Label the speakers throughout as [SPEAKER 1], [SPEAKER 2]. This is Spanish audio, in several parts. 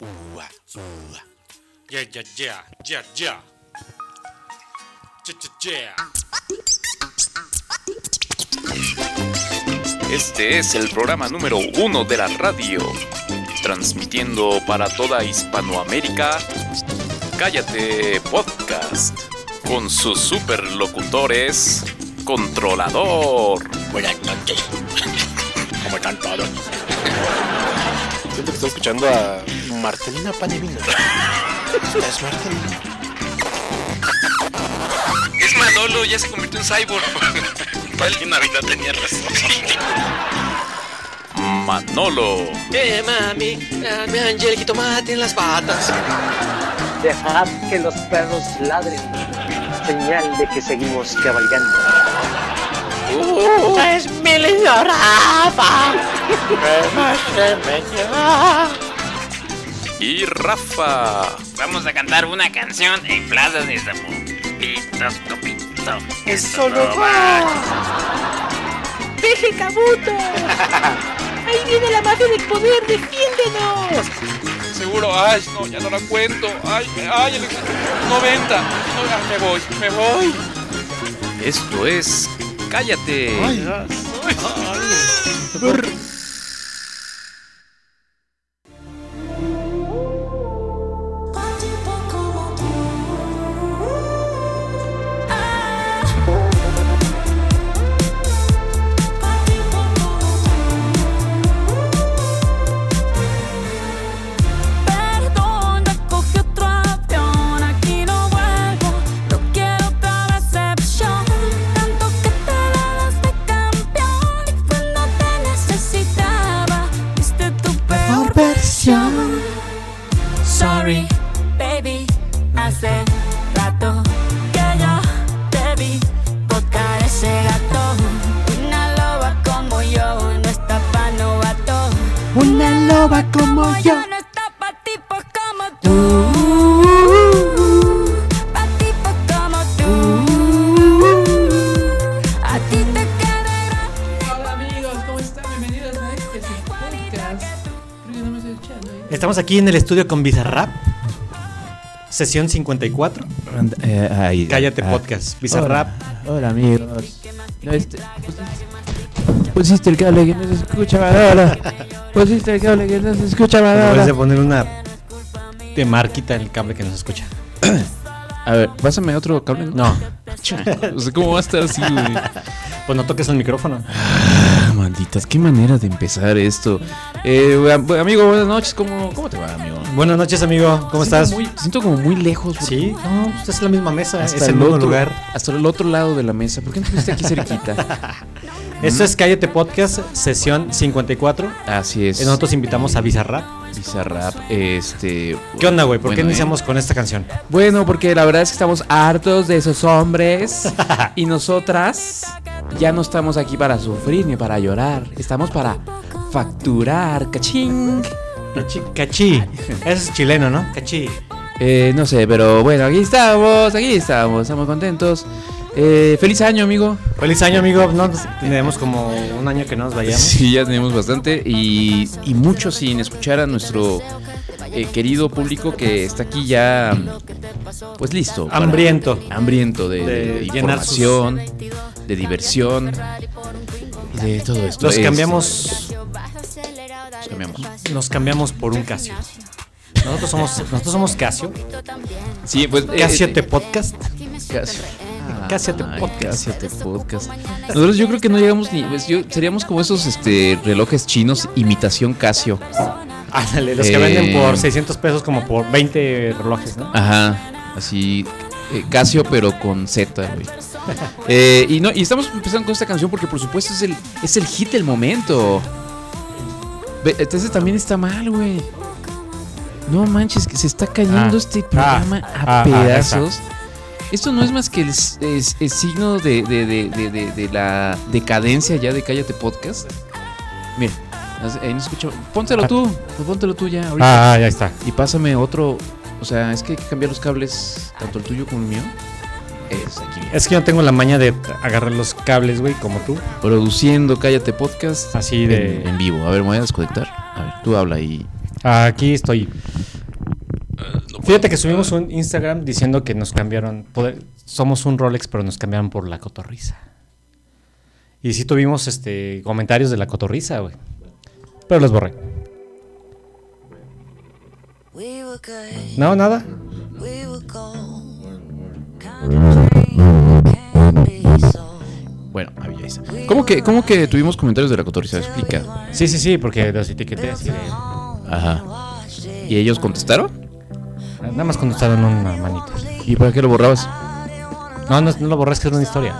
[SPEAKER 1] Ua, ua. Yeah, yeah, yeah, yeah, yeah. Yeah, yeah, yeah.
[SPEAKER 2] Este es el programa número uno de la radio, transmitiendo para toda Hispanoamérica. Cállate Podcast, con sus superlocutores, Controlador,
[SPEAKER 3] Buenas noches. ¿Cómo están todos?
[SPEAKER 4] Siento que estoy escuchando a Martelina Panevina. Esta es Martelina.
[SPEAKER 5] Es Manolo, ya se convirtió en cyborg.
[SPEAKER 3] Pali Pues Navidad tenía razón.
[SPEAKER 2] Manolo,
[SPEAKER 5] Eh, mami, me Angel, tomate en las patas.
[SPEAKER 6] Dejad que los perros ladren, señal de que seguimos cabalgando.
[SPEAKER 2] y Rafa.
[SPEAKER 7] Vamos a cantar una canción en Plaza de Pitos, copito.
[SPEAKER 8] Eso no va. Deje Kabuto. Ahí viene la mafia del poder, defiéndenos.
[SPEAKER 5] Seguro, ay, no, ya no la cuento. Ay, ay, el 90. No, ay, me voy, me voy.
[SPEAKER 2] Esto es Cállate.
[SPEAKER 8] Perdón, recogí otro avión, aquí no vuelvo, no quiero otra decepción. Tanto que te la de campeón y cuando te necesitaba, viste tu peor versión. Sorry, baby, hace rato que yo te vi tocar ese gato. Una loba como yo no está pa' novato. Una loba como yo no está pa' tipos como tú. Pa' tipos como tú. A ti te quedará.
[SPEAKER 9] Hola amigos, ¿cómo están? Bienvenidos a este su podcast. Creo que no me estoy escuchando. ¿eh?
[SPEAKER 10] Estamos aquí en el estudio con Bizarrap. Sesión 54. Cállate podcast. Bizarrap.
[SPEAKER 11] Hola, amigos. No, este- pusiste el cable que no se escucha, Manolo. Pusiste el cable que Ah, no se escucha,
[SPEAKER 10] Debes de
[SPEAKER 11] Manolo.
[SPEAKER 10] poner una de marquita el cable que nos escucha.
[SPEAKER 11] A ver, pásame otro cable.
[SPEAKER 10] No,
[SPEAKER 11] O sea, ¿cómo va a estar así, güey?
[SPEAKER 10] pues no toques el micrófono.
[SPEAKER 11] Ah, malditas, qué manera de empezar esto. Eh, bu- amigo, buenas noches. ¿Cómo, cómo te va, amigo?
[SPEAKER 10] Buenas noches, amigo. ¿Cómo
[SPEAKER 11] Siento
[SPEAKER 10] estás?
[SPEAKER 11] muy- siento como muy lejos. bro.
[SPEAKER 10] Sí, no, pues es la misma mesa,
[SPEAKER 11] Hasta
[SPEAKER 10] es el mismo
[SPEAKER 11] otro,
[SPEAKER 10] lugar.
[SPEAKER 11] Hasta el otro lado de la mesa. ¿Por qué no estuviste aquí cerquita? Mm.
[SPEAKER 10] Esto es Cállate Podcast, sesión 54.
[SPEAKER 11] Así es.
[SPEAKER 10] Eh, Nosotros invitamos a Bizarrap.
[SPEAKER 11] Bizarrap, este...
[SPEAKER 10] ¿Qué onda, güey? ¿Por qué
[SPEAKER 11] bueno, eh.
[SPEAKER 10] iniciamos con esta canción?
[SPEAKER 11] Bueno, porque la verdad es que estamos hartos de esos hombres y nosotras ya no estamos aquí para sufrir ni para llorar, estamos para facturar, caching.
[SPEAKER 10] Cachi. Cachi. Es chileno, ¿no? Cachi.
[SPEAKER 11] Eh, no sé, pero bueno, aquí estamos, aquí estamos, estamos contentos. Eh, feliz año, amigo.
[SPEAKER 10] Feliz año, amigo. No, pues, tenemos como un año que no nos vayamos.
[SPEAKER 11] Sí, ya tenemos bastante y, y mucho sin escuchar a nuestro eh, querido público que está aquí ya, pues listo. para-
[SPEAKER 10] Hambriento.
[SPEAKER 11] hambriento de,
[SPEAKER 10] De
[SPEAKER 11] de
[SPEAKER 10] llenar sus-
[SPEAKER 11] información, de diversión, y de todo esto.
[SPEAKER 10] Los
[SPEAKER 3] Este,
[SPEAKER 11] Es-
[SPEAKER 10] cambiamos,
[SPEAKER 11] los cambiamos.
[SPEAKER 10] nos cambiamos por un Casio. Nosotros somos, nosotros somos Casio.
[SPEAKER 11] Sí, pues. eh,
[SPEAKER 10] Casio
[SPEAKER 11] eh,
[SPEAKER 10] te podcast.
[SPEAKER 11] Casio. Ah,
[SPEAKER 10] Casio te
[SPEAKER 11] ay,
[SPEAKER 10] podcast.
[SPEAKER 11] Casio te podcast. Nosotros yo creo que no llegamos ni. pues, yo- seríamos como esos este, relojes chinos, imitación Casio.
[SPEAKER 10] Ándale, los que
[SPEAKER 11] Eh.
[SPEAKER 10] venden por 600 pesos como por 20 relojes, ¿no?
[SPEAKER 11] Ajá. Así. eh, Casio, pero con Z, güey. Eh, y, no, y estamos empezando con esta canción porque, por supuesto, es el, es el hit del momento. Ve, Entonces también está mal, güey. No manches, que se está cayendo
[SPEAKER 10] Ah,
[SPEAKER 11] este programa a
[SPEAKER 10] ah, ah,
[SPEAKER 11] pedazos. Esto no es más que el, s- es- el signo de, de- de- de- de- de la decadencia ya de Cállate Podcast. Mira, ahí no escucho. Póntelo
[SPEAKER 10] Ah.
[SPEAKER 11] tú, pues póntelo tú ya ahorita.
[SPEAKER 10] Ah, ya está.
[SPEAKER 11] Y pásame otro. O sea, es que hay que cambiar los cables, tanto el tuyo como el mío. Es aquí. mira.
[SPEAKER 10] Es que yo tengo la maña de agarrar los cables, güey, como tú.
[SPEAKER 11] Produciendo Cállate Podcast.
[SPEAKER 10] Así de-
[SPEAKER 11] En, en vivo. A ver, me voy a desconectar. A ver, tú habla y.
[SPEAKER 10] Aquí estoy. Fíjate que subimos un Instagram diciendo que nos cambiaron. poder- somos un Rolex, pero nos cambiaron por la cotorriza. Y sí tuvimos este, comentarios de la cotorriza, güey. Pero los borré. No, nada.
[SPEAKER 11] Bueno, había esa.
[SPEAKER 3] Ah.
[SPEAKER 11] ¿Cómo que, ¿Cómo que tuvimos comentarios de la cotorriza? Explica.
[SPEAKER 10] Sí, sí, sí, porque los etiqueté así de-
[SPEAKER 11] Ajá. ¿Y ellos contestaron?
[SPEAKER 10] Nada más contestaron una manita.
[SPEAKER 11] ¿Y para qué lo borrabas?
[SPEAKER 10] No, no, no lo borré, es que era una historia.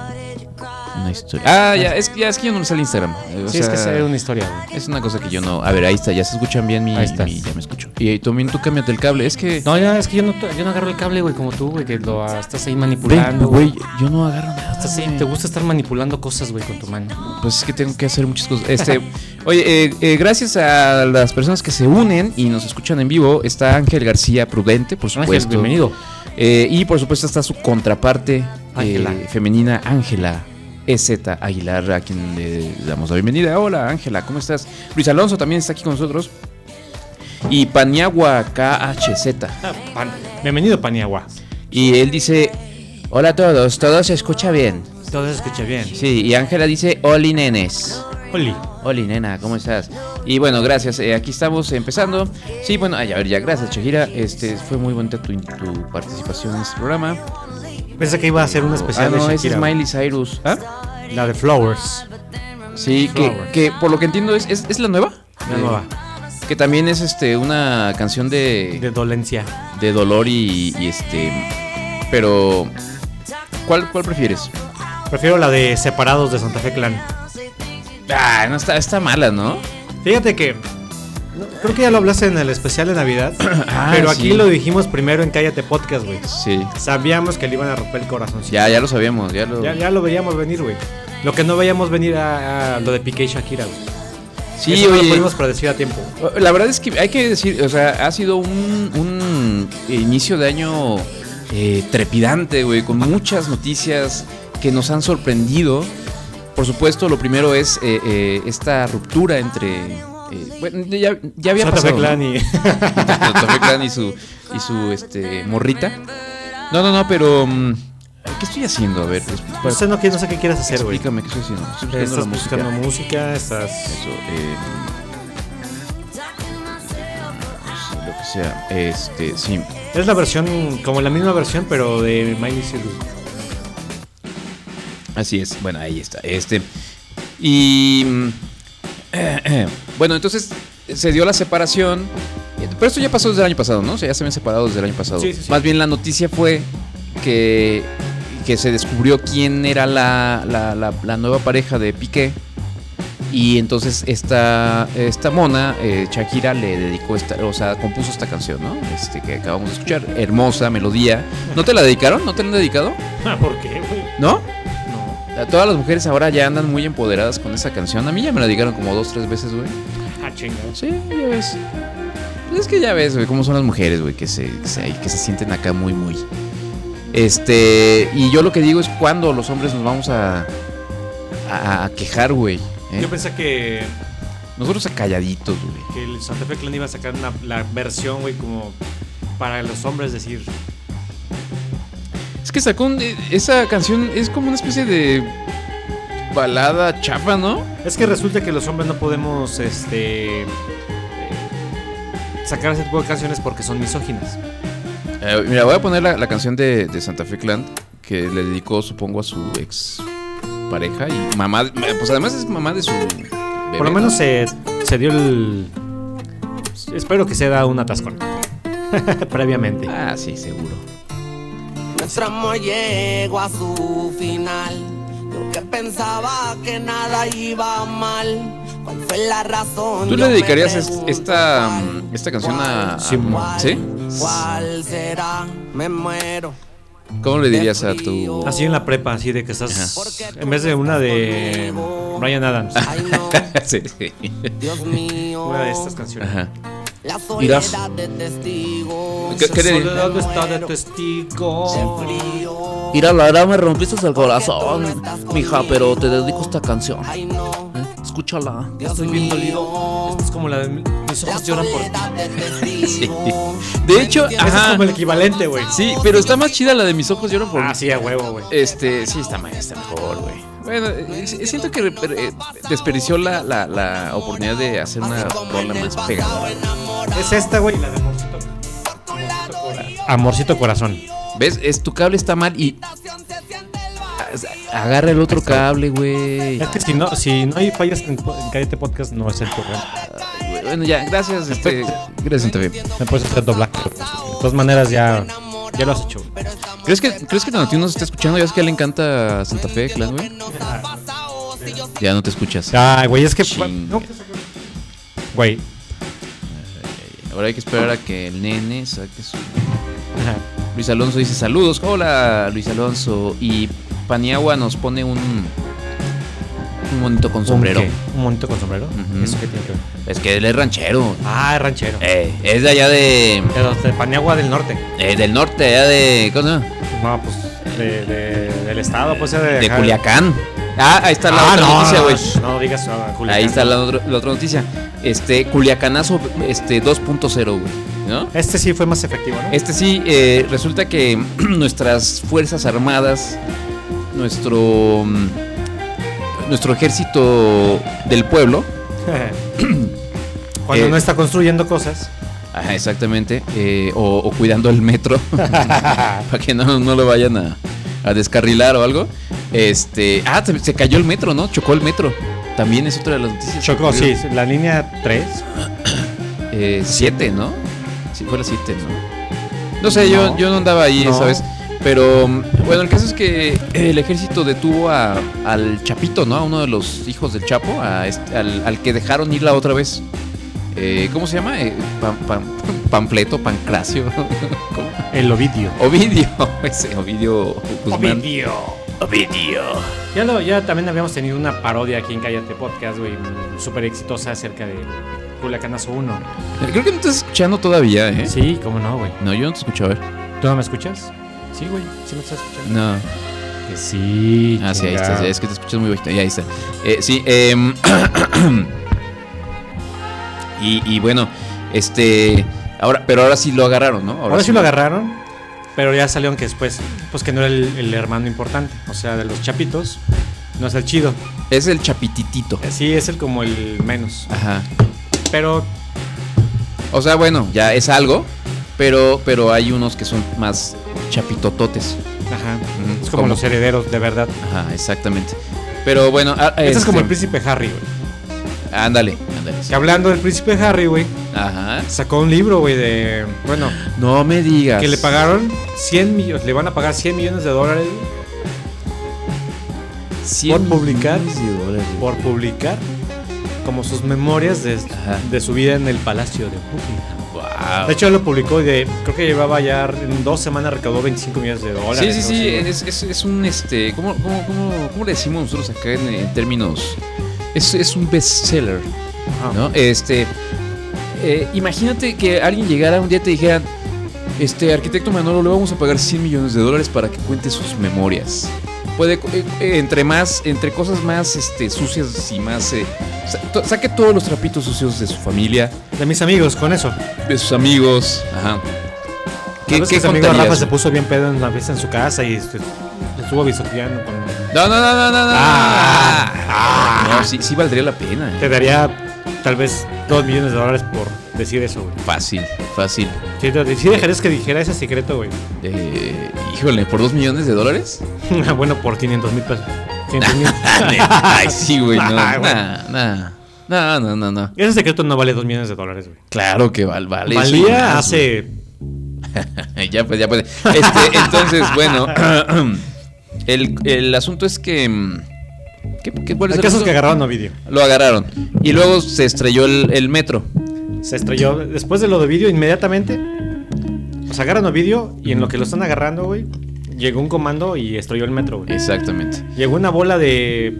[SPEAKER 11] Una historia. Ah, ya, es, que- ya, es que yo no me sale Instagram. Eh, o
[SPEAKER 10] Sí, es que
[SPEAKER 11] sea,
[SPEAKER 10] es una historia, güey.
[SPEAKER 11] Es una cosa que yo no. A ver, ahí está, ya se escuchan bien mi.
[SPEAKER 10] Ahí está.
[SPEAKER 11] mi- ya me escucho. Y, eh, también tú cámbiate el cable. Es que.
[SPEAKER 10] No, ya, es que yo no, yo no agarro el cable, güey, como tú, güey, que lo ah, estás ahí manipulando.
[SPEAKER 11] Güey, yo no agarro nada.
[SPEAKER 10] Estás ahí, te gusta estar manipulando cosas, güey, con tu mano.
[SPEAKER 11] Pues es que tengo que hacer muchas cosas. Este, oye, eh, eh, gracias a las personas que se unen y nos escuchan en vivo, está Ángel García Prudente, por supuesto.
[SPEAKER 10] bienvenido.
[SPEAKER 11] Eh, y por supuesto está su contraparte
[SPEAKER 10] Ángela.
[SPEAKER 11] eh, femenina, Ángela EZ Aguilar, a quien le damos la bienvenida. Hola, Ángela, ¿cómo estás? Luis Alonso también está aquí con nosotros. Y Paniagua KHZ.
[SPEAKER 10] Bienvenido, Paniagua.
[SPEAKER 11] Y él dice: Hola a todos, todo se escucha bien.
[SPEAKER 10] Todo se escucha bien.
[SPEAKER 11] Sí, y Ángela dice, Oli nenes.
[SPEAKER 10] Oli.
[SPEAKER 11] Oli nena, ¿cómo estás? Y bueno, gracias, eh, aquí estamos empezando. Sí, bueno, ay, a ver, ya, gracias Shakira. Este, fue muy bonita tu, tu participación en este programa.
[SPEAKER 10] Pensé que iba a hacer un especial
[SPEAKER 11] Ah,
[SPEAKER 10] de
[SPEAKER 11] no, ese es
[SPEAKER 10] Pues Shakira.
[SPEAKER 11] Miley Cyrus.
[SPEAKER 10] La de Flowers.
[SPEAKER 11] Sí, que,
[SPEAKER 10] Flowers.
[SPEAKER 11] que por lo que entiendo es, es, es la nueva.
[SPEAKER 10] La
[SPEAKER 11] Eh,
[SPEAKER 10] nueva.
[SPEAKER 11] Que también es este una canción de...
[SPEAKER 10] De dolencia.
[SPEAKER 11] De dolor y, y, este... Pero... ¿Cuál, cuál prefieres?
[SPEAKER 10] Prefiero la de Separados de Santa Fe Clan.
[SPEAKER 11] Ah, no está, está mala, ¿no?
[SPEAKER 10] Fíjate que. no, creo que ya lo hablaste en el especial de Navidad.
[SPEAKER 11] Ah,
[SPEAKER 10] pero
[SPEAKER 11] sí.
[SPEAKER 10] aquí lo dijimos primero en Cállate Podcast, güey.
[SPEAKER 11] Sí.
[SPEAKER 10] Sabíamos que le iban a romper el corazón.
[SPEAKER 11] Ya, ya lo sabíamos, ya lo...
[SPEAKER 10] Ya, ya lo veíamos venir, güey. Lo que no veíamos venir a, a lo de Piqué y Shakira, güey.
[SPEAKER 11] Sí,
[SPEAKER 10] Eso no
[SPEAKER 11] oye.
[SPEAKER 10] lo pudimos predecir a tiempo.
[SPEAKER 11] La verdad es que hay que decir, o sea, ha sido un, un inicio de año eh, trepidante, güey, con muchas noticias que nos han sorprendido. Por supuesto, lo primero es eh, eh, esta ruptura entre... eh, bueno, ya, ya había
[SPEAKER 10] Santa Fe
[SPEAKER 11] pasado,
[SPEAKER 10] Clan
[SPEAKER 11] ¿no?
[SPEAKER 10] y-
[SPEAKER 11] Santa Fe Clan y su, y su este, morrita. No, no, no, pero... mm, ¿Qué estoy haciendo? A ver, explí-
[SPEAKER 10] No sé, Pues, no, que- no sé qué quieres hacer, güey.
[SPEAKER 11] Explícame qué estoy haciendo. Estoy buscando
[SPEAKER 10] Estás
[SPEAKER 11] la música.
[SPEAKER 10] buscando música, estás.
[SPEAKER 11] Eso, em, lo que sea. Este, sí.
[SPEAKER 10] Es la versión, como la misma versión, pero de Miley Cyrus.
[SPEAKER 11] Así es. Bueno, ahí está. Este. Y. mm, Bueno, entonces se dio la separación. Pero esto ya pasó desde el año pasado, ¿no? O sea, ya se habían separado desde el año pasado.
[SPEAKER 10] Sí, sí, sí.
[SPEAKER 11] Más bien la noticia fue que, que se descubrió quién era la, la- la- la nueva pareja de Piqué. Y entonces esta, esta mona, eh, Shakira, le dedicó esta, o sea, compuso esta canción, ¿no? Este que acabamos de escuchar. Hermosa melodía. ¿No te la dedicaron? ¿No te la han dedicado?
[SPEAKER 10] Ah, ¿Por qué, güey?
[SPEAKER 11] ¿No? No. Todas las mujeres ahora ya andan muy empoderadas con esa canción. A mí ya me la dijeron como dos, tres veces, güey.
[SPEAKER 10] Ah, chingado.
[SPEAKER 11] Sí, ya ves. Pues es que ya ves, güey, cómo son las mujeres, güey, que se, que, se, que se sienten acá muy, muy. Este. Y yo lo que digo es cuando los hombres nos vamos a. a, a quejar, güey. ¿eh?
[SPEAKER 10] Yo pensé que,
[SPEAKER 11] Nosotros calladitos, güey.
[SPEAKER 10] que el Santa Fe Clan iba a sacar una, la versión, güey, como para los hombres decir.
[SPEAKER 11] Es que sacó un- eh, esa canción es como una especie de balada chapa, ¿no?
[SPEAKER 10] Es que resulta que los hombres no podemos este eh, sacar ese tipo de canciones porque son misóginas.
[SPEAKER 11] Eh, mira, voy a poner la, la canción de, de Santa Fe Clan que le dedicó, supongo, a su ex pareja y mamá. de- Pues además es mamá de su. bebé,
[SPEAKER 10] Por lo
[SPEAKER 11] ¿no?
[SPEAKER 10] menos se, se dio el. Espero que se da un atascón. Previamente.
[SPEAKER 11] Ah, sí, seguro.
[SPEAKER 12] Nuestro amor llegó a su final. Yo que pensaba que nada iba mal. ¿Cuál fue la razón?
[SPEAKER 11] ¿Tú
[SPEAKER 12] Yo
[SPEAKER 11] le
[SPEAKER 12] me
[SPEAKER 11] dedicarías es-
[SPEAKER 12] pregunto,
[SPEAKER 11] esta, mm, esta canción a.
[SPEAKER 12] Sí,
[SPEAKER 11] a- ¿Sí?
[SPEAKER 12] ¿Cuál será? Me muero.
[SPEAKER 11] ¿Cómo le dirías a tu.
[SPEAKER 10] Así en la prepa, así de que estás. En vez de una de Brian Adams.
[SPEAKER 11] sí, sí.
[SPEAKER 10] Una de estas canciones.
[SPEAKER 11] Ajá.
[SPEAKER 12] La
[SPEAKER 11] Mira.
[SPEAKER 12] soledad de testigos.
[SPEAKER 11] ¿Qué- qué le-
[SPEAKER 10] Soledad está de testigo.
[SPEAKER 13] Mira, Lara, me rompiste el corazón, mija, pero te dedico esta canción. ¿eh?
[SPEAKER 12] Ay, no.
[SPEAKER 13] Escúchala.
[SPEAKER 10] Estoy bien dolido. Esta es como la de mi
[SPEAKER 11] sus ojos lloran por ti. Sí. De hecho,
[SPEAKER 10] Ese es como el equivalente, güey.
[SPEAKER 11] Sí, pero está más chida la de mis ojos lloran por ti. Ah,
[SPEAKER 10] sí, a huevo, güey.
[SPEAKER 11] Este, sí, está, ma- está mejor, güey. Bueno, eh, sí, siento que reper- eh, desperdició la, la, la oportunidad de hacer una rola más pegada.
[SPEAKER 10] Es esta, güey, y la de Amorcito. Amorcito Corazón.
[SPEAKER 11] ¿Ves? Es, tu cable está mal y. Agarra el otro cable, güey.
[SPEAKER 10] Es que si no, si no hay fallas en, po- en Cállate Podcast, no es el programa.
[SPEAKER 11] Bueno, ya, gracias, este. Gracias, Antonio.
[SPEAKER 10] Me puedes hacer doblar. pero, pues, De todas maneras, ya, ya lo has hecho. güey.
[SPEAKER 11] ¿Crees que, ¿Crees que Tonatiuh nos está escuchando? Ya ves que a él le encanta Santa Fe, Clan, güey. Ya no te escuchas.
[SPEAKER 10] Ay, güey, es que.
[SPEAKER 11] Chinga.
[SPEAKER 10] no. Güey.
[SPEAKER 11] Ahora hay que esperar a que el nene saque su. Luis Alonso dice saludos. Hola, Luis Alonso. Y Paniagua nos pone un. Un monito con sombrero.
[SPEAKER 10] ¿Un, qué? ¿Un monito con sombrero? ¿Eso qué tiene que ver?
[SPEAKER 11] Es que él es ranchero.
[SPEAKER 10] Ah, es ranchero.
[SPEAKER 11] Eh, es de allá de.
[SPEAKER 10] de Paniagua del Norte.
[SPEAKER 11] eh, del norte, allá de. ¿Cómo se llama?
[SPEAKER 10] No, pues de, de- del estado, pues de,
[SPEAKER 11] De Culiacán. Ah, ahí está la
[SPEAKER 10] Ah,
[SPEAKER 11] otra
[SPEAKER 10] no,
[SPEAKER 11] noticia, güey.
[SPEAKER 10] No, no digas ah, nada, Culiacán.
[SPEAKER 11] Ahí está la, otro- la otra noticia. Este, Culiacanazo este, 2.0, güey. ¿No?
[SPEAKER 10] Este sí fue más efectivo, ¿no?
[SPEAKER 11] Este sí, eh, resulta que nuestras Fuerzas Armadas, nuestro, mm, nuestro ejército del pueblo,
[SPEAKER 10] Cuando
[SPEAKER 11] Eh.
[SPEAKER 10] no está construyendo cosas.
[SPEAKER 11] ajá, exactamente, eh, o, o cuidando el metro, para que no, no lo vayan a, a descarrilar o algo. Este, ah, se, se cayó el metro, ¿no? Chocó el metro. También es otra de las noticias. que
[SPEAKER 10] Chocó, sí,
[SPEAKER 11] ocurrieron.
[SPEAKER 10] la línea 3.
[SPEAKER 11] Eh, siete, ¿no? Si fuera siete, ¿no? No sé, Yo, yo no andaba ahí
[SPEAKER 10] No.
[SPEAKER 11] esa vez. Pero mm, bueno, el caso es que el ejército detuvo a- al Chapito, ¿no? A uno de los hijos del Chapo, a este- al, al que dejaron ir la otra vez. Eh, ¿Cómo se llama? Eh, pam- pam- panfleto, pancracio. ¿Cómo?
[SPEAKER 10] El Ovidio.
[SPEAKER 11] Ovidio, ese Ovidio Guzmán.
[SPEAKER 10] Ovidio.
[SPEAKER 11] Ovidio.
[SPEAKER 10] Ya, lo, ya también habíamos tenido una parodia aquí en Cállate Podcast, güey, mm, súper exitosa acerca de Culiacanazo 1.
[SPEAKER 11] Creo que no estás escuchando todavía, ¿eh?
[SPEAKER 10] Sí, cómo no, güey.
[SPEAKER 11] No, yo no te escucho, a ver.
[SPEAKER 10] ¿Tú no me escuchas? Sí, güey, sí me estás escuchando.
[SPEAKER 11] No.
[SPEAKER 10] Que sí.
[SPEAKER 11] Ah, sí, ahí
[SPEAKER 10] chingado.
[SPEAKER 11] está. Es que te escuchas muy bajito. Ya, ahí está. Eh, sí, em, y, y bueno, este. Ahora, pero ahora sí lo agarraron, ¿no?
[SPEAKER 10] Ahora, sí lo agarraron, pero ya salieron que después, pues que no era el, el hermano importante, o sea, de los chapitos, no es el chido.
[SPEAKER 11] Es el chapititito.
[SPEAKER 10] Sí, es el como el menos.
[SPEAKER 11] Ajá.
[SPEAKER 10] Pero
[SPEAKER 11] O sea, bueno, ya es algo. Pero, pero hay unos que son más chapitototes.
[SPEAKER 10] Ajá.
[SPEAKER 11] Ujú,
[SPEAKER 10] Es como los herederos, de verdad.
[SPEAKER 11] Ajá, exactamente. Pero bueno. ah,
[SPEAKER 10] este es como
[SPEAKER 11] este,
[SPEAKER 10] el príncipe Harry, güey.
[SPEAKER 11] Ándale, ándale.
[SPEAKER 10] Que hablando del príncipe Harry, güey,
[SPEAKER 11] Ajá.
[SPEAKER 10] sacó un libro, güey, de. Bueno,
[SPEAKER 11] No me digas.
[SPEAKER 10] que le pagaron 100 millones, le van a pagar 100 millones de dólares por publicar, por publicar como sus memorias de, de su vida en el palacio de Buckingham.
[SPEAKER 11] Wow.
[SPEAKER 10] De hecho, lo publicó y de, creo que llevaba ya en dos semanas recaudó 25 millones de dólares.
[SPEAKER 11] sí,
[SPEAKER 10] ¿no?
[SPEAKER 11] sí, sí,
[SPEAKER 10] güey.
[SPEAKER 11] es, es- es un este. ¿cómo, cómo, cómo- cómo le decimos nosotros acá en, en términos? Es, es un bestseller. ¿no? Este. eh, imagínate que alguien llegara un día y te dijera. Este arquitecto Manolo, le vamos a pagar 100 millones de dólares para que cuente sus memorias. Puede, cu- eh, eh, entre más, entre cosas más este, sucias y más. eh, sa- to- saque todos los trapitos sucios de su familia,
[SPEAKER 10] De mis amigos, con eso.
[SPEAKER 11] de sus amigos. Ajá. ¿Qué,
[SPEAKER 10] ¿Sabes
[SPEAKER 11] qué
[SPEAKER 10] que su amigo
[SPEAKER 11] contarías,
[SPEAKER 10] Rafa se
[SPEAKER 11] güey?
[SPEAKER 10] puso bien pedo en una fiesta en su casa y este, estuvo bisoteando con.
[SPEAKER 11] No, no, no, no, no, no. no, sí, sí valdría la pena. eh.
[SPEAKER 10] Te daría tal vez 2 millones de dólares por decir eso, güey.
[SPEAKER 11] Fácil, fácil.
[SPEAKER 10] Si, te- si dejarías que dijera ese secreto, güey.
[SPEAKER 11] Eh, híjole, ¿por dos millones de dólares?
[SPEAKER 10] bueno, por 500 mil pesos. 500 mil.
[SPEAKER 11] Ay, sí, güey, no.
[SPEAKER 10] Ay, güey.
[SPEAKER 11] Nah, nah. No, no, no, no.
[SPEAKER 10] Ese secreto no vale 2 millones de dólares, güey.
[SPEAKER 11] Claro que val, vale. eso y
[SPEAKER 10] Valía
[SPEAKER 11] más,
[SPEAKER 10] hace.
[SPEAKER 11] güey. ya, pues, ya, pues. Este, entonces, bueno. el, el asunto es que. mm, ¿Qué, qué, cuál es
[SPEAKER 10] Hay
[SPEAKER 11] el
[SPEAKER 10] casos
[SPEAKER 11] asunto?
[SPEAKER 10] que agarraron a vídeo.
[SPEAKER 11] Lo agarraron. Y luego se estrelló el, el metro.
[SPEAKER 10] Se estrelló. Después de lo de vídeo, inmediatamente. Los agarran a vídeo y en lo que lo están agarrando, güey. Llegó un comando y estrelló el metro, güey.
[SPEAKER 11] Exactamente.
[SPEAKER 10] Llegó una bola de.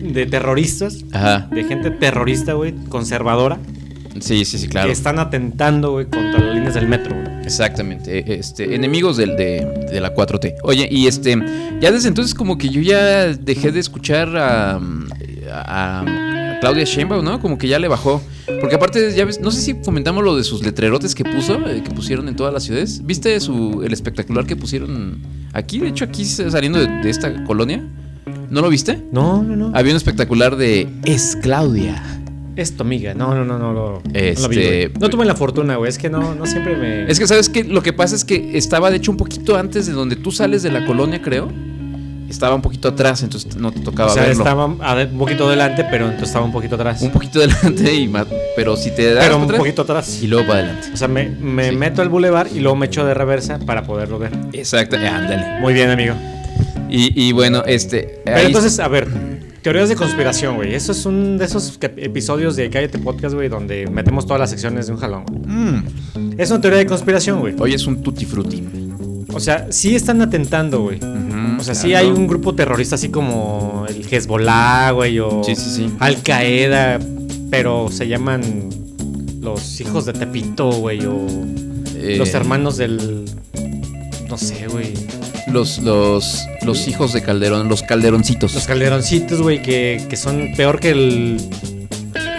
[SPEAKER 10] de terroristas.
[SPEAKER 11] Ajá.
[SPEAKER 10] De gente terrorista, güey. Conservadora.
[SPEAKER 11] Sí, sí, sí, claro.
[SPEAKER 10] Que están atentando, güey, contra las líneas del metro, güey.
[SPEAKER 11] Exactamente, eh, este, enemigos del, de, de la 4T. Oye, y este, ya desde entonces como que yo ya dejé de escuchar a, a- a Claudia Sheinbaum, ¿no? Como que ya le bajó. Porque aparte, ya ves, no sé si comentamos lo de sus letrerotes que puso, eh, que pusieron en todas las ciudades. ¿Viste su, el espectacular que pusieron aquí? De hecho, aquí saliendo de, de esta colonia. ¿No lo viste?
[SPEAKER 10] No, no, no.
[SPEAKER 11] Había un espectacular de Es Claudia.
[SPEAKER 10] Es tu amiga. No, no, no, no lo, no lo vi,
[SPEAKER 11] Este-
[SPEAKER 10] güey. No tuve la fortuna, güey. Es que no, no siempre me.
[SPEAKER 11] Es que, ¿sabes qué? Lo que pasa es que estaba, de hecho, un poquito antes de donde tú sales de la colonia, creo. Estaba un poquito atrás, entonces no te tocaba
[SPEAKER 10] o sea,
[SPEAKER 11] verlo.
[SPEAKER 10] estaba ade- un poquito delante, pero entonces estaba un poquito atrás. Un
[SPEAKER 11] poquito delante y más. Pero si te das
[SPEAKER 10] Pero
[SPEAKER 11] para
[SPEAKER 10] un
[SPEAKER 11] atrás-
[SPEAKER 10] poquito atrás.
[SPEAKER 11] Y luego para adelante.
[SPEAKER 10] O sea, me, me meto al bulevar y luego me echo de reversa para poderlo ver.
[SPEAKER 11] Exacto, eh, ándale.
[SPEAKER 10] Muy bien, amigo.
[SPEAKER 11] Y, y bueno, este.
[SPEAKER 10] Pero
[SPEAKER 11] ahí-
[SPEAKER 10] entonces, a ver, teorías de conspiración, güey. Eso es un de esos que- episodios de Cállate Podcast, güey, donde metemos todas las secciones de un jalón, güey. Es una teoría de conspiración, güey.
[SPEAKER 11] Hoy es un tutti frutti.
[SPEAKER 10] O sea, sí están atentando, güey. o sea, sí hay
[SPEAKER 11] Mm, claro.
[SPEAKER 10] un grupo terrorista así como el Hezbollah, güey, o
[SPEAKER 11] Sí, sí, sí.
[SPEAKER 10] Al Qaeda, pero se llaman los hijos de Tepito, güey, o
[SPEAKER 11] Eh.
[SPEAKER 10] los hermanos del. No sé, güey.
[SPEAKER 11] Los, los, los hijos de Calderón, los calderoncitos.
[SPEAKER 10] Los calderoncitos, güey, que, que son peor que el.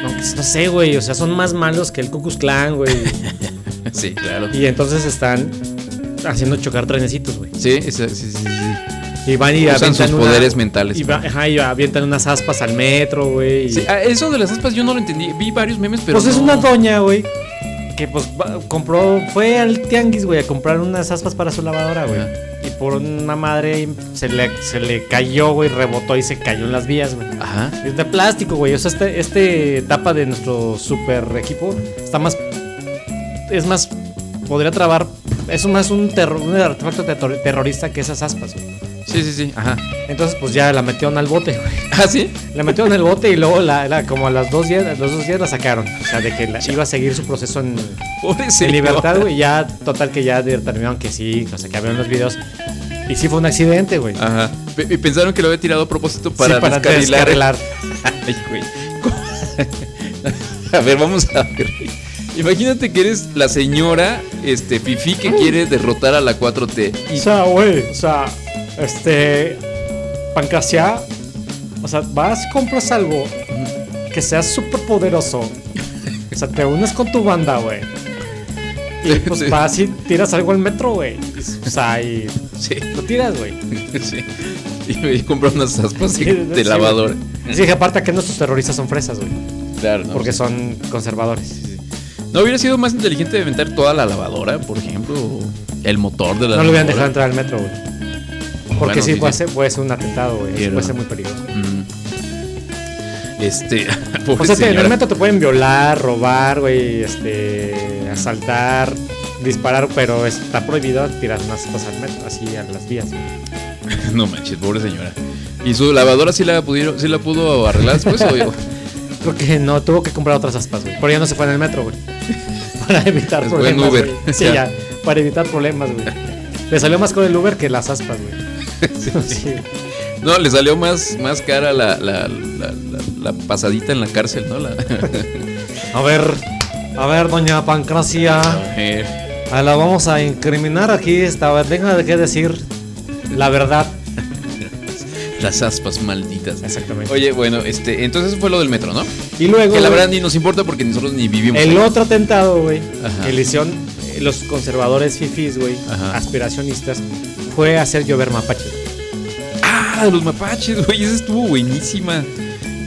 [SPEAKER 10] No, que- no sé, güey. O sea, son más malos que el Cucus Clan, güey.
[SPEAKER 11] sí, claro.
[SPEAKER 10] Y entonces están haciendo chocar trenecitos, güey.
[SPEAKER 11] Sí, esa- sí, sí, sí, sí.
[SPEAKER 10] Y van y
[SPEAKER 11] Usan
[SPEAKER 10] avientan
[SPEAKER 11] sus
[SPEAKER 10] una-
[SPEAKER 11] poderes mentales.
[SPEAKER 10] Y, va- ajá, y avientan unas aspas al metro, güey. y-
[SPEAKER 11] Sí, ah, eso de las aspas yo no lo entendí. Vi varios memes, pero.
[SPEAKER 10] pues es
[SPEAKER 11] no-
[SPEAKER 10] una doña, güey. Que pues va- compró, fue al tianguis, güey, a comprar unas aspas para su lavadora, güey. Y por una madre se le, se le cayó, güey, rebotó y se cayó en las vías, güey.
[SPEAKER 11] Ajá.
[SPEAKER 10] Es de plástico, güey. O sea, este, este tapa de nuestro super equipo está más. Es más. Podría trabar. Es más un, terro- un artefacto terro- terrorista que esas aspas, güey.
[SPEAKER 11] Sí, sí, sí. Ajá.
[SPEAKER 10] Entonces, pues ya la metieron al bote, güey.
[SPEAKER 11] ¿Ah, sí?
[SPEAKER 10] La metieron al bote y luego, la, la- como a las dos días, a los dos días la sacaron. O sea, de que la- iba a seguir su proceso en,
[SPEAKER 11] Pobre
[SPEAKER 10] en
[SPEAKER 11] señor.
[SPEAKER 10] libertad, güey. Ya, total, que ya determinaron que sí, o sea, que habían los videos. Y sí fue un accidente, güey.
[SPEAKER 11] Ajá. Pe- Y pensaron que lo había tirado a propósito Ah, para,
[SPEAKER 10] Sí, para descarrilar.
[SPEAKER 11] descarrilar. Ay, güey. a ver, vamos a ver. Imagínate que eres la señora este Fifi que quiere derrotar a la 4T.
[SPEAKER 10] O sea, güey, o sea, este. Pancracia. O sea, vas, compras algo que sea súper poderoso. O sea, te unes con tu banda, güey. Y pues vas y tiras algo al metro, güey. O sea, y. Lo tiras, güey.
[SPEAKER 11] Sí. Y, y comprar unas aspas
[SPEAKER 10] Sí,
[SPEAKER 11] de, de
[SPEAKER 10] sí,
[SPEAKER 11] lavadora.
[SPEAKER 10] güey. Sí, que aparte que nuestros terroristas son fresas, güey.
[SPEAKER 11] Claro, no,
[SPEAKER 10] Porque
[SPEAKER 11] Ah, sí.
[SPEAKER 10] son conservadores.
[SPEAKER 11] ¿No hubiera sido más inteligente inventar toda la lavadora, por ejemplo? o El motor de la
[SPEAKER 10] No lo hubieran dejado
[SPEAKER 11] lavadora?
[SPEAKER 10] entrar al metro, güey. Porque
[SPEAKER 11] Bueno,
[SPEAKER 10] sí,
[SPEAKER 11] sí,
[SPEAKER 10] puede,
[SPEAKER 11] sí.
[SPEAKER 10] Ser, puede ser un atentado, güey. Eso
[SPEAKER 11] Pero-
[SPEAKER 10] Puede ser muy peligroso.
[SPEAKER 11] Mm. Este. Pobre
[SPEAKER 10] O sea, te- en el
[SPEAKER 11] señora.
[SPEAKER 10] metro te pueden violar, robar, güey, este, asaltar, disparar, pero está prohibido tirar unas cosas al metro, así a las vías. güey.
[SPEAKER 11] No manches, pobre señora. ¿Y su lavadora sí la, pudieron, sí la pudo arreglar después? o-
[SPEAKER 10] Creo que no, tuvo que comprar otras aspas, güey. Por ya no se fue en el metro, güey. Para evitar
[SPEAKER 11] Se fue en
[SPEAKER 10] problemas.
[SPEAKER 11] Uber.
[SPEAKER 10] güey. Sí,
[SPEAKER 11] Ya.
[SPEAKER 10] ya. Para evitar problemas, güey. Le salió más con el Uber que las aspas, güey. Sí.
[SPEAKER 11] No, le salió más, más cara la, la, la- la- la pasadita en la cárcel, ¿no? La...
[SPEAKER 10] A ver, a ver, doña Pancracia.
[SPEAKER 11] Eh,
[SPEAKER 10] A la vamos a incriminar aquí esta vez. Venga, de qué decir la verdad.
[SPEAKER 11] las aspas malditas.
[SPEAKER 10] Exactamente.
[SPEAKER 11] Oye, bueno, este, entonces fue lo del metro, ¿no?
[SPEAKER 10] Y luego,
[SPEAKER 11] Que la
[SPEAKER 10] güey.
[SPEAKER 11] verdad ni nos importa porque nosotros ni vivimos.
[SPEAKER 10] El
[SPEAKER 11] ahí.
[SPEAKER 10] otro atentado, güey,
[SPEAKER 11] Ajá.
[SPEAKER 10] que le hicieron eh, los conservadores fifis, güey,
[SPEAKER 11] Ajá.
[SPEAKER 10] aspiracionistas, fue hacer llover mapaches.
[SPEAKER 11] Ah, los mapaches, güey, esa estuvo buenísima.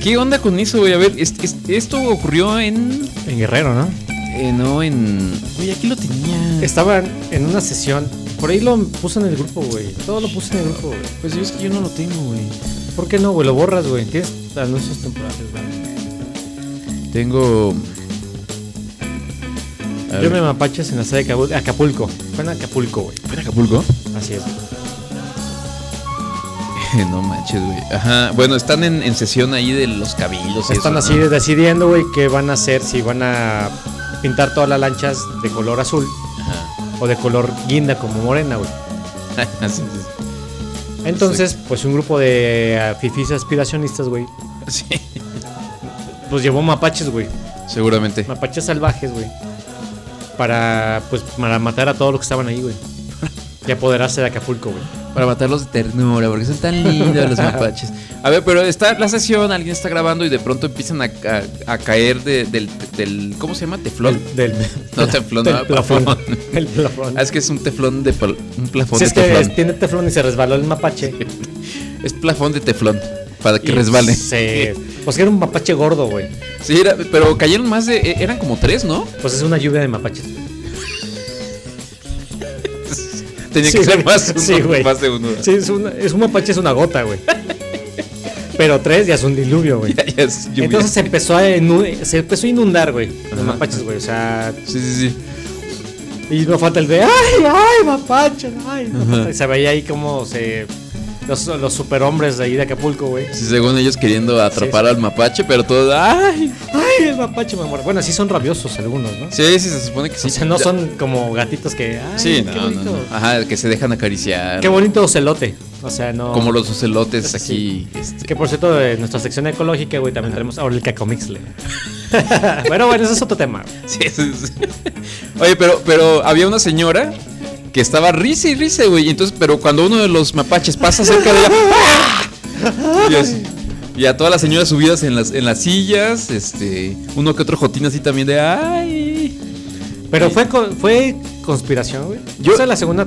[SPEAKER 11] ¿Qué onda con eso, güey? A ver, es- es- esto ocurrió en.
[SPEAKER 10] En Guerrero, ¿no?
[SPEAKER 11] Eh, no, en. Güey, aquí lo tenía.
[SPEAKER 10] Estaban en una sesión, por ahí lo puso en el grupo, güey. Todo lo puse en el grupo, güey.
[SPEAKER 11] Pues yo es que yo no lo tengo, güey.
[SPEAKER 10] ¿Por qué no, güey? Lo borras, güey. Tienes anuncios temporales, güey.
[SPEAKER 11] Tengo. A ver.
[SPEAKER 10] Llover mapaches en la sede de Acapul- Acapulco. Fue en Acapulco, güey.
[SPEAKER 11] ¿Fue en Acapulco?
[SPEAKER 10] Así es.
[SPEAKER 11] no manches, güey. Ajá. Bueno, están en, en sesión ahí de los cabildos. y
[SPEAKER 10] Están
[SPEAKER 11] eso,
[SPEAKER 10] así
[SPEAKER 11] ¿no?
[SPEAKER 10] decidiendo, güey, qué van a hacer, si van a pintar todas las lanchas de color azul o de color guinda como morena, güey.
[SPEAKER 11] Sí, sí, sí.
[SPEAKER 10] Entonces, pues un grupo de ah, fifís aspiracionistas, güey.
[SPEAKER 11] Sí.
[SPEAKER 10] Pues llevó mapaches, güey.
[SPEAKER 11] Seguramente.
[SPEAKER 10] Mapaches salvajes, güey. Para, pues, para matar a todos los que estaban ahí, güey. Y apoderarse de Acapulco, güey.
[SPEAKER 11] Para matarlos de ternura, porque son tan lindos los mapaches. A ver, pero está la sesión, alguien está grabando y de pronto empiezan a, a- a caer de- del, del- ¿Cómo se llama? ¿Teflón?
[SPEAKER 10] Del,
[SPEAKER 11] no, teflón,
[SPEAKER 10] del
[SPEAKER 11] no,
[SPEAKER 10] plafón.
[SPEAKER 11] plafón.
[SPEAKER 10] El plafón.
[SPEAKER 11] Ah, es que es un teflón de... pal- Un plafón
[SPEAKER 10] Si
[SPEAKER 11] de
[SPEAKER 10] es que
[SPEAKER 11] teflón.
[SPEAKER 10] es- tiene teflón y se resbaló el mapache.
[SPEAKER 11] Es plafón de teflón, para que
[SPEAKER 10] Y
[SPEAKER 11] resbale.
[SPEAKER 10] se- Pues que era un mapache gordo, güey.
[SPEAKER 11] Sí, era- pero cayeron más de... eh, Eran como tres, ¿no?
[SPEAKER 10] Pues es una lluvia de mapaches.
[SPEAKER 11] Tenía
[SPEAKER 10] Sí,
[SPEAKER 11] que ser
[SPEAKER 10] güey.
[SPEAKER 11] más, uno,
[SPEAKER 10] Sí, güey.
[SPEAKER 11] más de uno.
[SPEAKER 10] Sí, es, una- es un mapache, es una gota, güey. Pero tres ya es un diluvio, güey.
[SPEAKER 11] Ya es lluvia.
[SPEAKER 10] Entonces se empezó a, inu- se empezó a inundar, güey. Los mapaches, güey. O sea.
[SPEAKER 11] Sí, sí,
[SPEAKER 10] sí. Y no falta el de. ¡Ay! ay, mapache, ay.
[SPEAKER 11] Ajá.
[SPEAKER 10] Y se veía ahí como se. Los, los superhombres de ahí de Acapulco, güey.
[SPEAKER 11] Sí, según ellos queriendo atrapar al mapache, pero todo... ¡Ah! ¡Ay!
[SPEAKER 10] ¡Ay, el mapache, mi amor! Bueno, sí son rabiosos algunos, ¿no?
[SPEAKER 11] Sí, sí, se supone que sí.
[SPEAKER 10] O sea, no
[SPEAKER 11] Ya-
[SPEAKER 10] son como gatitos que. ¡Ay,
[SPEAKER 11] Sí,
[SPEAKER 10] qué
[SPEAKER 11] no, no,
[SPEAKER 10] bonito!
[SPEAKER 11] no. Ah, Ajá, que se dejan acariciar.
[SPEAKER 10] Qué bonito ocelote. O sea, no.
[SPEAKER 11] Como los ocelotes aquí. este,
[SPEAKER 10] Que por cierto, de nuestra sección ecológica, güey, también tenemos ahora el cacomixle. bueno, bueno, ese es otro tema.
[SPEAKER 11] Sí, sí, sí. Oye, pero, pero había una señora que estaba risa y risa, güey. y Entonces, pero cuando uno de los mapaches pasa cerca de ella. ¡ah! Y, así- y a todas las señoras subidas en las, en las sillas, este, uno que otro jotín así también de ay.
[SPEAKER 10] Pero fue co- fue conspiración, güey. Yo la segunda.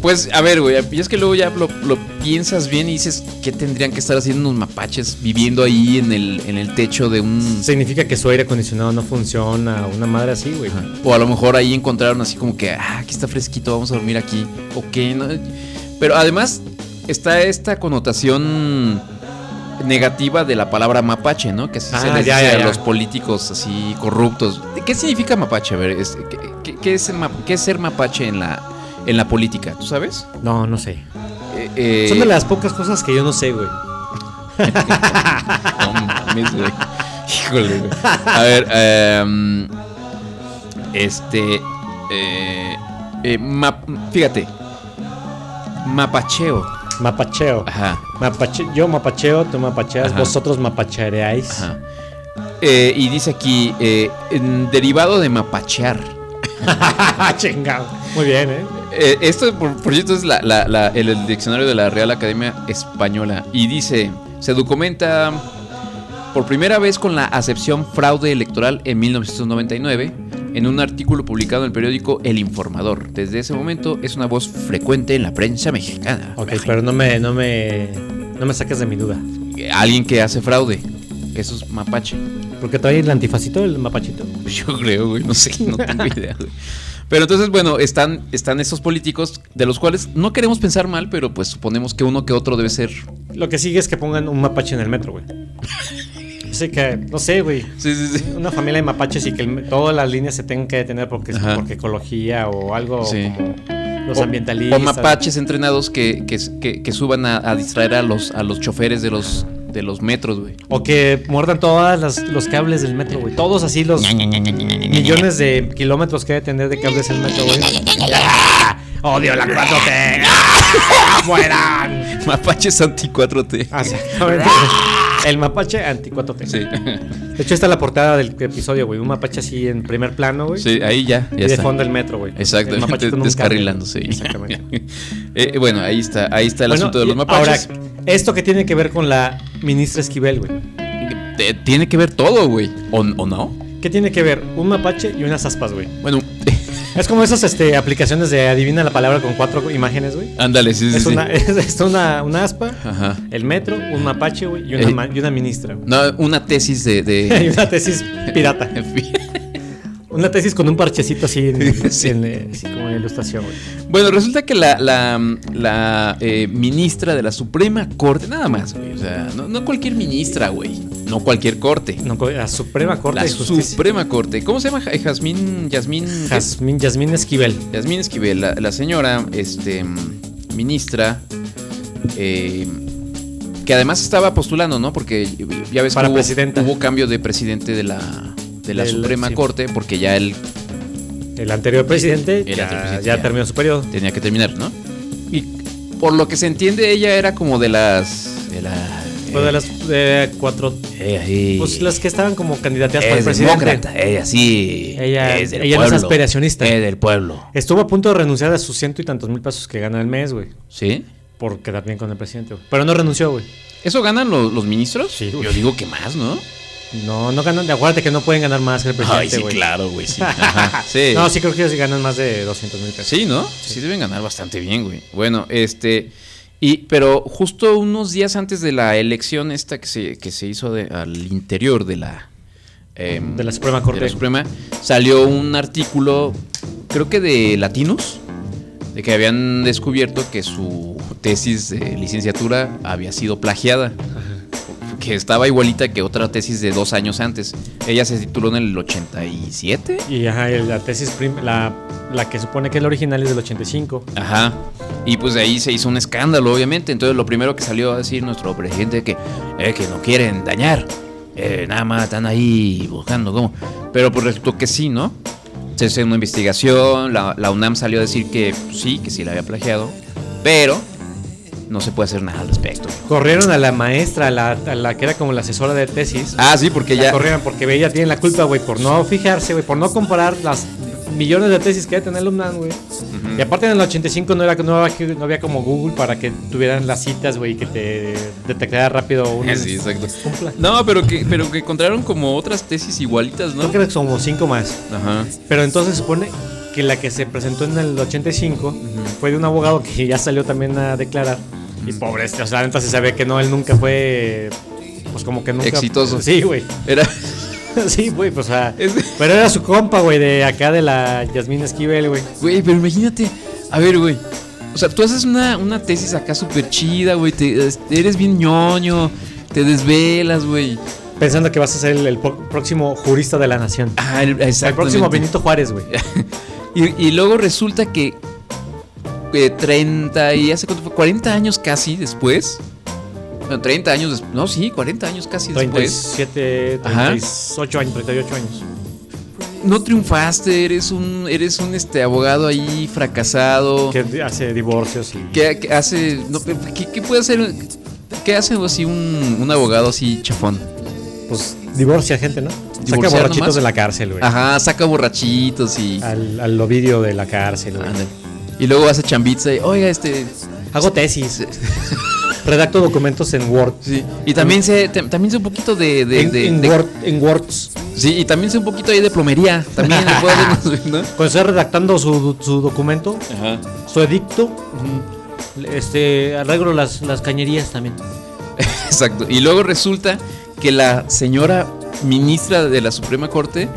[SPEAKER 11] Pues a ver, güey, y es que luego ya lo, lo piensas bien y dices, ¿qué tendrían que estar haciendo unos mapaches viviendo ahí en el, en el techo de un
[SPEAKER 10] Significa que su aire acondicionado no funciona, una madre así, güey.
[SPEAKER 11] O a lo mejor ahí encontraron así como que, ah, aquí está fresquito, vamos a dormir aquí. Ok, ¿no? Pero además está esta connotación negativa de la palabra mapache, ¿no? Que así se
[SPEAKER 10] Ah,
[SPEAKER 11] les
[SPEAKER 10] ya,
[SPEAKER 11] dice
[SPEAKER 10] ya,
[SPEAKER 11] a
[SPEAKER 10] ya.
[SPEAKER 11] los políticos así corruptos. ¿Qué significa mapache? A ver, es- ¿qué, qué- qué es, el ma- qué es ser mapache en la, en la política? ¿Tú sabes?
[SPEAKER 10] No, no sé.
[SPEAKER 11] Eh, eh,
[SPEAKER 10] Son de las pocas cosas que yo no sé, güey.
[SPEAKER 11] No mames, güey. Híjole, güey. A ver, em, este. eh, eh, map- fíjate. Mapacheo.
[SPEAKER 10] Mapacheo.
[SPEAKER 11] Ajá.
[SPEAKER 10] Mapache- yo mapacheo, tú mapacheas,
[SPEAKER 11] Ajá.
[SPEAKER 10] vosotros mapachareáis.
[SPEAKER 11] Ajá. Eh, y dice aquí, eh, en- derivado de mapachear.
[SPEAKER 10] Chingado. Muy bien, ¿eh?
[SPEAKER 11] Eh, esto, por, por cierto, es la- la- la- el, el diccionario de la Real Academia Española. Y dice, se documenta por primera vez con la acepción fraude electoral en 1999 en un artículo publicado en el periódico El Informador. Desde ese momento es una voz frecuente en la prensa mexicana.
[SPEAKER 10] Ok, pero no me, no me, no me saques de mi duda.
[SPEAKER 11] Eh, Alguien que hace fraude. Eso es mapache.
[SPEAKER 10] Porque trae el antifacito, el mapachito.
[SPEAKER 11] Yo creo, güey, no sé, no tengo idea, güey. Pero entonces, bueno, están, están esos políticos de los cuales no queremos pensar mal, pero pues suponemos que uno que otro debe ser
[SPEAKER 10] Lo que sigue es que pongan un mapache en el metro, güey. Así que, no sé, güey.
[SPEAKER 11] Sí, sí, sí.
[SPEAKER 10] Una familia de mapaches y que el- todas las líneas se tengan que detener porque,
[SPEAKER 11] Ajá.
[SPEAKER 10] porque ecología o algo
[SPEAKER 11] Sí.
[SPEAKER 10] como los
[SPEAKER 11] O-
[SPEAKER 10] ambientalistas.
[SPEAKER 11] O mapaches entrenados que, que, que- que suban a, a distraer a los, a los choferes de los, de los metros, güey.
[SPEAKER 10] O que muerdan todos los cables del metro, güey. Todos así los millones de kilómetros que debe tener de cables el metro, güey. ¡Ah! ¡Odio la 4T! ¡Ah! ¡Mueran!
[SPEAKER 11] Mapaches anti 4T.
[SPEAKER 10] Ah, exactamente. El mapache anti 4T.
[SPEAKER 11] Sí.
[SPEAKER 10] De hecho, está la portada del episodio, güey. Un mapache así en primer plano, güey.
[SPEAKER 11] Sí, ahí ya, ya
[SPEAKER 10] y de
[SPEAKER 11] está.
[SPEAKER 10] fondo el metro, güey.
[SPEAKER 11] Exacto,
[SPEAKER 10] El mapache con un
[SPEAKER 11] descarrilándose.
[SPEAKER 10] cable. Exactamente.
[SPEAKER 11] Eh, bueno, ahí está, ahí está el
[SPEAKER 10] Bueno,
[SPEAKER 11] asunto de los
[SPEAKER 10] y
[SPEAKER 11] mapaches.
[SPEAKER 10] Ahora, esto que tiene que ver con la ministra Esquivel, güey.
[SPEAKER 11] Eh, tiene que ver todo, güey. ¿O, o no?
[SPEAKER 10] ¿Qué tiene que ver? Un mapache y unas aspas, güey.
[SPEAKER 11] Bueno.
[SPEAKER 10] Es como esas este, aplicaciones de adivina la palabra con cuatro imágenes, güey.
[SPEAKER 11] Ándale, sí, sí,
[SPEAKER 10] es
[SPEAKER 11] sí.
[SPEAKER 10] una, es, es una, una aspa,
[SPEAKER 11] Ajá.
[SPEAKER 10] el metro, un mapache, güey, y, una
[SPEAKER 11] Eh.
[SPEAKER 10] ma- y una ministra, güey.
[SPEAKER 11] No, una tesis de.
[SPEAKER 10] Y
[SPEAKER 11] de...
[SPEAKER 10] una tesis pirata. Una tesis con un parchecito así en, en, eh, así como en ilustración, güey.
[SPEAKER 11] Bueno, resulta que la, la, la, eh, ministra de la Suprema Corte, nada más, güey. O sea, no, no cualquier ministra, güey. No cualquier corte.
[SPEAKER 10] No, co- la Suprema Corte
[SPEAKER 11] La
[SPEAKER 10] de Justicia.
[SPEAKER 11] Suprema Corte. ¿Cómo se llama? Ja- Jazmín. Jazmín.
[SPEAKER 10] Jazmín, Jazmín Esquivel.
[SPEAKER 11] Jazmín Esquivel, la, la señora, este. mm, Ministra. eh, que además estaba postulando, ¿no? Porque eh, ya ves
[SPEAKER 10] Para
[SPEAKER 11] que
[SPEAKER 10] presidenta.
[SPEAKER 11] hubo, hubo cambio de presidente de la, de la
[SPEAKER 10] Del-
[SPEAKER 11] Suprema
[SPEAKER 10] sí.
[SPEAKER 11] Corte, porque ya el
[SPEAKER 10] El anterior presidente
[SPEAKER 11] El
[SPEAKER 10] ya,
[SPEAKER 11] anterior presidente
[SPEAKER 10] ya
[SPEAKER 11] ya.
[SPEAKER 10] terminó su periodo.
[SPEAKER 11] tenía que terminar, ¿no? Y por lo que se entiende, ella era como de las. De la,
[SPEAKER 10] Bueno, Pues de
[SPEAKER 13] eh,
[SPEAKER 10] las de cuatro. Pues las que estaban como candidateadas para el
[SPEAKER 13] Es
[SPEAKER 10] presidente.
[SPEAKER 13] demócrata, ella sí,
[SPEAKER 10] Ella,
[SPEAKER 13] es del
[SPEAKER 10] ella no es
[SPEAKER 13] pueblo,
[SPEAKER 10] aspiracionista.
[SPEAKER 13] es del pueblo.
[SPEAKER 10] Estuvo a punto de renunciar a sus ciento y tantos mil pesos que gana al mes, güey.
[SPEAKER 11] Sí.
[SPEAKER 10] Por quedar bien con el presidente, güey. Pero no renunció, güey.
[SPEAKER 11] ¿Eso ganan los, ministros?
[SPEAKER 10] Sí,
[SPEAKER 11] Yo digo que más, ¿no?
[SPEAKER 10] No, no ganan. Acuérdate que no pueden ganar más que el presidente,
[SPEAKER 11] Ay, sí,
[SPEAKER 10] güey.
[SPEAKER 11] claro, güey, sí. Ajá, sí.
[SPEAKER 10] No, sí creo que ellos sí ganan más de 200 mil pesos.
[SPEAKER 11] Sí, ¿no? Sí. deben ganar bastante bien, güey. Bueno, este. Y, pero justo unos días antes de la elección esta que se, que se hizo de- al interior de la... em,
[SPEAKER 10] De la Suprema Corte.
[SPEAKER 11] de la Suprema, salió un artículo, creo que de Latinos, de que habían descubierto que su tesis de licenciatura había sido plagiada. Que estaba igualita que otra tesis de dos años antes. Ella se tituló en el 87.
[SPEAKER 10] Y ajá, y la tesis, prim- la, la que supone que es la original es del 85.
[SPEAKER 11] Ajá. Y pues de ahí se hizo un escándalo, obviamente. Entonces lo primero que salió a decir nuestro presidente es que, eh, que no quieren dañar. Eh, nada más están ahí buscando cómo. Pero pues resultó que sí, ¿no? Se hizo una investigación, la, la UNAM salió a decir que pues, sí, que sí la había plagiado. Pero no se puede hacer nada al respecto.
[SPEAKER 10] Corrieron a la maestra, a la, a la que era como la asesora de tesis.
[SPEAKER 11] Ah, sí, porque
[SPEAKER 10] La
[SPEAKER 11] ya-
[SPEAKER 10] corrieron porque ella tiene la culpa, güey, por no fijarse, güey, por no comparar las millones de tesis que hay tener alumnan, güey. Y aparte en el 85 no, era, no, había, no había como Google para que tuvieran las citas, güey, y que te detectara rápido un...
[SPEAKER 11] Sí, exacto. No, pero que, pero que encontraron como otras tesis igualitas, ¿no?
[SPEAKER 10] Creo que somos cinco más.
[SPEAKER 11] Ajá.
[SPEAKER 10] Pero entonces supone que la que se presentó en el 85 fue de un abogado que ya salió también a declarar. Y pobre este, o sea, entonces se ve que no, él nunca fue. Pues como que nunca.
[SPEAKER 11] Exitoso.
[SPEAKER 10] Sí, güey.
[SPEAKER 11] Era.
[SPEAKER 10] sí, güey, pues o sea. Pero era su compa, güey, de acá de la Yasmín Esquivel, güey.
[SPEAKER 11] Güey, pero imagínate. A ver, güey. O sea, tú haces una, una tesis acá súper chida, güey. te- es- Eres bien ñoño. Te desvelas, güey.
[SPEAKER 10] Pensando que vas a ser el, el po- próximo jurista de la nación.
[SPEAKER 11] Ah, el,
[SPEAKER 10] El próximo Benito Juárez, güey.
[SPEAKER 11] Y, y luego resulta que. eh, 30 y hace cuánto fue? 40 años casi después. Bueno, 30 años después. No, sí, 40 años casi después.
[SPEAKER 10] 37,
[SPEAKER 11] Ajá.
[SPEAKER 10] 38 años, 38 años.
[SPEAKER 11] No triunfaste, eres un. Eres un este abogado ahí fracasado.
[SPEAKER 10] Que hace divorcios y.
[SPEAKER 11] ¿Qué, qué hace? no, pe- ¿qué, qué puede hacer? ¿Qué hace así un, un abogado así chafón?
[SPEAKER 10] Pues divorcia gente, ¿no? Saca
[SPEAKER 11] Divorciar
[SPEAKER 10] borrachitos
[SPEAKER 11] nomás.
[SPEAKER 10] de la cárcel, güey.
[SPEAKER 11] Ajá, saca borrachitos y.
[SPEAKER 10] Al, al Ovidio de la cárcel, güey.
[SPEAKER 11] Y luego hace chambitza y, oiga, este.
[SPEAKER 10] Hago tesis. Redacto documentos en Word.
[SPEAKER 11] Sí. Y también sé, te- también sé un poquito de. de-
[SPEAKER 10] En-
[SPEAKER 11] de-
[SPEAKER 10] en
[SPEAKER 11] de-
[SPEAKER 10] Word- en Words.
[SPEAKER 11] Sí, y también sé un poquito ahí de plomería. También le puedo hacer, ¿no?
[SPEAKER 10] Cuando está redactando su, su documento, su edicto, este, arreglo las, las cañerías también.
[SPEAKER 11] Exacto. Y luego resulta que la señora ministra de la Suprema Corte,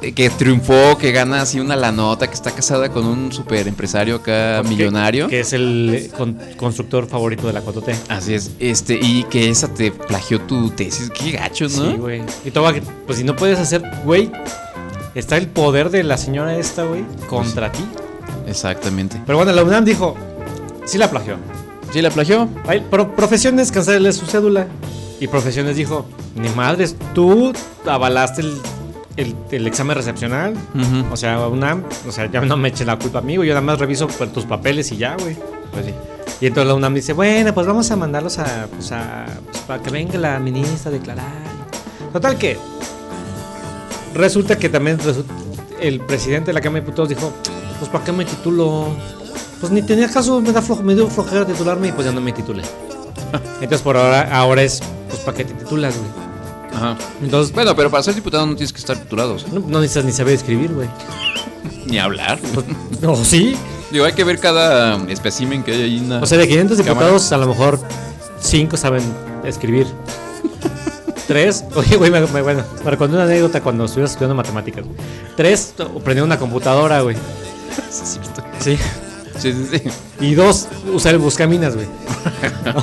[SPEAKER 11] eh, que triunfó, que gana así una lanota, que está casada con un super empresario acá millonario.
[SPEAKER 10] Que es el eh, con- constructor favorito de la 4T.
[SPEAKER 11] Así es, este, y que esa te plagió tu tesis, qué gacho, ¿no?
[SPEAKER 10] Sí, güey. Y toma, que- pues si no puedes hacer, güey, está el poder de la señora esta, güey,
[SPEAKER 11] Pues
[SPEAKER 10] contra ti.
[SPEAKER 11] Exactamente.
[SPEAKER 10] Pero bueno, la UNAM dijo, sí la plagió.
[SPEAKER 11] Sí la plagió.
[SPEAKER 10] Ay, pero profesiones, cancelarle su cédula. Y profesiones dijo, ni madres, tú avalaste el, el- el examen recepcional.
[SPEAKER 11] Ujú.
[SPEAKER 10] O sea, UNAM, o sea, ya no me echen la culpa a mí, güey. Yo nada más reviso pues, tus papeles y ya, güey.
[SPEAKER 11] Pues sí.
[SPEAKER 10] Y entonces la UNAM dice, bueno, pues vamos a mandarlos a, pues a, pues, para que venga la ministra a declarar. Total que resulta que también resu- el presidente de la Cámara de Diputados dijo, pues para qué me titulo. Pues ni tenía caso, me, da flo- me dio flojera titularme y pues ya no me titulé. Entonces por ahora, ahora es, pues para qué te titulas, güey.
[SPEAKER 11] Ajá.
[SPEAKER 10] Entonces,
[SPEAKER 11] bueno, pero para ser diputado no tienes que estar titulado, o sea,
[SPEAKER 10] No, no necesitas ni saber escribir, güey.
[SPEAKER 11] ni hablar.
[SPEAKER 10] No, sí.
[SPEAKER 11] Digo, hay que ver cada um, espécimen que hay ahí. en la
[SPEAKER 10] O sea, de 500
[SPEAKER 11] cámara.
[SPEAKER 10] diputados, a lo mejor 5 saben escribir. 3, oye, güey, me, me- bueno, me recordé una anécdota cuando estuve estudiando matemáticas. 3, prendí una computadora, güey.
[SPEAKER 11] Sí, es cierto.
[SPEAKER 10] Sí.
[SPEAKER 11] Sí, sí, sí.
[SPEAKER 10] Y 2, usar el buscaminas, güey. ¿No?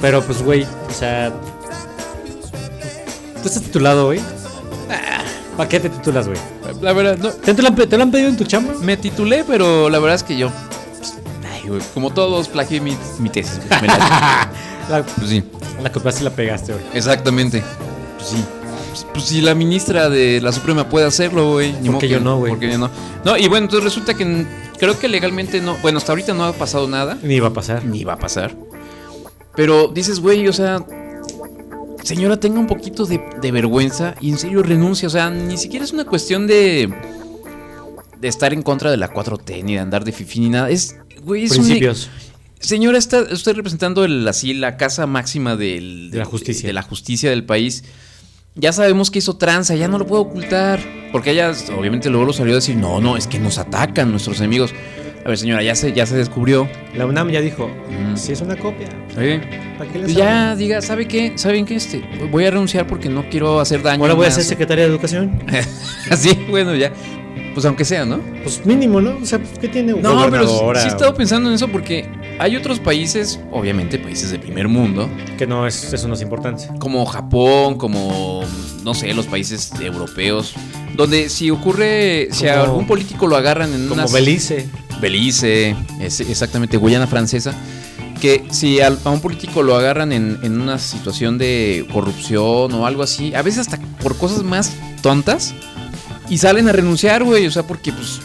[SPEAKER 10] Pero pues, güey, o sea. ¿Tú estás titulado, güey? Ah, ¿Para qué te titulas, güey?
[SPEAKER 11] La verdad, no.
[SPEAKER 10] ¿Te, lo han, pe- te lo han pedido en tu chamba?
[SPEAKER 11] Me titulé, pero la verdad es que yo. pues, ay, güey, como todos, plagié mi, mi tesis. güey, me la-
[SPEAKER 10] La,
[SPEAKER 11] pues sí.
[SPEAKER 10] La copiaste y la pegaste, güey.
[SPEAKER 11] Exactamente. Pues sí. Pues, pues, si la ministra de la Suprema puede hacerlo, güey. ni
[SPEAKER 10] ¿Por
[SPEAKER 11] modo
[SPEAKER 10] qué
[SPEAKER 11] que-
[SPEAKER 10] yo no, güey?
[SPEAKER 11] Porque yo no. No, y bueno, entonces resulta que n- creo que legalmente no. Bueno, hasta ahorita no ha pasado nada.
[SPEAKER 10] Ni iba a pasar.
[SPEAKER 11] Ni va a pasar. Pero dices, güey, o sea, señora, tenga un poquito de, de vergüenza y en serio renuncia. O sea, ni siquiera es una cuestión de, de estar en contra de la 4T ni de andar de fifi ni nada. Es, güey, es un-
[SPEAKER 10] Principios.
[SPEAKER 11] Señora, está usted representando el, así la casa máxima del-
[SPEAKER 10] De la justicia.
[SPEAKER 11] de la justicia del país. Ya sabemos que hizo tranza, ya no lo puedo ocultar. Porque ella obviamente luego lo salió a decir, no, no, es que nos atacan nuestros enemigos. A ver, señora, ya se, ya se descubrió. Mm.
[SPEAKER 10] La UNAM ya dijo, si es una copia. ¿Para qué le
[SPEAKER 11] Pues ya diga, ¿sabe qué? ¿Saben qué? Este, voy a renunciar porque no quiero hacer daño.
[SPEAKER 10] Ahora voy a ser
[SPEAKER 11] más".
[SPEAKER 10] secretaria de educación.
[SPEAKER 11] Así, bueno, ya. Pues aunque sea, ¿no?
[SPEAKER 10] Pues mínimo, ¿no? O sea, ¿qué tiene?
[SPEAKER 11] No, pero sí, sí he
[SPEAKER 10] Gobernadora,
[SPEAKER 11] estado pensando en eso porque hay otros países, obviamente países de primer mundo.
[SPEAKER 10] Que no es, eso no es importante.
[SPEAKER 11] Como Japón, como, no sé, los países europeos. Donde si ocurre, si a
[SPEAKER 10] Como-
[SPEAKER 11] algún político lo agarran en
[SPEAKER 10] Como
[SPEAKER 11] unas-
[SPEAKER 10] Belice.
[SPEAKER 11] Belice, es- exactamente, Guyana Francesa. Que si al- a un político lo agarran en, en una situación de corrupción o algo así, a veces hasta por cosas más tontas, y salen a renunciar, güey, o sea, porque pues...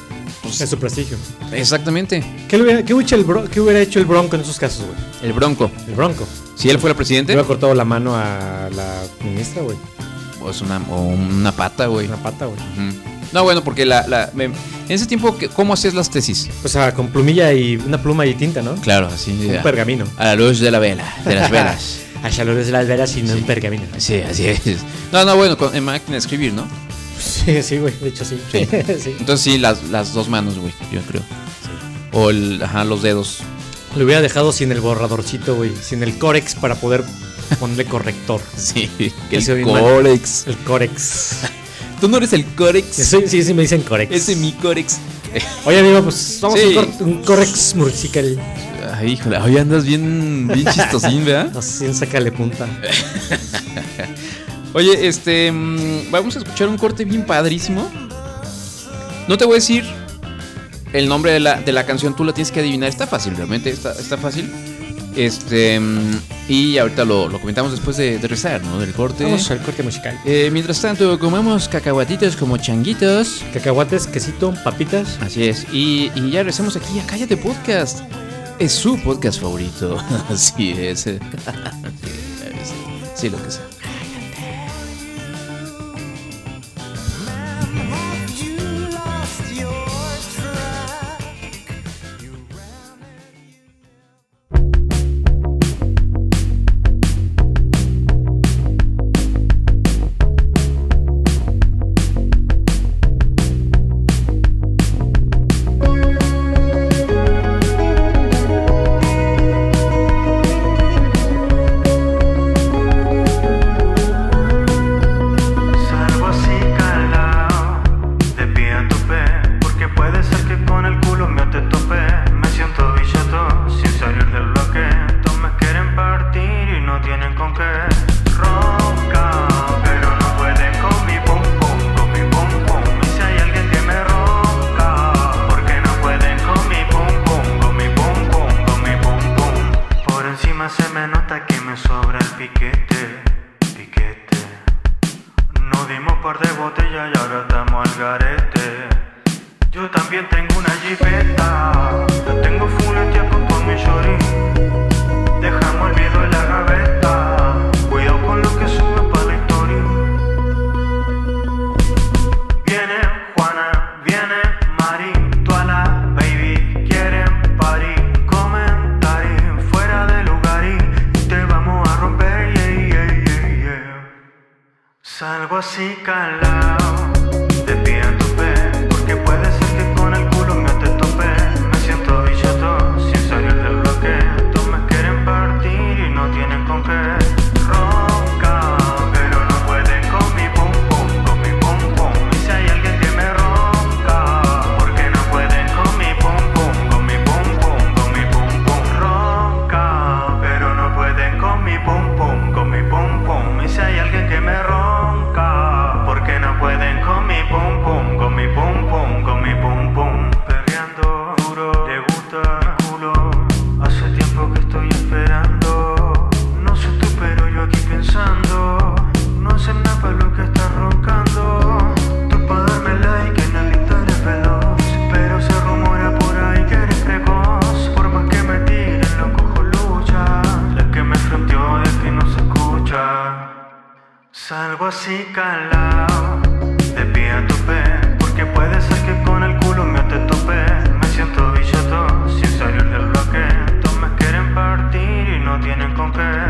[SPEAKER 10] es su prestigio.
[SPEAKER 11] Exactamente.
[SPEAKER 10] ¿Qué, le hubiera, qué hubiera hecho el bro- qué hubiera hecho el Bronco en esos casos, güey?
[SPEAKER 11] El Bronco.
[SPEAKER 10] El Bronco.
[SPEAKER 11] Si él fuera presidente...
[SPEAKER 10] Le hubiera cortado la mano a la ministra, güey.
[SPEAKER 11] Pues una, o una pata, güey.
[SPEAKER 10] Una pata, güey.
[SPEAKER 11] Ujú. No, bueno, porque la... la- me- en ese tiempo, ¿qué- ¿cómo hacías las tesis?
[SPEAKER 10] O sea, con plumilla y una pluma y tinta, ¿no?
[SPEAKER 11] Claro, así...
[SPEAKER 10] Un
[SPEAKER 11] a-
[SPEAKER 10] pergamino.
[SPEAKER 11] A la luz de la vela, de las velas.
[SPEAKER 10] a la luz de las velas y no un pergamino.
[SPEAKER 11] Sí, así es. No, no, bueno, con, en máquina de escribir, ¿no?
[SPEAKER 10] Sí, sí, güey. De hecho, sí.
[SPEAKER 11] Sí.
[SPEAKER 10] Sí.
[SPEAKER 11] Entonces sí, las, las dos manos, güey, yo creo. O el, ajá, los dedos.
[SPEAKER 10] Lo hubiera dejado sin el borradorcito, güey. Sin el córex para poder ponerle corrector.
[SPEAKER 11] Sí.
[SPEAKER 10] Que
[SPEAKER 11] el
[SPEAKER 10] se oye mal.
[SPEAKER 11] córex.
[SPEAKER 10] El córex.
[SPEAKER 11] Tú no eres el córex.
[SPEAKER 10] Sí, sí, sí me dicen córex.
[SPEAKER 11] Ese mi córex.
[SPEAKER 10] Oye, amigo, pues vamos
[SPEAKER 11] Sí.
[SPEAKER 10] a un, cor- un córex musical.
[SPEAKER 11] Ay, híjole, hoy andas bien, bien chistosín, ¿verdad?
[SPEAKER 10] Así en sácale punta.
[SPEAKER 11] Oye, este, mm, vamos a escuchar un corte bien padrísimo. No te voy a decir el nombre de la, de la canción, tú la tienes que adivinar. Está fácil, realmente, está, está fácil. Este, mm, y ahorita lo, lo comentamos después de, de rezar, ¿no? Del corte.
[SPEAKER 10] Vamos al corte musical.
[SPEAKER 11] Eh, mientras tanto, comemos cacahuatitos como changuitos.
[SPEAKER 10] Cacahuates, quesito, papitas.
[SPEAKER 11] Así es. Y, y ya regresamos aquí a Cállate Podcast. Es su podcast favorito. Así es. Sí, es. Sí, lo que sea.
[SPEAKER 14] Salgo así calado, de pie a tope, porque puede ser que con el culo me te tope. Me siento bichato, sin salir del bloque. Todos me quieren partir y no tienen con qué. Ronca, pero no pueden con mi pum pum, con mi pum pum. Y si hay alguien que me ronca, porque no pueden con mi pum pum, con mi pum pum, con mi pum pum. Por encima se me nota que me sobra el piquete, piquete. Nos dimos par de botellas y ahora estamos al garete. Yo también tengo una jipeta. Yo tengo fuletia con todo mi shorty. Dejamos el miedo en la gaveta. Cuidado con lo que sube para la historia. Viene Juana, viene Mari. Toda la baby quieren party. Comentario fuera de lugar y te vamos a romper. yeah, yeah, yeah, yeah. Salgo así calado, de pie a tope, porque puede ser que con el culo me te tope. Me siento bichato, sin salir del bloque. Todos me quieren partir y no tienen con qué. Ronca, pero no pueden con mi pum pum, con mi pum pum. Y si hay alguien que me ronca, porque no pueden con mi pum pum, con mi pum pum, con mi pum pum. Ronca, pero no pueden con mi pum pum, con mi pum pum. Y si hay alguien que me ronca, porque no así calado, de pie a tope, porque puede ser que con el culo mío te tope. Me siento bichato, sin salir del bloque. Todos me quieren partir y no tienen con qué.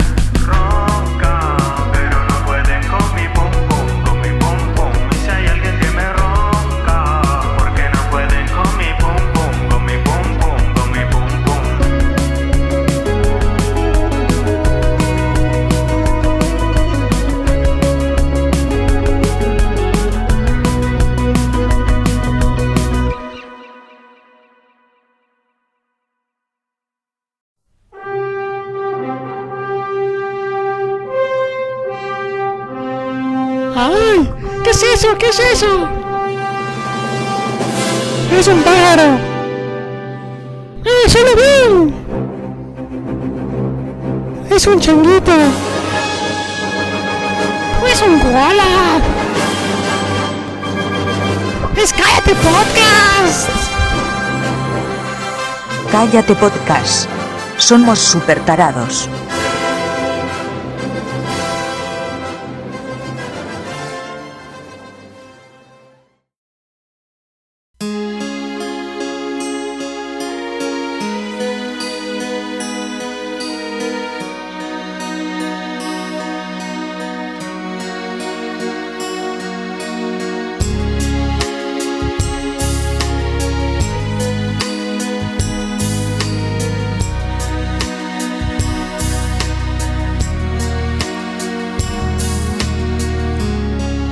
[SPEAKER 14] Ronca, pero no pueden con mi pum pum, con mi pum pum. Y si hay alguien que me ronca, porque no pueden con mi pum pum, con mi pum pum, con mi pum pum.
[SPEAKER 15] ¡Ay! ¿Qué es eso? ¿Qué es eso? ¡Es un pájaro! ¡Ah, se lo veo! ¡Es un changuito! ¡Es un koala! ¡Es Pues Cállate Podcast!
[SPEAKER 16] Cállate Podcast. Somos super tarados.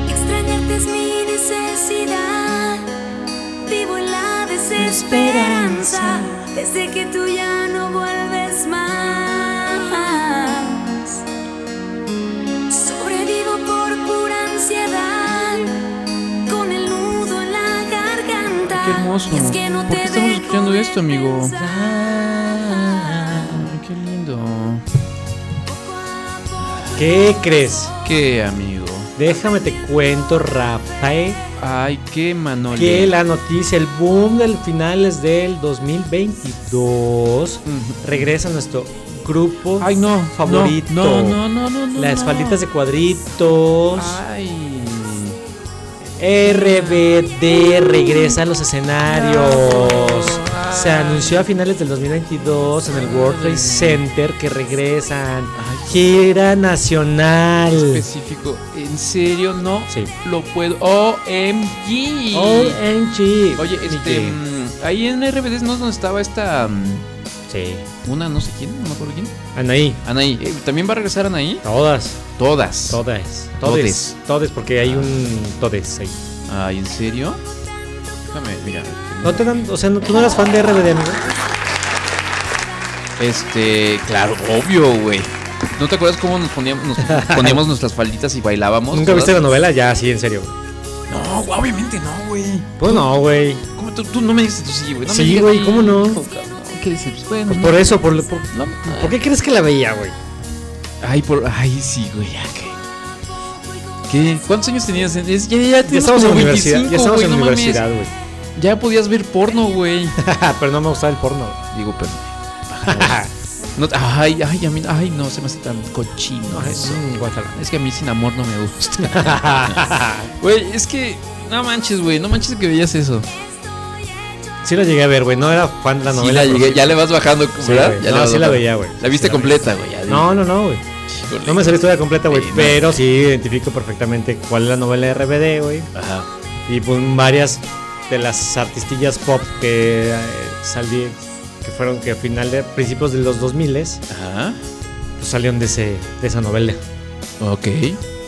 [SPEAKER 8] Extrañarte es mi necesidad. Vivo en la desesperanza. Desde que tú ya no vuelves más. Sobrevivo por pura ansiedad. Con el nudo en la garganta.
[SPEAKER 11] Qué hermoso. ¿Por qué estamos escuchando esto, amigo? Ay, qué lindo.
[SPEAKER 10] ¿Qué crees?
[SPEAKER 11] ¿Qué, amigo?
[SPEAKER 10] Déjame te cuento, Rafael.
[SPEAKER 11] Ay, qué Manoli.
[SPEAKER 10] Que la noticia, el boom del finales del 2022 regresa a nuestro grupo Ay, no, favorito.
[SPEAKER 11] no, no, no, no, no,
[SPEAKER 10] Las
[SPEAKER 11] no.
[SPEAKER 10] falditas de cuadritos.
[SPEAKER 11] Ay.
[SPEAKER 10] RBD regresa a los escenarios. Se anunció a finales del 2022 en el World Trade Center que regresan. Gira nacional.
[SPEAKER 11] Específico. En serio, no lo puedo. OMG.
[SPEAKER 10] OMG.
[SPEAKER 11] Oye, este.
[SPEAKER 10] Miguel.
[SPEAKER 11] mm, Ahí en RBD no es donde estaba esta. mm,
[SPEAKER 10] Sí.
[SPEAKER 11] Una, no sé quién, no me acuerdo quién.
[SPEAKER 10] Anaí.
[SPEAKER 11] Anaí. Eh, ¿También va a regresar Anaí?
[SPEAKER 10] Todas.
[SPEAKER 11] Todas.
[SPEAKER 10] Todas. Todes. Todes, porque hay un todes ahí.
[SPEAKER 11] Ay, ¿en serio? Déjame, mira.
[SPEAKER 10] No te dan, o sea, no- tú no eras fan de RBD, amigo.
[SPEAKER 11] Este, claro, obvio, güey. ¿No te acuerdas cómo nos poníamos, nos poníamos nuestras falditas y bailábamos?
[SPEAKER 10] ¿Nunca
[SPEAKER 11] todas?
[SPEAKER 10] viste la novela? Ya, sí, en serio.
[SPEAKER 11] No, obviamente no, güey.
[SPEAKER 10] Pues no, güey.
[SPEAKER 11] ¿Cómo tú, tú no me dijiste tú sí, güey? No me
[SPEAKER 10] Sí,
[SPEAKER 11] digas
[SPEAKER 10] güey,
[SPEAKER 11] sí.
[SPEAKER 10] ¿cómo no?
[SPEAKER 11] ¿Qué dices? Pues, bueno,
[SPEAKER 10] Pues
[SPEAKER 11] no.
[SPEAKER 10] por eso, por, lo- por,
[SPEAKER 11] No.
[SPEAKER 10] ¿por qué crees que la veía, güey?
[SPEAKER 11] Ay, por. Ay, sí, güey, ya que. ¿Qué? ¿Cuántos años tenías? Es- Ya, ya,
[SPEAKER 10] Ya
[SPEAKER 11] teníamos
[SPEAKER 10] estamos en la
[SPEAKER 11] como
[SPEAKER 10] universidad,
[SPEAKER 11] 25,
[SPEAKER 10] ya estamos
[SPEAKER 11] güey,
[SPEAKER 10] en
[SPEAKER 11] no
[SPEAKER 10] la
[SPEAKER 11] mames.
[SPEAKER 10] universidad, güey.
[SPEAKER 11] Ya podías ver porno, güey.
[SPEAKER 10] pero no me gustaba el porno.
[SPEAKER 11] Digo, pero. No, ay, ay, a mí, ay, no, se me hace tan cochino eso. Es que a mí sin amor no me gusta. Güey, es que. No manches, güey, no manches que veías eso.
[SPEAKER 10] Sí la llegué a ver, güey. No era fan de la
[SPEAKER 11] Sí
[SPEAKER 10] novela.
[SPEAKER 11] la
[SPEAKER 10] pero
[SPEAKER 11] llegué- ya le vas bajando, ¿verdad?
[SPEAKER 10] güey.
[SPEAKER 11] Ya le
[SPEAKER 10] no,
[SPEAKER 11] vas
[SPEAKER 10] sí la
[SPEAKER 11] bajando.
[SPEAKER 10] veía, güey.
[SPEAKER 11] La viste completa, güey, ya,
[SPEAKER 10] No, no, no, güey.
[SPEAKER 11] Híjole.
[SPEAKER 10] No me salió toda completa, güey. Pero sí identifico perfectamente cuál es la novela de RBD, güey.
[SPEAKER 11] Ajá.
[SPEAKER 10] Y pues varias de las artistillas pop que eh, salí, que fueron que a final de principios de los 2000
[SPEAKER 11] Ajá.
[SPEAKER 10] Pues salieron de, ese, de esa novela.
[SPEAKER 11] Ok.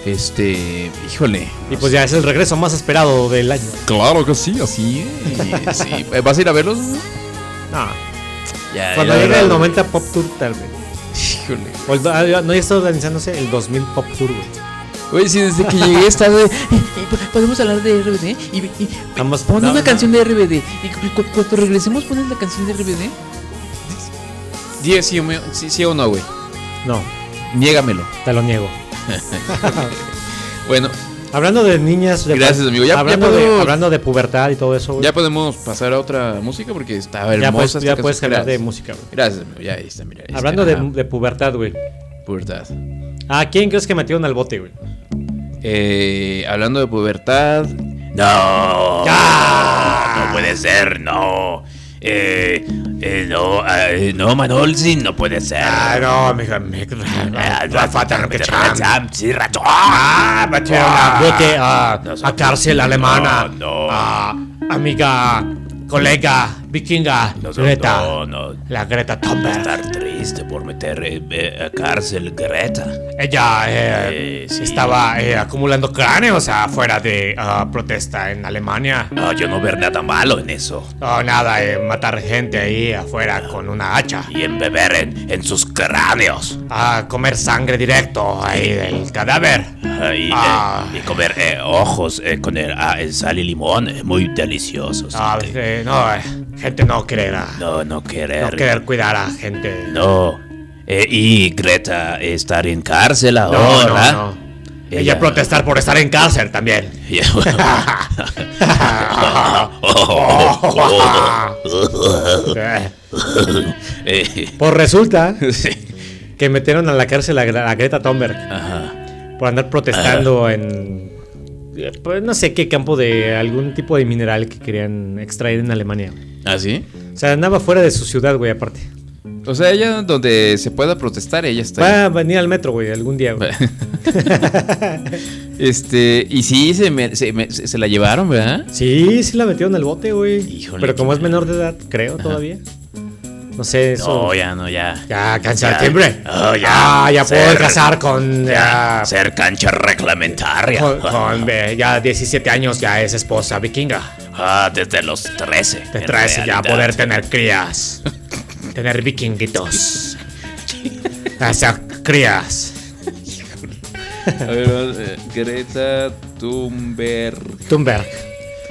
[SPEAKER 11] Este. Híjole.
[SPEAKER 10] Y pues ya es el regreso más esperado del año.
[SPEAKER 11] Claro que sí, así es. Sí. Eh, ¿Vas a ir a verlos?
[SPEAKER 10] No.
[SPEAKER 11] Ya,
[SPEAKER 10] Cuando
[SPEAKER 11] ya,
[SPEAKER 10] llegue
[SPEAKER 11] ya,
[SPEAKER 10] el
[SPEAKER 11] güey.
[SPEAKER 10] 90 Pop Tour, tal vez.
[SPEAKER 11] Híjole.
[SPEAKER 10] O el do- ah, no, ya está organizándose el 2000 Pop Tour, güey.
[SPEAKER 11] Oye, sí, desde que llegué está de. eh, Podemos hablar de RBD y, y
[SPEAKER 10] Ambas-
[SPEAKER 11] pon
[SPEAKER 10] no,
[SPEAKER 11] una
[SPEAKER 10] no.
[SPEAKER 11] canción de RBD. Y cu- cu- cuando regresemos, pones la canción de RBD. 10 sí, o me- sí, sí o no, güey.
[SPEAKER 10] No.
[SPEAKER 11] Niégamelo.
[SPEAKER 10] Te lo niego.
[SPEAKER 11] bueno,
[SPEAKER 10] Hablando de niñas. de-
[SPEAKER 11] Gracias, amigo. Ya- ya
[SPEAKER 10] hablando, de,
[SPEAKER 11] podemos-
[SPEAKER 10] hablando de pubertad y todo eso, güey.
[SPEAKER 11] ya podemos pasar a otra música porque estaba hermosa.
[SPEAKER 10] Ya puedes-
[SPEAKER 11] esta
[SPEAKER 10] ya
[SPEAKER 11] canción.
[SPEAKER 10] puedes cambiar de
[SPEAKER 11] Gracias.
[SPEAKER 10] música, güey.
[SPEAKER 11] Gracias, amigo. Ya ahí está, mira. ahí
[SPEAKER 3] Este,
[SPEAKER 11] está.
[SPEAKER 10] Hablando de,
[SPEAKER 11] Ajá.
[SPEAKER 10] de pubertad, güey.
[SPEAKER 11] Pubertad.
[SPEAKER 10] ¿A quién crees que metieron al bote, güey?
[SPEAKER 11] Eh, hablando de pubertad.
[SPEAKER 3] No. No puede ser, no. Eh, eh, no, eh, no, Manol, sí, no puede ser. Ah, no, me, me, Ah,
[SPEAKER 10] Vete a- vete a, Ah. a cárcel alemana. A- amiga, colega, vikinga, Greta. La Greta Thunberg.
[SPEAKER 3] Estar triste por meter eh, eh, a cárcel Greta.
[SPEAKER 10] Ella eh,
[SPEAKER 3] Eh, sí.
[SPEAKER 10] estaba eh, acumulando cráneos afuera de ah, protesta en Alemania.
[SPEAKER 3] No, yo no ver nada malo en eso.
[SPEAKER 10] Oh, nada, eh, matar gente ahí afuera con una hacha.
[SPEAKER 3] Y embeber en, en sus cráneos.
[SPEAKER 10] A comer sangre directo ahí del cadáver.
[SPEAKER 3] Ahí, eh,
[SPEAKER 10] Ah.
[SPEAKER 3] y comer eh, ojos eh, con el, ah, el sal y limón. eh, muy deliciosos.
[SPEAKER 10] Ah, eh, no, eh, gente no querer, ah,
[SPEAKER 3] No, no querer.
[SPEAKER 10] no querer cuidar a gente.
[SPEAKER 3] No. Eh, y Greta estar en cárcel
[SPEAKER 10] No, no,
[SPEAKER 3] ahora.
[SPEAKER 10] no. Ella protestar por estar en cárcel también. Pues resulta que metieron a la cárcel a, Gre- a Greta Thunberg por andar protestando en eh, pues, no sé qué campo de algún tipo de mineral que querían extraer en Alemania.
[SPEAKER 11] ¿Ah, sí?
[SPEAKER 10] O sea, andaba fuera de su ciudad, güey, aparte.
[SPEAKER 11] O sea, ella donde se pueda protestar, ella está. ahí.
[SPEAKER 10] Va a venir al metro, güey, algún día. güey.
[SPEAKER 11] Este, y sí, se, me- se me- se- se la llevaron, ¿verdad?
[SPEAKER 10] Sí, sí la metieron al bote, güey.
[SPEAKER 11] Híjole,
[SPEAKER 10] Pero como es menor de edad, creo todavía. No sé, eso.
[SPEAKER 3] No, ya, no, ya.
[SPEAKER 10] Ya, cancha
[SPEAKER 3] Ya.
[SPEAKER 10] de timbre.
[SPEAKER 3] Oh, ya.
[SPEAKER 10] Ah, ya puedo
[SPEAKER 3] Ser-
[SPEAKER 10] casar con. Ya,
[SPEAKER 3] Ser cancha reglamentaria.
[SPEAKER 10] con, con, eh, ya 17 años, ya es esposa vikinga.
[SPEAKER 3] Ah, desde los 13.
[SPEAKER 10] Te
[SPEAKER 3] en
[SPEAKER 10] traes ya a
[SPEAKER 3] realidad.
[SPEAKER 10] poder tener crías. tener vikinguitos. Hacer crías.
[SPEAKER 11] A ver, vamos, eh, Greta Thunberg.
[SPEAKER 10] Thunberg.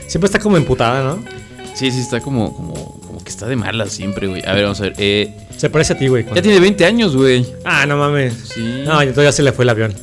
[SPEAKER 10] Siempre está como emputada, ¿no?
[SPEAKER 11] Sí, sí, está como, como, como que está de mala siempre, güey. A ver, vamos a ver. eh,
[SPEAKER 10] Se parece a ti, güey.
[SPEAKER 11] ya tiene 20 años, güey.
[SPEAKER 10] Ah, no mames.
[SPEAKER 11] Sí.
[SPEAKER 10] No, entonces ya se le fue el avión.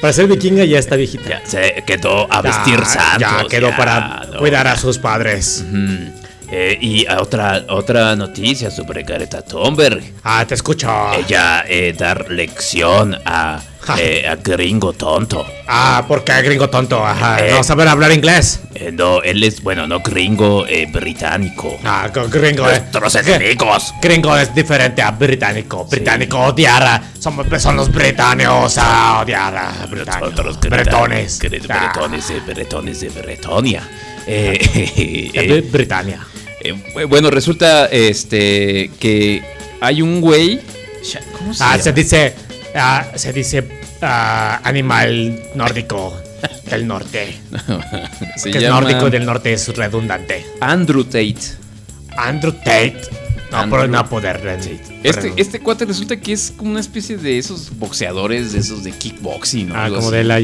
[SPEAKER 10] Para ser vikinga ya está viejita.
[SPEAKER 3] Ya se quedó a
[SPEAKER 10] Ya,
[SPEAKER 3] vestir santos.
[SPEAKER 10] Ya quedó
[SPEAKER 3] ya,
[SPEAKER 10] para
[SPEAKER 3] no.
[SPEAKER 10] cuidar a sus padres.
[SPEAKER 11] Mm.
[SPEAKER 3] Ujú. Eh, y a otra, otra noticia sobre Greta Thunberg.
[SPEAKER 10] Ah, te escucho.
[SPEAKER 3] Ella eh, dar lección a, eh, a gringo tonto.
[SPEAKER 10] Ah, porque gringo tonto. Ajá.
[SPEAKER 3] Eh.
[SPEAKER 10] No saber hablar inglés.
[SPEAKER 3] Eh, no, él es, bueno, no gringo, eh, británico.
[SPEAKER 10] Ah, gr- gringo. eh.
[SPEAKER 3] Nuestros enemigos.
[SPEAKER 10] Gringo es diferente a británico. Británico odiar. a- Somos, son los británicos a odiar a británicos.
[SPEAKER 3] Greta-
[SPEAKER 10] Bretones. Ah.
[SPEAKER 3] Gre- Bretones, de bretones de Bretonia. Eh,
[SPEAKER 10] De Britania.
[SPEAKER 11] Eh, bueno, resulta este que hay un güey. Sha- ¿Cómo se
[SPEAKER 10] Ah,
[SPEAKER 11] llama?
[SPEAKER 10] se dice. ah, se dice ah, animal nórdico del norte.
[SPEAKER 11] Se
[SPEAKER 10] que es
[SPEAKER 11] llama
[SPEAKER 10] nórdico del norte es redundante.
[SPEAKER 11] Andrew Tate.
[SPEAKER 10] Andrew Tate. No,
[SPEAKER 11] Andrew-
[SPEAKER 10] pero no poder. eh,
[SPEAKER 11] Este,
[SPEAKER 10] perdón.
[SPEAKER 11] este cuate resulta que es como una especie de esos boxeadores, de esos de kickboxing, ¿no?
[SPEAKER 10] Ah,
[SPEAKER 11] Algo
[SPEAKER 10] como
[SPEAKER 11] así.
[SPEAKER 10] de la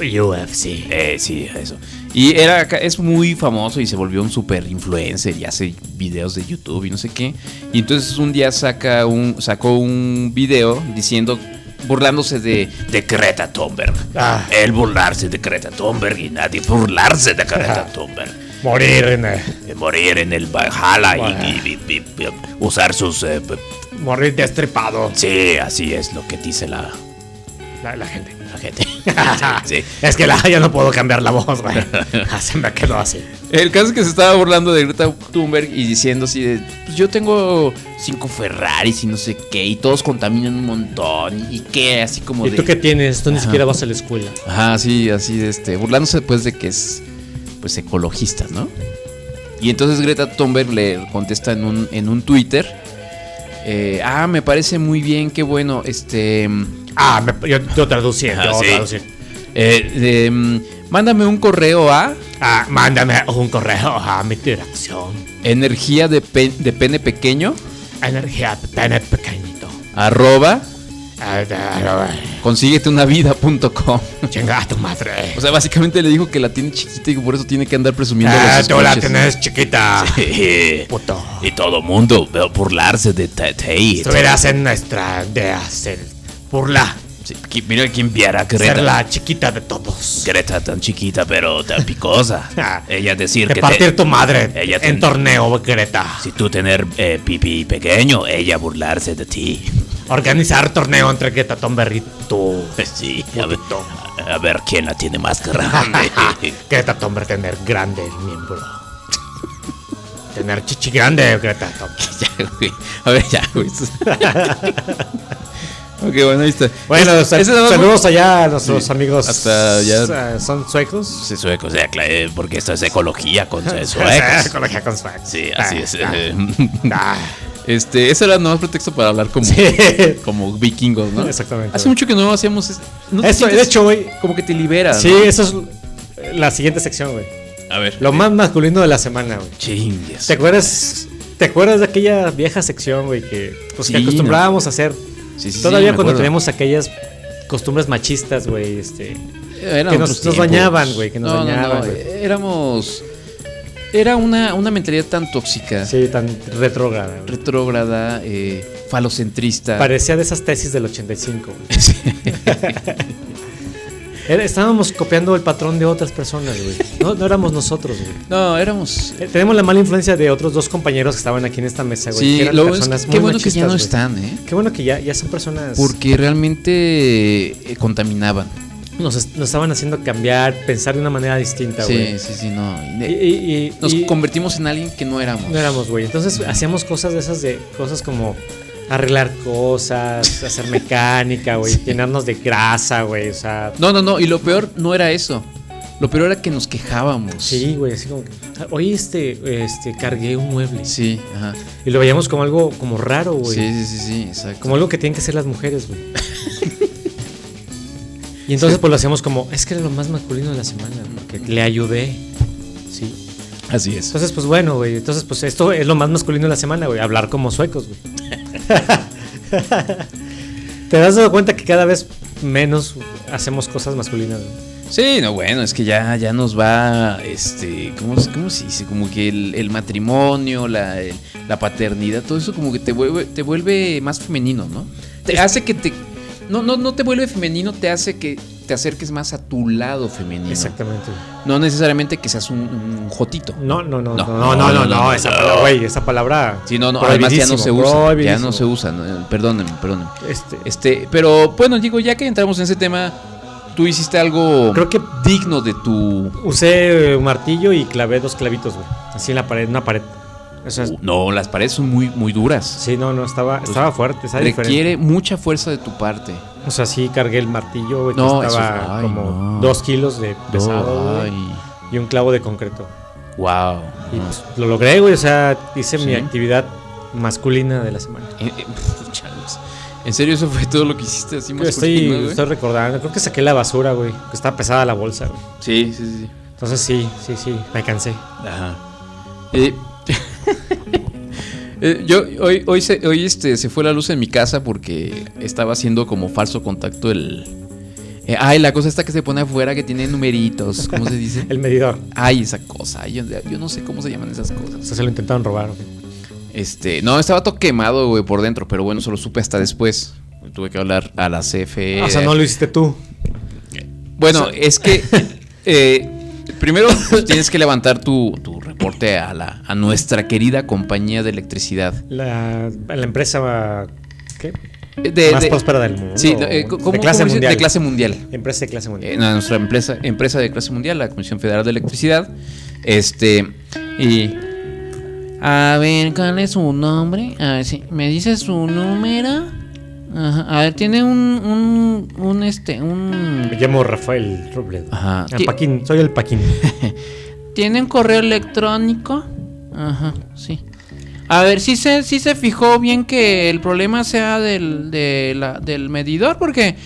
[SPEAKER 10] eh, UFC.
[SPEAKER 11] Eh, sí, eso. Y era, acá- es muy famoso y se volvió un super influencer y hace videos de YouTube y no sé qué. Y entonces un día saca un, sacó un video diciendo, burlándose de,
[SPEAKER 3] de Greta Thunberg.
[SPEAKER 10] Ah.
[SPEAKER 3] Él burlarse de Greta Thunberg y nadie burlarse de Greta Thunberg.
[SPEAKER 10] Morir en eh,
[SPEAKER 3] Eh, Morir en el Valhalla y, y- y- y- y usar sus... eh, p-
[SPEAKER 10] Morir destripado.
[SPEAKER 3] sí, así es lo que dice la,
[SPEAKER 10] La, la gente.
[SPEAKER 3] la gente. Sí, sí.
[SPEAKER 10] Es que la, ya no puedo cambiar la voz, güey. Ah, Se me quedó así.
[SPEAKER 11] El caso es que se estaba burlando de Greta Thunberg y diciendo así de, pues yo tengo cinco Ferraris y no sé qué, y todos contaminan un montón, y qué, así como
[SPEAKER 10] ¿Y
[SPEAKER 11] de...
[SPEAKER 10] tú qué tienes? Tú ni
[SPEAKER 11] Ajá.
[SPEAKER 10] siquiera vas a la escuela.
[SPEAKER 11] Ajá, sí, así de este, burlándose después de que es, pues, ecologista, ¿no? Y entonces Greta Thunberg le contesta en un, en un Twitter, eh, ah, me parece muy bien, qué bueno, este...
[SPEAKER 10] Ah, me- yo, yo traducí,
[SPEAKER 11] Ajá,
[SPEAKER 10] yo
[SPEAKER 11] sí.
[SPEAKER 10] traducí.
[SPEAKER 11] eh, de, mm, mándame un correo a...
[SPEAKER 10] Ah, mándame un correo a mi dirección.
[SPEAKER 11] Energía de, pe- de pene pequeño,
[SPEAKER 10] Energía pene pequeñito.
[SPEAKER 11] arroba...
[SPEAKER 10] Ah, ah, ah,
[SPEAKER 11] Consíguete una vida.com.
[SPEAKER 10] Chinga a tu madre.
[SPEAKER 11] O
[SPEAKER 3] Pues,
[SPEAKER 11] sea, básicamente le dijo que la tiene chiquita y que por eso tiene que andar presumiendo
[SPEAKER 10] Ah,
[SPEAKER 11] los
[SPEAKER 10] tú la
[SPEAKER 11] escuches.
[SPEAKER 10] tienes chiquita.
[SPEAKER 3] Eh,
[SPEAKER 10] Puto.
[SPEAKER 3] Y todo mundo eh, burlarse de Tate.
[SPEAKER 10] Estuvieras en nuestra de hacer burla.
[SPEAKER 3] Sí, qui- mira quién viera a Greta.
[SPEAKER 10] Ser la chiquita de todos.
[SPEAKER 3] Greta tan chiquita pero tan picosa. Ella decir
[SPEAKER 10] Ah, De
[SPEAKER 3] que te-
[SPEAKER 10] partir tu madre
[SPEAKER 3] Ella ten-
[SPEAKER 10] en torneo, Greta.
[SPEAKER 3] Si tú tener eh, pipí pequeño, ella burlarse de ti.
[SPEAKER 17] Organizar torneo entre Ketatón Berrito.
[SPEAKER 11] Pues
[SPEAKER 10] Sí, a ver, a ver quién la tiene más grande.
[SPEAKER 17] Ketatón va a tener grande el miembro. tener chichi grande, Ketatón.
[SPEAKER 11] Ya, güey. A ver, ya, güey. ok, bueno, ahí está.
[SPEAKER 17] Bueno,
[SPEAKER 11] Es-
[SPEAKER 17] sal-
[SPEAKER 11] ese nada más-
[SPEAKER 17] saludos allá a nuestros
[SPEAKER 11] Sí.
[SPEAKER 17] amigos.
[SPEAKER 11] Hasta ya-
[SPEAKER 17] eh, ¿Son suecos?
[SPEAKER 10] Sí, sueco, o sea, cla- eh, porque esto es ecología con eh,
[SPEAKER 17] Suecos.
[SPEAKER 10] suecos.
[SPEAKER 17] Ecología con suecos.
[SPEAKER 10] Sí, así es.
[SPEAKER 17] Ah,
[SPEAKER 10] eh,
[SPEAKER 11] Este, ese era nomás pretexto para hablar como, como vikingos, ¿no?
[SPEAKER 17] Exactamente.
[SPEAKER 11] Hace mucho que no hacíamos eso. ¿No te
[SPEAKER 17] Eso, de
[SPEAKER 11] sientes
[SPEAKER 17] hecho, güey.
[SPEAKER 11] Como que te libera.
[SPEAKER 17] Sí,
[SPEAKER 11] ¿no?
[SPEAKER 17] eso es la siguiente sección, güey.
[SPEAKER 10] A ver.
[SPEAKER 17] Lo más masculino de la semana, güey.
[SPEAKER 10] Chingues.
[SPEAKER 17] ¿Te acuerdas, ¿Te acuerdas de aquella vieja sección, güey, que, pues, que
[SPEAKER 11] Sí,
[SPEAKER 17] acostumbrábamos a hacer?
[SPEAKER 11] sí, sí,
[SPEAKER 17] Todavía
[SPEAKER 11] me
[SPEAKER 17] cuando
[SPEAKER 11] acuerdo.
[SPEAKER 17] teníamos aquellas costumbres machistas, güey, este...
[SPEAKER 11] Eran
[SPEAKER 17] que nos,
[SPEAKER 11] otros
[SPEAKER 17] nos
[SPEAKER 11] tiempos.
[SPEAKER 17] dañaban, güey, que nos
[SPEAKER 11] No, no,
[SPEAKER 17] dañaban,
[SPEAKER 11] no,
[SPEAKER 17] güey.
[SPEAKER 11] Éramos. Era una, una mentalidad tan tóxica.
[SPEAKER 17] Sí, tan retrógrada. güey.
[SPEAKER 11] Retrógrada, eh, falocentrista.
[SPEAKER 17] Parecía de esas tesis del 85, güey. Era- Estábamos copiando el patrón de otras personas, güey. No, no éramos nosotros, güey.
[SPEAKER 11] No, éramos.
[SPEAKER 17] Eh, Tenemos la mala influencia de otros dos compañeros que estaban aquí en esta mesa, Ah, güey.
[SPEAKER 11] Sí,
[SPEAKER 17] que eran
[SPEAKER 11] lo-
[SPEAKER 17] personas
[SPEAKER 11] es-
[SPEAKER 17] muy
[SPEAKER 11] qué bueno que ya
[SPEAKER 17] machistas,
[SPEAKER 11] no
[SPEAKER 17] güey.
[SPEAKER 11] están, ¿eh?
[SPEAKER 17] Qué bueno que ya, ya son personas...
[SPEAKER 11] Porque realmente eh, contaminaban.
[SPEAKER 17] nos, est- nos estaban haciendo cambiar, pensar de una manera distinta,
[SPEAKER 11] Sí,
[SPEAKER 17] Ah, güey.
[SPEAKER 11] sí, sí, no. Y-
[SPEAKER 17] y-
[SPEAKER 11] nos
[SPEAKER 17] y-
[SPEAKER 11] convertimos en alguien que no éramos.
[SPEAKER 17] No éramos, güey. Entonces hacíamos cosas de esas de cosas como arreglar cosas, hacer mecánica, güey, llenarnos de grasa, güey, o sea,
[SPEAKER 11] No, no, no. Y lo peor no era eso. Lo peor era que nos quejábamos.
[SPEAKER 17] sí, güey, así como que, "Ah, hoy este este cargué un mueble.
[SPEAKER 11] Sí, ajá.
[SPEAKER 17] Y lo veíamos como algo como raro, güey.
[SPEAKER 11] Sí, sí, sí, sí, exacto.
[SPEAKER 17] Como algo que tienen que hacer las mujeres, güey. y entonces pues lo hacíamos como, es que era lo más masculino de la semana, porque le ayudé. Sí.
[SPEAKER 11] Así es.
[SPEAKER 17] Entonces, pues bueno, güey. Entonces, pues esto es lo más masculino de la semana, güey. Hablar como suecos, güey. Te has dado cuenta que cada vez menos hacemos cosas masculinas, güey.
[SPEAKER 11] Sí, no, bueno, es que ya, ya nos va, este, ¿cómo, se- cómo se dice? Como que el, el matrimonio, la, el- la paternidad, todo eso como que te vuelve, te vuelve más femenino, ¿no? Te hace que te... No, no, no te vuelve femenino, te hace que te acerques más a tu lado femenino.
[SPEAKER 17] Exactamente.
[SPEAKER 11] No necesariamente que seas un, un jotito.
[SPEAKER 17] No, no, no, no, no, no, no, esa palabra, güey, esa palabra.
[SPEAKER 11] Sí, no, no, además ya no se usa. Ya no se
[SPEAKER 17] usa.
[SPEAKER 11] usa, no, eh, perdónenme, perdónenme.
[SPEAKER 17] Este.
[SPEAKER 11] Este, pero bueno, digo, ya que entramos en ese tema, tú hiciste algo
[SPEAKER 17] Creo que
[SPEAKER 11] digno de tu...
[SPEAKER 17] Usé eh, un martillo y clavé dos clavitos, güey. Así en la pared, una pared. O sea,
[SPEAKER 11] No, las paredes son muy, muy duras.
[SPEAKER 17] sí, no, no, estaba, estaba fuerte, estaba
[SPEAKER 11] pues, Requiere
[SPEAKER 17] diferente.
[SPEAKER 11] mucha fuerza de tu parte.
[SPEAKER 17] O sea, sí cargué el martillo, güey, que
[SPEAKER 11] No,
[SPEAKER 17] estaba
[SPEAKER 11] eso- ay,
[SPEAKER 17] como
[SPEAKER 11] no.
[SPEAKER 17] dos kilos de pesado,
[SPEAKER 11] No,
[SPEAKER 17] güey,
[SPEAKER 11] ay.
[SPEAKER 17] y un clavo de concreto.
[SPEAKER 11] Wow.
[SPEAKER 17] Y pues, lo logré, güey, o sea, hice mi
[SPEAKER 11] Sí.
[SPEAKER 17] actividad masculina de la semana.
[SPEAKER 11] Eh, ¿En serio eso fue todo lo que hiciste así más
[SPEAKER 17] estoy, estoy recordando, creo que saqué la basura, güey, que estaba pesada la bolsa, güey.
[SPEAKER 11] Sí, sí, sí.
[SPEAKER 17] Entonces sí, sí, sí, me cansé.
[SPEAKER 11] Ajá. Eh, eh, yo hoy, hoy, se, hoy este, se fue la luz en mi casa porque estaba haciendo como falso contacto el... eh, ay, la cosa esta que se pone afuera que tiene numeritos, ¿cómo se dice?
[SPEAKER 17] El medidor.
[SPEAKER 11] Ay, esa cosa, ay, yo, yo no sé cómo se llaman esas cosas.
[SPEAKER 17] O sea, se lo intentaron robar, güey.
[SPEAKER 11] Este, no, estaba todo quemado, güey, por dentro, pero bueno, solo supe hasta después. Tuve que hablar a la E, CFE.
[SPEAKER 17] Ah, o sea, no lo hiciste tú.
[SPEAKER 11] Bueno,
[SPEAKER 17] o sea-
[SPEAKER 11] es que eh, primero pues, tienes que levantar tu, tu reporte a la a nuestra querida compañía de electricidad.
[SPEAKER 17] La, la empresa, ¿qué?
[SPEAKER 11] Eh, De-
[SPEAKER 17] Más
[SPEAKER 11] de-
[SPEAKER 17] próspera del mundo.
[SPEAKER 11] Sí, eh, ¿cómo-
[SPEAKER 17] de
[SPEAKER 11] cómo
[SPEAKER 17] clase
[SPEAKER 11] dice?
[SPEAKER 17] mundial.
[SPEAKER 11] De clase mundial.
[SPEAKER 17] Empresa de clase mundial.
[SPEAKER 11] Eh, no, nuestra empresa, empresa de clase mundial, la Comisión Federal de Electricidad. Este y
[SPEAKER 13] A ver, ¿cuál es su nombre? A ver, si me dice su número. Ajá, a ver, tiene un, un, un, este, un...
[SPEAKER 17] Me llamo Rafael Robledo.
[SPEAKER 11] Ajá.
[SPEAKER 17] Ah, Paquín, soy el Paquín.
[SPEAKER 13] ¿Tiene un correo electrónico? Ajá, sí. A ver, si se, sí se fijó bien que el problema sea del, de la- del medidor, porque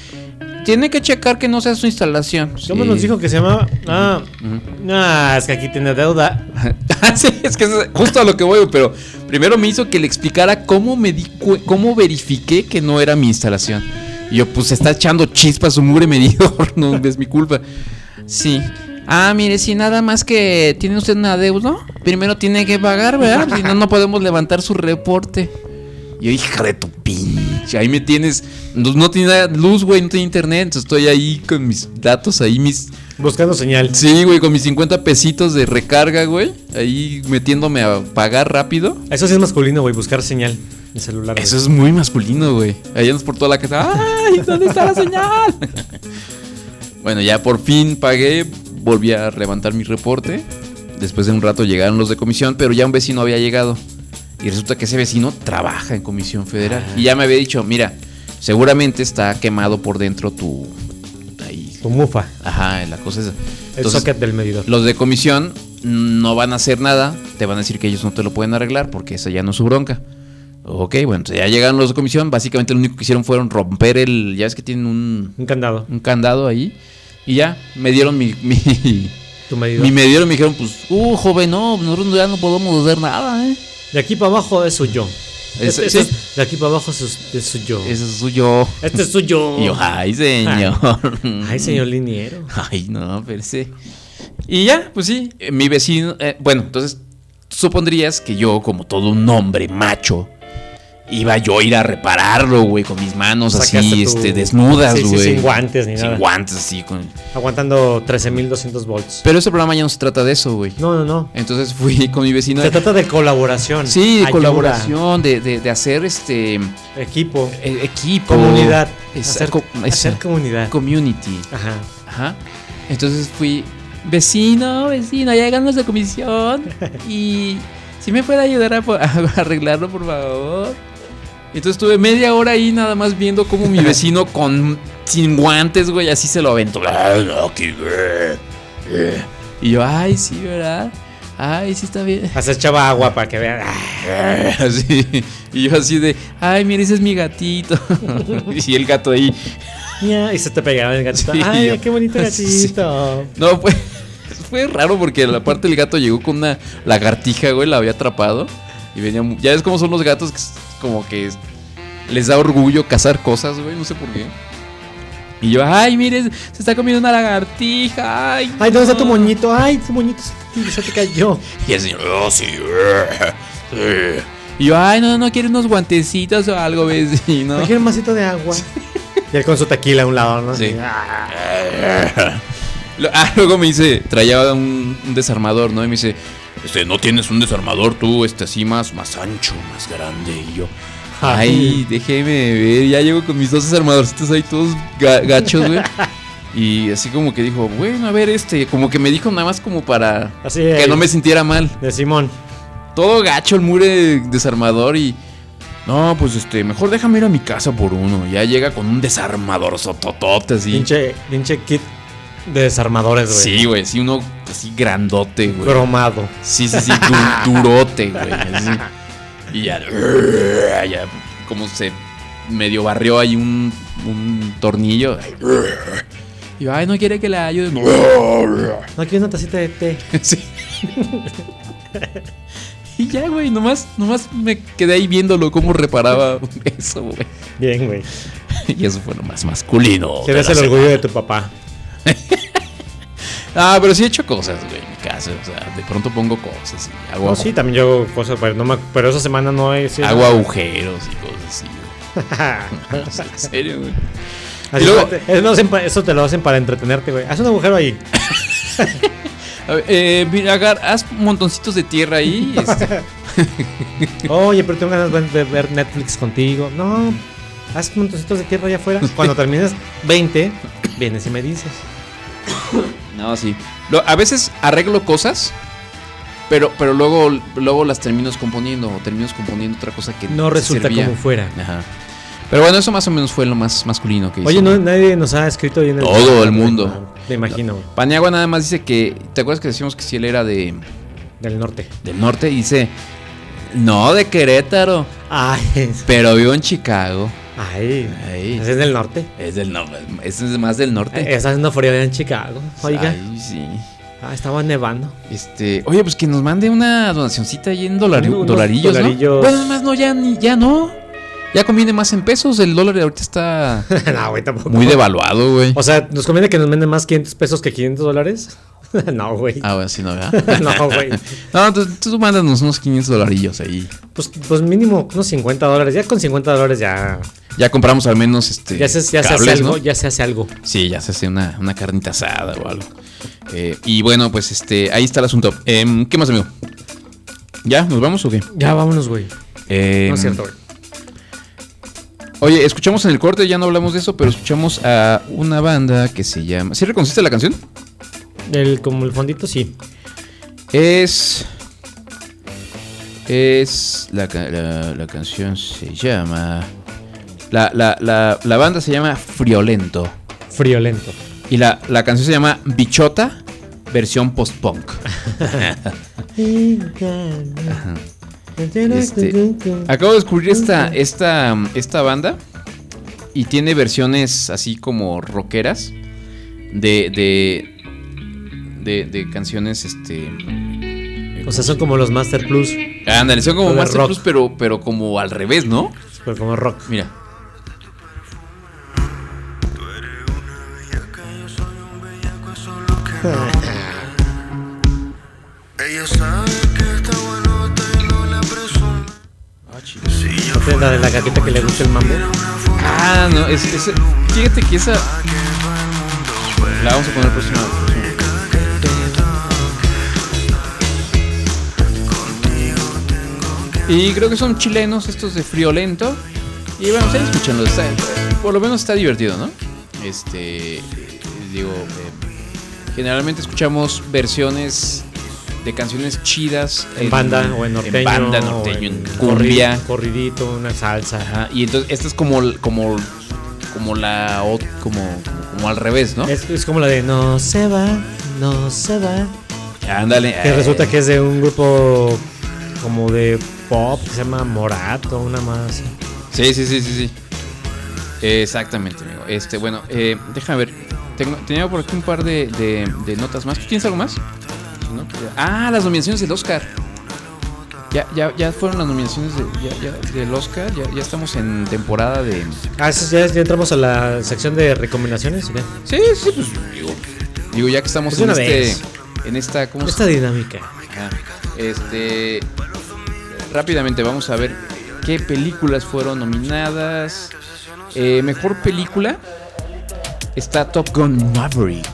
[SPEAKER 13] tiene que checar que no sea su instalación.
[SPEAKER 17] ¿Cómo nos dijo que se llamaba? Ah, ah, es que aquí tiene deuda.
[SPEAKER 11] sí, es que eso es justo a lo que voy, pero primero me hizo que le explicara cómo me di cu- cómo verifiqué que no era mi instalación. Y yo, pues está echando chispas su mure medidor, no es mi culpa.
[SPEAKER 13] Sí. Ah, mire, si nada más que tiene usted una deuda, primero tiene que pagar, ¿verdad? Si no, no podemos levantar su reporte.
[SPEAKER 11] Y yo, hija de tu pinche, ahí me tienes. No, no tenía luz, güey, no tenía internet. Entonces estoy ahí con mis datos, ahí mis.
[SPEAKER 17] Buscando señal.
[SPEAKER 11] Sí, güey, con mis 50 pesitos de recarga, güey. Ahí metiéndome a pagar rápido.
[SPEAKER 17] Eso sí es masculino, güey, buscar señal. El celular.
[SPEAKER 11] Eso es muy masculino, güey. Ahí andas por toda la casa. ¡Ay, dónde está la señal! Bueno, ya por fin pagué, volví a levantar mi reporte. Después de un rato llegaron los de comisión, pero ya un vecino había llegado. Y resulta que ese vecino trabaja en comisión federal. Y ya me había dicho, mira, seguramente está quemado por dentro tu... ahí".
[SPEAKER 17] Tu mufa.
[SPEAKER 11] Ajá, la cosa esa.
[SPEAKER 17] El socket del medidor.
[SPEAKER 11] Los de comisión no van a hacer nada, te van a decir que ellos no te lo pueden arreglar porque esa ya no es su bronca. Ok, bueno, entonces ya llegaron los de comisión. Básicamente lo único que hicieron fueron romper el. Ya ves que tienen un.
[SPEAKER 17] Un candado.
[SPEAKER 11] Un candado ahí. Y ya, me dieron mi. mi
[SPEAKER 17] Tu medidor.
[SPEAKER 11] mi medidor y me dijeron, pues, uh, joven, no, nosotros ya no podemos hacer nada, ¿eh?
[SPEAKER 17] De aquí para abajo es suyo.
[SPEAKER 11] Es-
[SPEAKER 17] Este-
[SPEAKER 11] sí.
[SPEAKER 17] este es- de aquí para abajo es, sus- es suyo.
[SPEAKER 11] Ese es suyo.
[SPEAKER 17] Este es suyo.
[SPEAKER 11] Y yo, ay, señor.
[SPEAKER 17] Ay, señor liniero.
[SPEAKER 11] Ay, no, pero sí. Y ya, pues sí, eh, mi vecino. eh, bueno, entonces, supondrías que yo, como todo un hombre macho, iba yo a ir a repararlo, güey, con mis manos así,
[SPEAKER 17] Sacaste tu-
[SPEAKER 11] este, desnudas,
[SPEAKER 17] Sí,
[SPEAKER 11] güey.
[SPEAKER 17] sí, sin guantes ni
[SPEAKER 11] Sin
[SPEAKER 17] nada.
[SPEAKER 11] guantes, así, con.
[SPEAKER 17] Aguantando 13.200 volts.
[SPEAKER 11] Pero ese programa ya no se trata de eso, güey.
[SPEAKER 17] No, no, no.
[SPEAKER 11] Entonces fui con mi vecino.
[SPEAKER 17] Se trata de colaboración.
[SPEAKER 11] Eh, Sí, de
[SPEAKER 17] ayuda,
[SPEAKER 11] colaboración, de, de- de hacer este
[SPEAKER 17] Equipo.
[SPEAKER 11] e- equipo.
[SPEAKER 17] Comunidad.
[SPEAKER 11] Esa-
[SPEAKER 17] Hacer-
[SPEAKER 11] co- esa-
[SPEAKER 17] hacer comunidad.
[SPEAKER 11] Community.
[SPEAKER 17] Ajá.
[SPEAKER 11] Ajá. Entonces fui vecino, vecino, ya llegan los de comisión y si me puede ayudar a, po- a arreglarlo, por favor. Entonces estuve media hora ahí nada más viendo cómo mi vecino con sin guantes, güey, así se lo aventó. Y yo, ay, sí, ¿verdad? Ay, sí está bien.
[SPEAKER 17] Hasta echaba agua para que vean. Ah,
[SPEAKER 11] Así. Y yo así de, ay, mire, ese es mi gatito. y el gato ahí.
[SPEAKER 17] Ya, y se te pegaba el gatito.
[SPEAKER 11] Sí,
[SPEAKER 17] Ay,
[SPEAKER 11] yo-
[SPEAKER 17] qué bonito
[SPEAKER 11] Sí.
[SPEAKER 17] gatito.
[SPEAKER 11] No, fue, fue raro porque la parte del gato llegó con una lagartija, güey, la había atrapado. Y venía. mu- Ya ves cómo son los gatos, que es como que es- les da orgullo cazar cosas, güey, no sé por qué. Y yo, ay, mire, se está comiendo una lagartija. Ay,
[SPEAKER 17] Ay, ¿dónde está tu moñito? Ay, tu moñito se te, se te cayó.
[SPEAKER 11] Y el señor, "Oh, sí, eh, eh". Y yo, ay, no, no quiere unos guantecitos o algo, vecino.
[SPEAKER 17] Aquí un masito de agua. Y él con su tequila a un lado, ¿no?
[SPEAKER 11] Sí.
[SPEAKER 17] Así, ah.
[SPEAKER 11] Lo- Ah, luego me dice, traía un, un desarmador, ¿no? Y me dice, este, no tienes un desarmador tú, este, así más, más ancho, más grande. Y yo, ay, déjeme ver, ya llego con mis dos desarmadorcitos ahí todos ga- gachos, güey. Y así como que dijo, bueno, a ver, este, como que me dijo nada más como para
[SPEAKER 17] Así,
[SPEAKER 11] que
[SPEAKER 17] eh,
[SPEAKER 11] no me sintiera mal.
[SPEAKER 17] De Simón.
[SPEAKER 11] Todo gacho el mure desarmador y... No, pues este, mejor déjame ir a mi casa por uno. Ya llega con un desarmador sototote así.
[SPEAKER 17] Pinche, pinche kit de desarmadores, güey.
[SPEAKER 11] Sí, güey, sí, uno así grandote, güey.
[SPEAKER 17] Cromado.
[SPEAKER 11] Sí, sí, sí, du- durote, güey. así. Y ya, ya, como se medio barrió ahí un, un tornillo. Y yo, ay, no quiere que la ayude.
[SPEAKER 17] No, aquí hay una tacita de té.
[SPEAKER 11] Sí. Y ya, güey, nomás, nomás me quedé ahí viéndolo cómo reparaba eso, güey.
[SPEAKER 17] Bien, güey.
[SPEAKER 11] Y eso fue lo más masculino.
[SPEAKER 17] Se
[SPEAKER 11] de
[SPEAKER 17] ves
[SPEAKER 11] la
[SPEAKER 17] el
[SPEAKER 11] semana.
[SPEAKER 17] orgullo de tu papá.
[SPEAKER 11] Ah, pero sí he hecho cosas, güey, en mi casa. O sea, de pronto pongo cosas y hago
[SPEAKER 17] No, Oh, sí, también yo hago cosas, pero, no me- pero esa semana no he sido.
[SPEAKER 11] Hago agujeros y cosas así. güey. No sé, en serio, güey.
[SPEAKER 17] Así
[SPEAKER 11] Y luego-
[SPEAKER 17] fue- eso, lo hacen pa- eso te lo hacen para entretenerte, güey. Haz un agujero ahí.
[SPEAKER 11] A ver, eh, mira, agar- haz montoncitos de tierra ahí. este,
[SPEAKER 17] Oye, pero tengo ganas de- de ver Netflix contigo. No, haz montoncitos de tierra allá afuera. Cuando termines 20, vienes y me dices.
[SPEAKER 11] no, sí. Lo- a veces arreglo cosas, pero, pero luego, luego las termino componiendo o termino componiendo otra cosa que
[SPEAKER 17] No
[SPEAKER 11] se
[SPEAKER 17] resulta
[SPEAKER 11] servía.
[SPEAKER 17] como fuera.
[SPEAKER 11] Ajá. Pero bueno, eso más o menos fue lo más masculino que hice.
[SPEAKER 17] Oye, no, nadie nos ha escrito bien
[SPEAKER 11] Todo el mundo.
[SPEAKER 17] Me imagino.
[SPEAKER 11] Paniagua nada más dice que. ¿Te acuerdas que decíamos que si él era de.
[SPEAKER 17] Del norte.
[SPEAKER 11] Del norte? Dice. No, de Querétaro.
[SPEAKER 17] Ay.
[SPEAKER 11] Pero vivo en Chicago.
[SPEAKER 17] Ay.
[SPEAKER 11] Ay.
[SPEAKER 17] ¿Es del norte?
[SPEAKER 11] Es del norte. Es más del norte.
[SPEAKER 17] Está haciendo frío allá en Chicago. Eh, Oiga.
[SPEAKER 11] Ay, sí.
[SPEAKER 17] Ah, estaba nevando.
[SPEAKER 11] Este, oye, pues que nos mande una donacioncita ahí en dolari-
[SPEAKER 17] Unos
[SPEAKER 11] dolarillos, ¿no?
[SPEAKER 17] dolarillos.
[SPEAKER 11] Bueno, además no, ya, ni- ya no. Ya conviene más en pesos. El dólar ahorita está
[SPEAKER 17] no, güey, tampoco.
[SPEAKER 11] muy devaluado, güey.
[SPEAKER 17] O sea, ¿nos conviene que nos venden más 500 pesos que 500 dólares? no, güey.
[SPEAKER 11] Ah, bueno, sí, no, ¿verdad?
[SPEAKER 17] No, güey.
[SPEAKER 11] No, tú, tú mándanos unos 500 dolarillos ahí.
[SPEAKER 17] Pues, pues mínimo unos 50 dólares. Ya con 50 dólares ya.
[SPEAKER 11] Ya compramos al menos este.
[SPEAKER 17] Ya se, ya se hace
[SPEAKER 11] cables, ¿no?
[SPEAKER 17] algo. Ya se hace algo.
[SPEAKER 11] Sí, ya se hace una, una carnita asada o algo. Eh, y bueno, pues este, ahí está el asunto. Em, ¿Qué más, amigo? ¿Ya? ¿Nos vamos o qué?
[SPEAKER 17] Ya vámonos, güey.
[SPEAKER 11] Em,
[SPEAKER 17] No es cierto, güey.
[SPEAKER 11] Oye, escuchamos en el corte, ya no hablamos de eso, pero escuchamos a una banda que se llama. ¿Sí reconociste la canción?
[SPEAKER 17] El, como el fondito, sí.
[SPEAKER 11] Es. Es. La, ca- la- la canción se llama. La, la- la- la banda se llama Friolento.
[SPEAKER 17] Friolento.
[SPEAKER 11] Y la, la canción se llama Bichota, versión post-punk. Ajá. Este, acabo de descubrir esta, esta, esta banda y tiene versiones así como rockeras de, de, de, de canciones este...
[SPEAKER 17] O sea, son como los Master Plus.
[SPEAKER 11] Ándale, son como
[SPEAKER 17] Pero de
[SPEAKER 11] Master
[SPEAKER 17] rock.
[SPEAKER 11] Plus, pero, pero como al revés, ¿no?
[SPEAKER 17] Pero como rock.
[SPEAKER 11] Mira.
[SPEAKER 14] Ella sabe que está buenota y no la presume.
[SPEAKER 17] ¿Es la de la gatita que le gusta el mambo?
[SPEAKER 11] Ah, no, es, es- fíjate que esa... La vamos a poner próxima. Y creo que son chilenos estos de Friolento. Y bueno, ustedes escuchanlo, está, por lo menos está divertido, ¿no? Este, eh, digo, eh, generalmente escuchamos versiones de canciones chidas.
[SPEAKER 17] En banda o en norteño.
[SPEAKER 11] En banda,
[SPEAKER 17] o
[SPEAKER 11] norteño, en
[SPEAKER 17] en
[SPEAKER 11] cumbia.
[SPEAKER 17] corri- Corridito, una salsa.
[SPEAKER 11] Ajá, y entonces esta es como como como la ot- como como, como al revés, ¿no?
[SPEAKER 17] Es, es como la de No se va, no se va.
[SPEAKER 11] Ándale.
[SPEAKER 17] Que
[SPEAKER 11] eh,
[SPEAKER 17] resulta que es de un grupo como de pop que se llama Morato, una más.
[SPEAKER 11] Sí, sí, sí, sí, sí. Exactamente, amigo. Este, bueno, eh, déjame ver. Tengo, tenía por aquí un par de, de- de notas más. ¿Tú tienes algo más? Si no, pues ya. Ah, las nominaciones del Oscar. Ya, ya, ya fueron las nominaciones de- ya- ya- del Oscar. Ya, ya estamos en temporada de.
[SPEAKER 17] Ah, eso ya, ya entramos a la sección de recomendaciones. ¿o qué?
[SPEAKER 11] Sí, sí, pues digo. Digo, ya que estamos
[SPEAKER 17] Pues de
[SPEAKER 11] en
[SPEAKER 17] una
[SPEAKER 11] este.
[SPEAKER 17] vez.
[SPEAKER 11] En esta. ¿cómo se-
[SPEAKER 17] Esta dinámica.
[SPEAKER 11] Ajá. Este. Rápidamente vamos a ver qué películas fueron nominadas. Eh, mejor película está Top Gun Maverick.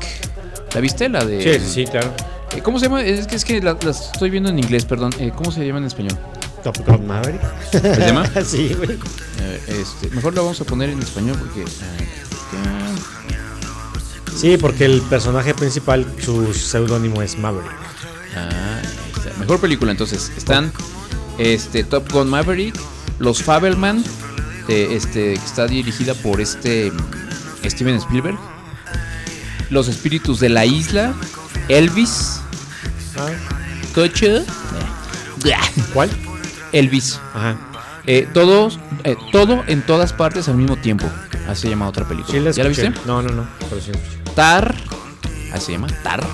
[SPEAKER 11] ¿La viste? La de.
[SPEAKER 17] Sí, sí, sí, claro.
[SPEAKER 11] Eh, ¿Cómo se llama? Es que, es que la- las estoy viendo en inglés, perdón. Eh, ¿Cómo se llama en español?
[SPEAKER 17] Top Gun Maverick.
[SPEAKER 11] ¿Se llama?
[SPEAKER 17] sí, güey.
[SPEAKER 11] A ver, este, mejor la vamos a poner en español porque. ah,
[SPEAKER 17] Sí, porque el personaje principal, su seudónimo es Maverick.
[SPEAKER 11] Ah, ahí está. Mejor película entonces. Están este Top Gun Maverick, Los Fabelman, eh, este que está dirigida por este mm, Steven Spielberg. Los espíritus de la isla, Elvis,
[SPEAKER 17] Ah.
[SPEAKER 11] Coche.
[SPEAKER 17] ¿Cuál?
[SPEAKER 11] eh, Elvis.
[SPEAKER 17] Ajá.
[SPEAKER 11] Eh, todos, eh, todo en todas partes al mismo tiempo. Así se llama otra película.
[SPEAKER 17] Sí, la
[SPEAKER 11] ¿Ya la
[SPEAKER 17] escuché.
[SPEAKER 11] viste?
[SPEAKER 17] No, no, no. Pero sí la escuché.
[SPEAKER 11] Tar. Así se llama. Tar.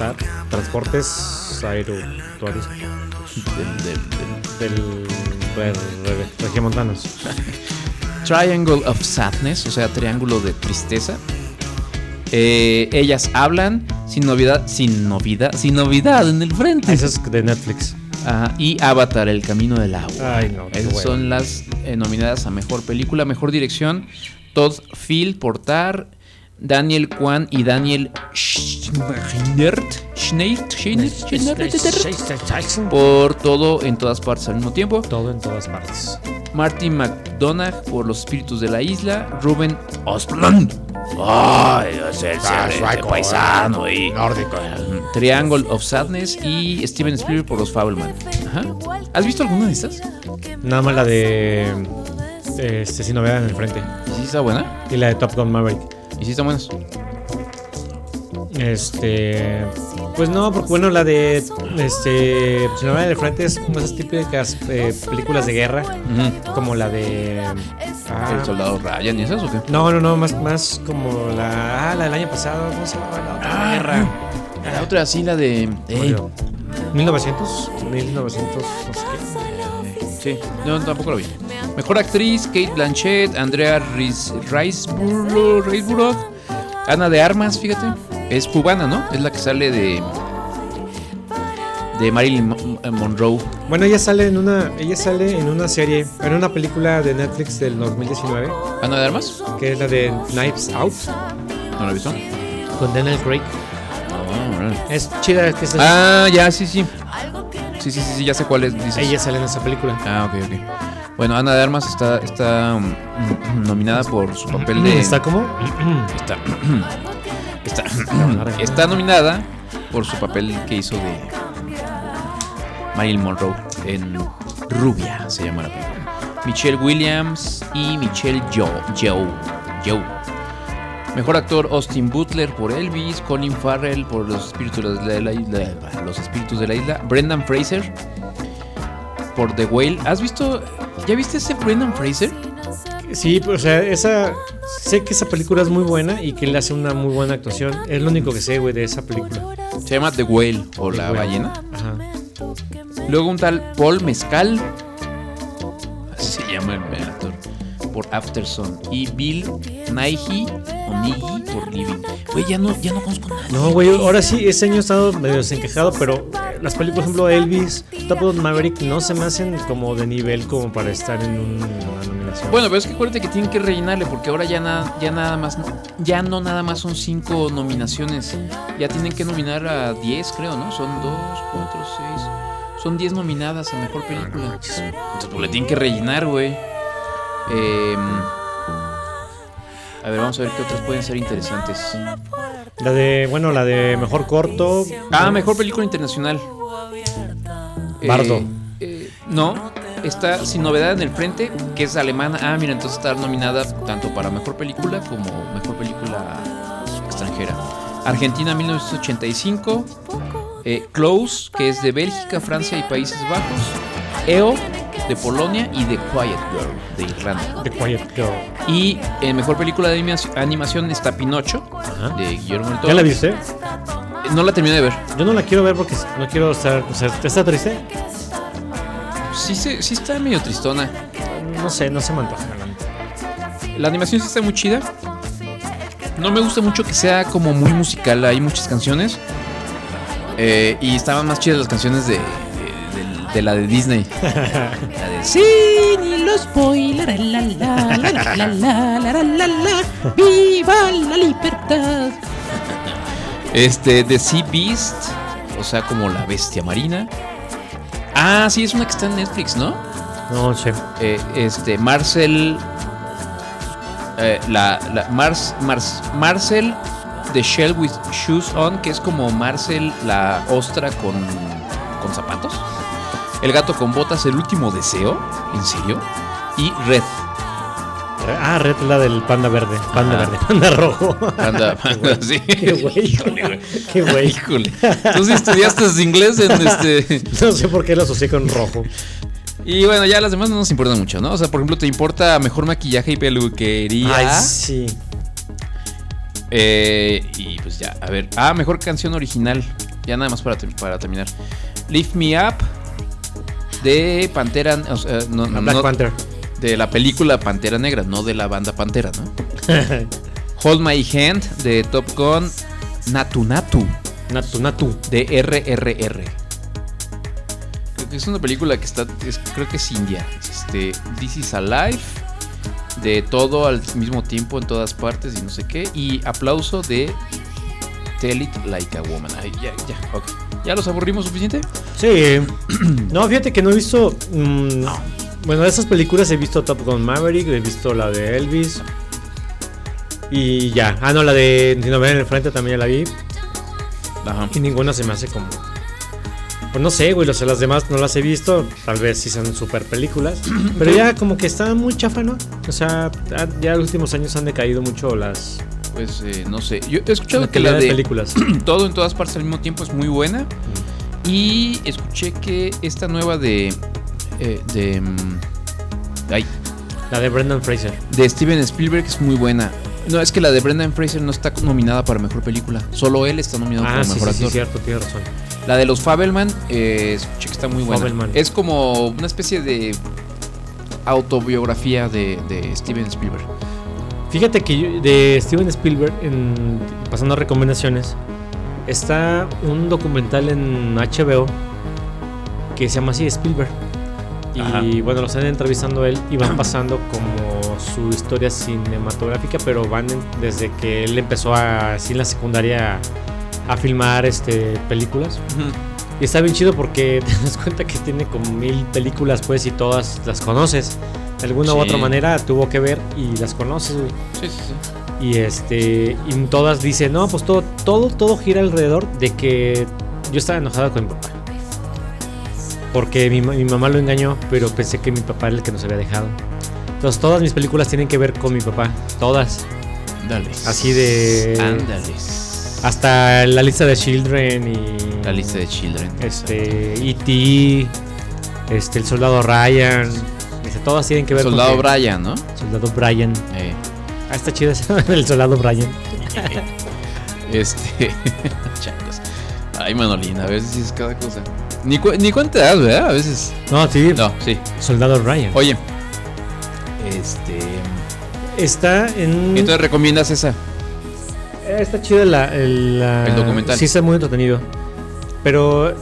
[SPEAKER 17] Transportes aeroportuarios. Del. Del. Del. Regiomontanos.
[SPEAKER 11] Triangle of Sadness, o sea, triángulo de tristeza. Eh, ellas hablan sin novedad, sin novedad, sin novedad en el frente. Eso
[SPEAKER 17] es Ah, de Netflix.
[SPEAKER 11] y Avatar, el camino del agua.
[SPEAKER 17] Ay, no, qué
[SPEAKER 11] Esas
[SPEAKER 17] bueno.
[SPEAKER 11] son las eh, nominadas a mejor película, mejor dirección. Todd Phil Portar, Daniel Kwan y Daniel Schneider. Schneider. por todo en todas partes al mismo tiempo.
[SPEAKER 17] Todo en todas partes.
[SPEAKER 11] Martin McDonagh por los espíritus de la isla. Ruben Ostlund. Ay, es el cierre de paisano y nórdico. Triangle of Sadness y Steven Spielberg por los Fableman. Ajá. ¿Has visto alguna de estas?
[SPEAKER 17] Nada más la de. Este, sin novedad en el frente.
[SPEAKER 11] ¿Y si está buena?
[SPEAKER 17] Y la de Top Gun Maverick.
[SPEAKER 11] ¿Y si están buenas?
[SPEAKER 17] Este. Pues no, porque bueno, la de. Este. Sin novedad en el frente es como esas típicas eh, películas de guerra. Como la de. ah,
[SPEAKER 11] ¿El soldado Ryan y esas o qué?
[SPEAKER 17] No, no, no, más, más como la, ah, la del año pasado, ¿cómo se llama? La otra guerra.
[SPEAKER 11] La otra sí, la de... eh,
[SPEAKER 17] 1900, 1900, no sé
[SPEAKER 11] Sí, no, tampoco lo vi. Mejor actriz, Kate Blanchett, Andrea Riz- Riseborough, Riseborough, Ana de Armas, fíjate. Es cubana, ¿no? Es la que sale de... De Marilyn Mo- Monroe.
[SPEAKER 17] qué. Bueno, ella sale en una, ella sale en una serie, en una película de Netflix del 2019,
[SPEAKER 11] ¿Ana de Armas?
[SPEAKER 17] que es la de Knives Out
[SPEAKER 11] ¿No la he visto?
[SPEAKER 17] con Daniel Craig.
[SPEAKER 11] Ah, órale.
[SPEAKER 17] Es chida que es
[SPEAKER 11] Ah, ya, sí, sí. Sí, sí, sí, sí, ya sé cuál es. dices.
[SPEAKER 17] Ella sale en esa película.
[SPEAKER 11] Ah, ok, ok. Bueno, Ana de Armas está, está mm, nominada por su papel de.
[SPEAKER 17] ¿Está cómo?
[SPEAKER 11] Está. Está, está nominada por su papel que hizo de Marilyn Monroe en Rubia, se llama la película. Michelle Williams y Michelle Joe. Joe. Mejor actor Austin Butler por Elvis, Colin Farrell por Los Espíritus de la Isla, Los Espíritus de la Isla, Brendan Fraser por The Whale. ¿Has visto? ¿Ya viste ese Brendan Fraser?
[SPEAKER 17] Sí, pues, o sea, esa. Sé que esa película es muy buena y que él hace una muy buena actuación. Es lo único que sé, güey, de esa película.
[SPEAKER 11] Se llama The Whale o
[SPEAKER 17] The
[SPEAKER 11] la
[SPEAKER 17] Whale.
[SPEAKER 11] ballena.
[SPEAKER 17] Ajá.
[SPEAKER 11] Luego un tal Paul Mezcal. Así se llama el actor. Por Afterson. Y Bill Nighy Onigi por Living. Güey, ya no, ya no conozco nada.
[SPEAKER 17] No, güey, ahora sí, ese año he estado medio desencajado, pero las películas, por ejemplo, Elvis, Top Gun Maverick, no se me hacen como de nivel como para estar en un- una nominación.
[SPEAKER 11] Bueno, pero es que acuérdate que tienen que rellenarle porque ahora ya, na- ya nada más, ya no nada más son cinco nominaciones. Ya tienen que nominar a 10, creo, ¿no? Son dos, cuatro, seis. Son 10 nominadas a mejor película. Entonces, pues le tienen que rellenar, güey. Eh, a ver, vamos a ver qué otras pueden ser interesantes.
[SPEAKER 17] La de, bueno, la de mejor corto.
[SPEAKER 11] Ah, mejor película internacional. Eh,
[SPEAKER 17] Bardo.
[SPEAKER 11] eh, no, está sin novedad en el frente, que es alemana. Ah, mira, entonces está nominada tanto para mejor película como mejor película extranjera. Argentina 1985. eh, Close, que es de Bélgica, Francia y Países Bajos. EO, de Polonia. Y The Quiet Girl, de Irlanda.
[SPEAKER 17] The Quiet Girl.
[SPEAKER 11] Y en mejor película de animación- animación está Pinocho, de Guillermo del Toro.
[SPEAKER 17] ¿Ya la viste?
[SPEAKER 11] Eh, No la terminé de ver.
[SPEAKER 17] Yo no la quiero ver porque no quiero estar. O sea, ¿está triste?
[SPEAKER 11] Sí, se- sí está medio tristona.
[SPEAKER 17] No sé, no se me antoja. la neta.
[SPEAKER 11] La animación sí está muy chida. No me gusta mucho que sea como muy musical. Hay muchas canciones. Eh, y estaban más chidas las canciones de, de- del- de la de Disney. La de sí.
[SPEAKER 15] Sin los spoilers, la la la la la la la la la. ¡Viva la libertad!
[SPEAKER 11] Este, The Sea Beast. O sea, como la bestia marina. Ah, sí, es una que está en Netflix, ¿no?
[SPEAKER 17] No sé.
[SPEAKER 11] este, Marcel. eh, la, la- Mars, Mars- Marcel The Shell with Shoes On, que es como Marcel la ostra con, con zapatos. El gato con botas, el último deseo, en serio. Y Red.
[SPEAKER 17] Ah, Red, la del panda verde. Panda
[SPEAKER 11] Ajá.
[SPEAKER 17] verde, panda rojo.
[SPEAKER 11] Ah. Panda, panda, sí.
[SPEAKER 17] Qué güey.
[SPEAKER 11] Híjole, güey.
[SPEAKER 17] Qué güey.
[SPEAKER 11] Híjole. Tú sí estudiaste inglés en este-
[SPEAKER 17] No sé por qué lo asocié con rojo.
[SPEAKER 11] Y bueno, ya las demás no nos importan mucho, ¿no? O sea, por ejemplo, te importa mejor maquillaje y peluquería.
[SPEAKER 17] Ay, sí.
[SPEAKER 11] Eh, y pues ya, a ver. Ah, mejor canción original. Ya nada más para, ter- para terminar. Lift Me Up de Pantera. o sea, no,
[SPEAKER 17] La Black
[SPEAKER 11] no-
[SPEAKER 17] Panther.
[SPEAKER 11] De la película Pantera Negra, no de la banda Pantera, ¿no? Hold My Hand de Top Gun. Natu Natu.
[SPEAKER 17] Natu Natu.
[SPEAKER 11] De RRR. Creo que es una película que está. es- creo que es india. Este. This is Alive. De todo al mismo tiempo en todas partes y no sé qué. Y aplauso de Tell It Like a Woman. Ay, ya, ya, ok. ¿Ya los aburrimos suficiente?
[SPEAKER 17] Sí. No, fíjate que no he visto. mm, Bueno, de esas películas he visto Top Gun Maverick, he visto la de Elvis. Y ya. Ah, no, la de Sin Novedad en el Frente también ya la vi. Y ninguna se me hace como. Pues no sé, güey, o sea, las demás no las he visto. Tal vez sí sean super películas. Pero ya como que está muy chafa, ¿no? O sea, ya- ya en los últimos años han decaído mucho las.
[SPEAKER 11] Pues eh, no sé. Yo he escuchado
[SPEAKER 17] La
[SPEAKER 11] que la
[SPEAKER 17] calidad
[SPEAKER 11] de,
[SPEAKER 17] de películas.
[SPEAKER 11] todo en todas partes al mismo tiempo es muy buena. Y escuché que esta nueva de. eh, de. mm, ay.
[SPEAKER 17] La de Brendan Fraser.
[SPEAKER 11] De Steven Spielberg es muy buena. No, es que la de Brendan Fraser no está nominada para mejor película. Solo él está nominado
[SPEAKER 17] Ah,
[SPEAKER 11] para
[SPEAKER 17] sí,
[SPEAKER 11] mejor
[SPEAKER 17] sí, sí,
[SPEAKER 11] actor.
[SPEAKER 17] cierto, tienes razón.
[SPEAKER 11] La de los Fabelman, eh, escuché que está muy buena.
[SPEAKER 17] Fabelman.
[SPEAKER 11] Es como una especie de autobiografía de, de Steven Spielberg.
[SPEAKER 17] Fíjate que yo- de Steven Spielberg, en, pasando a recomendaciones, está un documental en HBO que se llama así Spielberg. Y
[SPEAKER 10] Ajá.
[SPEAKER 17] bueno, lo están entrevistando él y van pasando como su historia cinematográfica, pero van en- desde que él empezó a, así en la secundaria a filmar este, películas.
[SPEAKER 10] Y está bien chido porque te das cuenta que tiene como mil películas, pues, y todas las conoces. De alguna
[SPEAKER 11] Sí.
[SPEAKER 10] u otra manera tuvo que ver y las conoces, güey.
[SPEAKER 11] Sí, sí, sí.
[SPEAKER 10] Y este. Y todas dicen, no, pues todo, todo, todo gira alrededor de que yo estaba enojada con mi papá. Porque mi, ma- mi mamá lo engañó, pero pensé que mi papá era el que nos había dejado. Entonces todas mis películas tienen que ver con mi papá. Todas.
[SPEAKER 11] Ándale.
[SPEAKER 10] Así de.
[SPEAKER 11] Ándale.
[SPEAKER 10] Hasta la lista de Children y.
[SPEAKER 11] La lista de Children.
[SPEAKER 10] Este. E.T. Este, el soldado Ryan. Este, todas tienen que ver
[SPEAKER 11] Soldado
[SPEAKER 10] que-
[SPEAKER 11] Brian, ¿no? Eh,
[SPEAKER 10] Soldado Brian. Ah, está chido ese, el soldado Brian.
[SPEAKER 11] Este. Chacos. Ay, Manolín, a veces dices cada cosa. Ni, cu- ni cuenta te das, ¿verdad? A veces.
[SPEAKER 10] No, sí.
[SPEAKER 11] No, sí.
[SPEAKER 10] Soldado Ryan.
[SPEAKER 11] Oye. Este.
[SPEAKER 10] Está en.
[SPEAKER 11] Entonces recomiendas esa.
[SPEAKER 10] Eh, Está chido la- el, la-
[SPEAKER 11] El documental.
[SPEAKER 10] Sí, está muy entretenido. Pero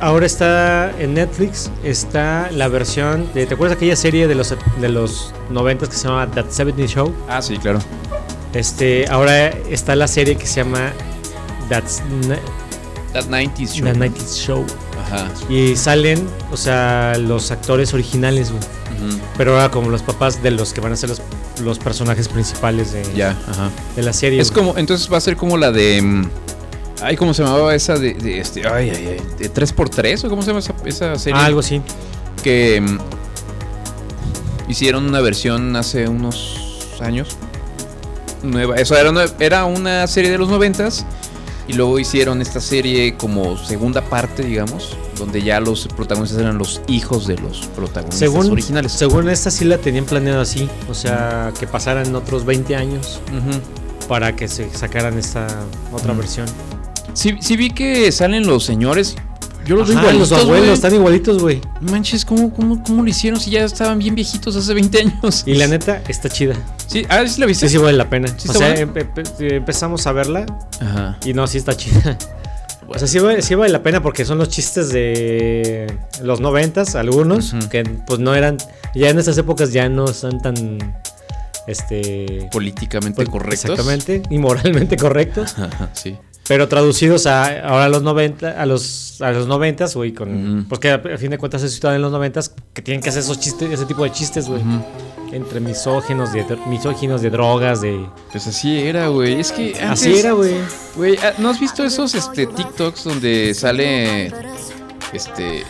[SPEAKER 10] ahora está en Netflix. Está la versión. De, ¿Te acuerdas de aquella serie de los, de los 90 que se llama That 70 Show?
[SPEAKER 11] Ah, sí, claro.
[SPEAKER 10] Este, ahora está la serie que se llama That's Ni-
[SPEAKER 11] That 90s Show.
[SPEAKER 10] The 90s Show.
[SPEAKER 11] Ajá.
[SPEAKER 10] Y salen, o sea, los actores originales, güey.
[SPEAKER 11] Ujú.
[SPEAKER 10] Pero ahora como los papás de los que van a ser los, los personajes principales de,
[SPEAKER 11] Ya, ajá.
[SPEAKER 10] de la serie.
[SPEAKER 11] Es
[SPEAKER 10] güey. Ah,
[SPEAKER 11] como, entonces va a ser como la de. mm, Ay, ¿cómo se llamaba esa de, de este? Ay, ay, ay. De 3x3 o cómo se llama esa, esa serie?
[SPEAKER 10] Ah, algo así.
[SPEAKER 11] Que mm, hicieron una versión hace unos años. Nueva. Eso era una, era una serie de los noventas. Y luego hicieron esta serie como segunda parte, digamos, donde ya los protagonistas eran los hijos de los protagonistas
[SPEAKER 10] Según,
[SPEAKER 11] originales.
[SPEAKER 10] según esta sí la tenían planeado así, o sea, que pasaran otros 20 años para que se sacaran esta otra
[SPEAKER 11] Ujú.
[SPEAKER 10] versión.
[SPEAKER 11] Sí, sí vi que salen los señores. Yo los veo
[SPEAKER 10] Ajá,
[SPEAKER 11] igualitos,
[SPEAKER 10] los abuelos
[SPEAKER 11] güey.
[SPEAKER 10] están igualitos, güey.
[SPEAKER 11] No Manches, ¿cómo, cómo, cómo lo hicieron si ya estaban bien viejitos hace 20 años?
[SPEAKER 10] Y la neta está chida.
[SPEAKER 11] Sí, ah, sí la viste.
[SPEAKER 10] Sí, sí vale la pena.
[SPEAKER 11] Sí
[SPEAKER 10] o
[SPEAKER 11] está
[SPEAKER 10] sea,
[SPEAKER 11] buena.
[SPEAKER 10] empe- empe- empezamos a verla
[SPEAKER 11] Ajá.
[SPEAKER 10] y no, sí está chida. O sea, sí vale, sí vale la pena porque son los chistes de los noventas, algunos, que pues no eran, ya en estas épocas ya no son tan, este...
[SPEAKER 11] Políticamente
[SPEAKER 10] pol-
[SPEAKER 11] correctos.
[SPEAKER 10] Exactamente, y moralmente correctos.
[SPEAKER 11] Ajá, sí.
[SPEAKER 10] Pero traducidos a ahora a los 90, a los a los 90, güey, con porque a, a fin de cuentas se situaban en los 90 que tienen que hacer esos chistes, ese tipo de chistes, güey. Entre misógenos de dro- misóginos de drogas de
[SPEAKER 11] Pues así era, güey. Es que
[SPEAKER 10] Así
[SPEAKER 11] antes-
[SPEAKER 10] era, güey.
[SPEAKER 11] Güey, ah, ¿no has visto esos este, TikToks donde sale. Este. eh,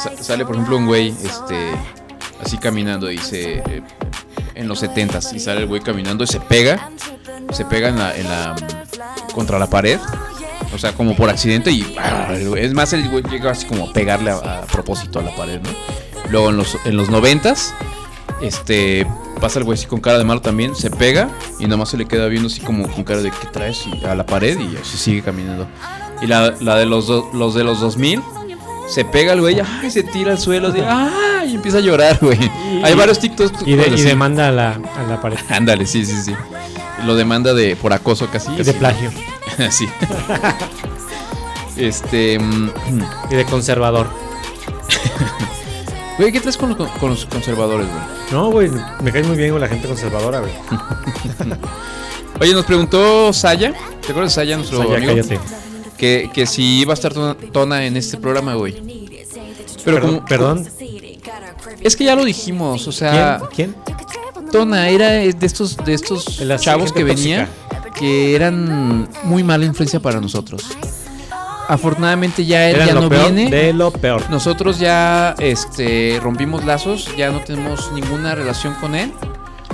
[SPEAKER 11] sa- sale, por ejemplo, un güey, este. Así caminando y se. eh, en los 70s. Y sale el güey caminando y se pega. Se pega en la. en la- contra la pared. O sea, como por accidente y. ah, el güey- Es más, el güey llega así como a pegarle a, a propósito a la pared, ¿no? Luego en los, en los 90s. Este pasa el güey así con cara de malo también, se pega y nada más se le queda viendo así como con cara de qué traes y a la pared y así sigue caminando. Y la, la de los, do- los de los 2000 se pega el güey ay, se tira al suelo así, "Ay", y empieza a llorar, güey. Hay varios TikToks
[SPEAKER 10] y, de- y
[SPEAKER 11] así.
[SPEAKER 10] demanda a la, a la pared.
[SPEAKER 11] Ándale, sí, sí, sí. Lo demanda de por acoso casi.
[SPEAKER 10] De plagio.
[SPEAKER 11] sí. Este
[SPEAKER 10] y de conservador.
[SPEAKER 11] Güey, ¿qué traes con, los- con los conservadores, güey?
[SPEAKER 10] No, güey, me cae muy bien con la gente conservadora, güey.
[SPEAKER 11] Oye, nos preguntó Saya. ¿Te acuerdas de Saya, nuestro
[SPEAKER 10] Saya,
[SPEAKER 11] amigo?
[SPEAKER 10] cállate.
[SPEAKER 11] Que, que si iba a estar tona, Tona en este programa, güey. Pero
[SPEAKER 10] Perdón,
[SPEAKER 11] como-
[SPEAKER 10] perdón.
[SPEAKER 11] Es que ya lo dijimos, o sea.
[SPEAKER 10] ¿Quién?
[SPEAKER 11] Tona era de estos, de estos chavos que
[SPEAKER 10] gente
[SPEAKER 11] venía que eran muy mala influencia para nosotros. Afortunadamente ya él
[SPEAKER 10] Eran
[SPEAKER 11] ya
[SPEAKER 10] lo
[SPEAKER 11] no
[SPEAKER 10] peor
[SPEAKER 11] viene.
[SPEAKER 10] de lo peor.
[SPEAKER 11] Nosotros ya este, rompimos lazos, ya no tenemos ninguna relación con él.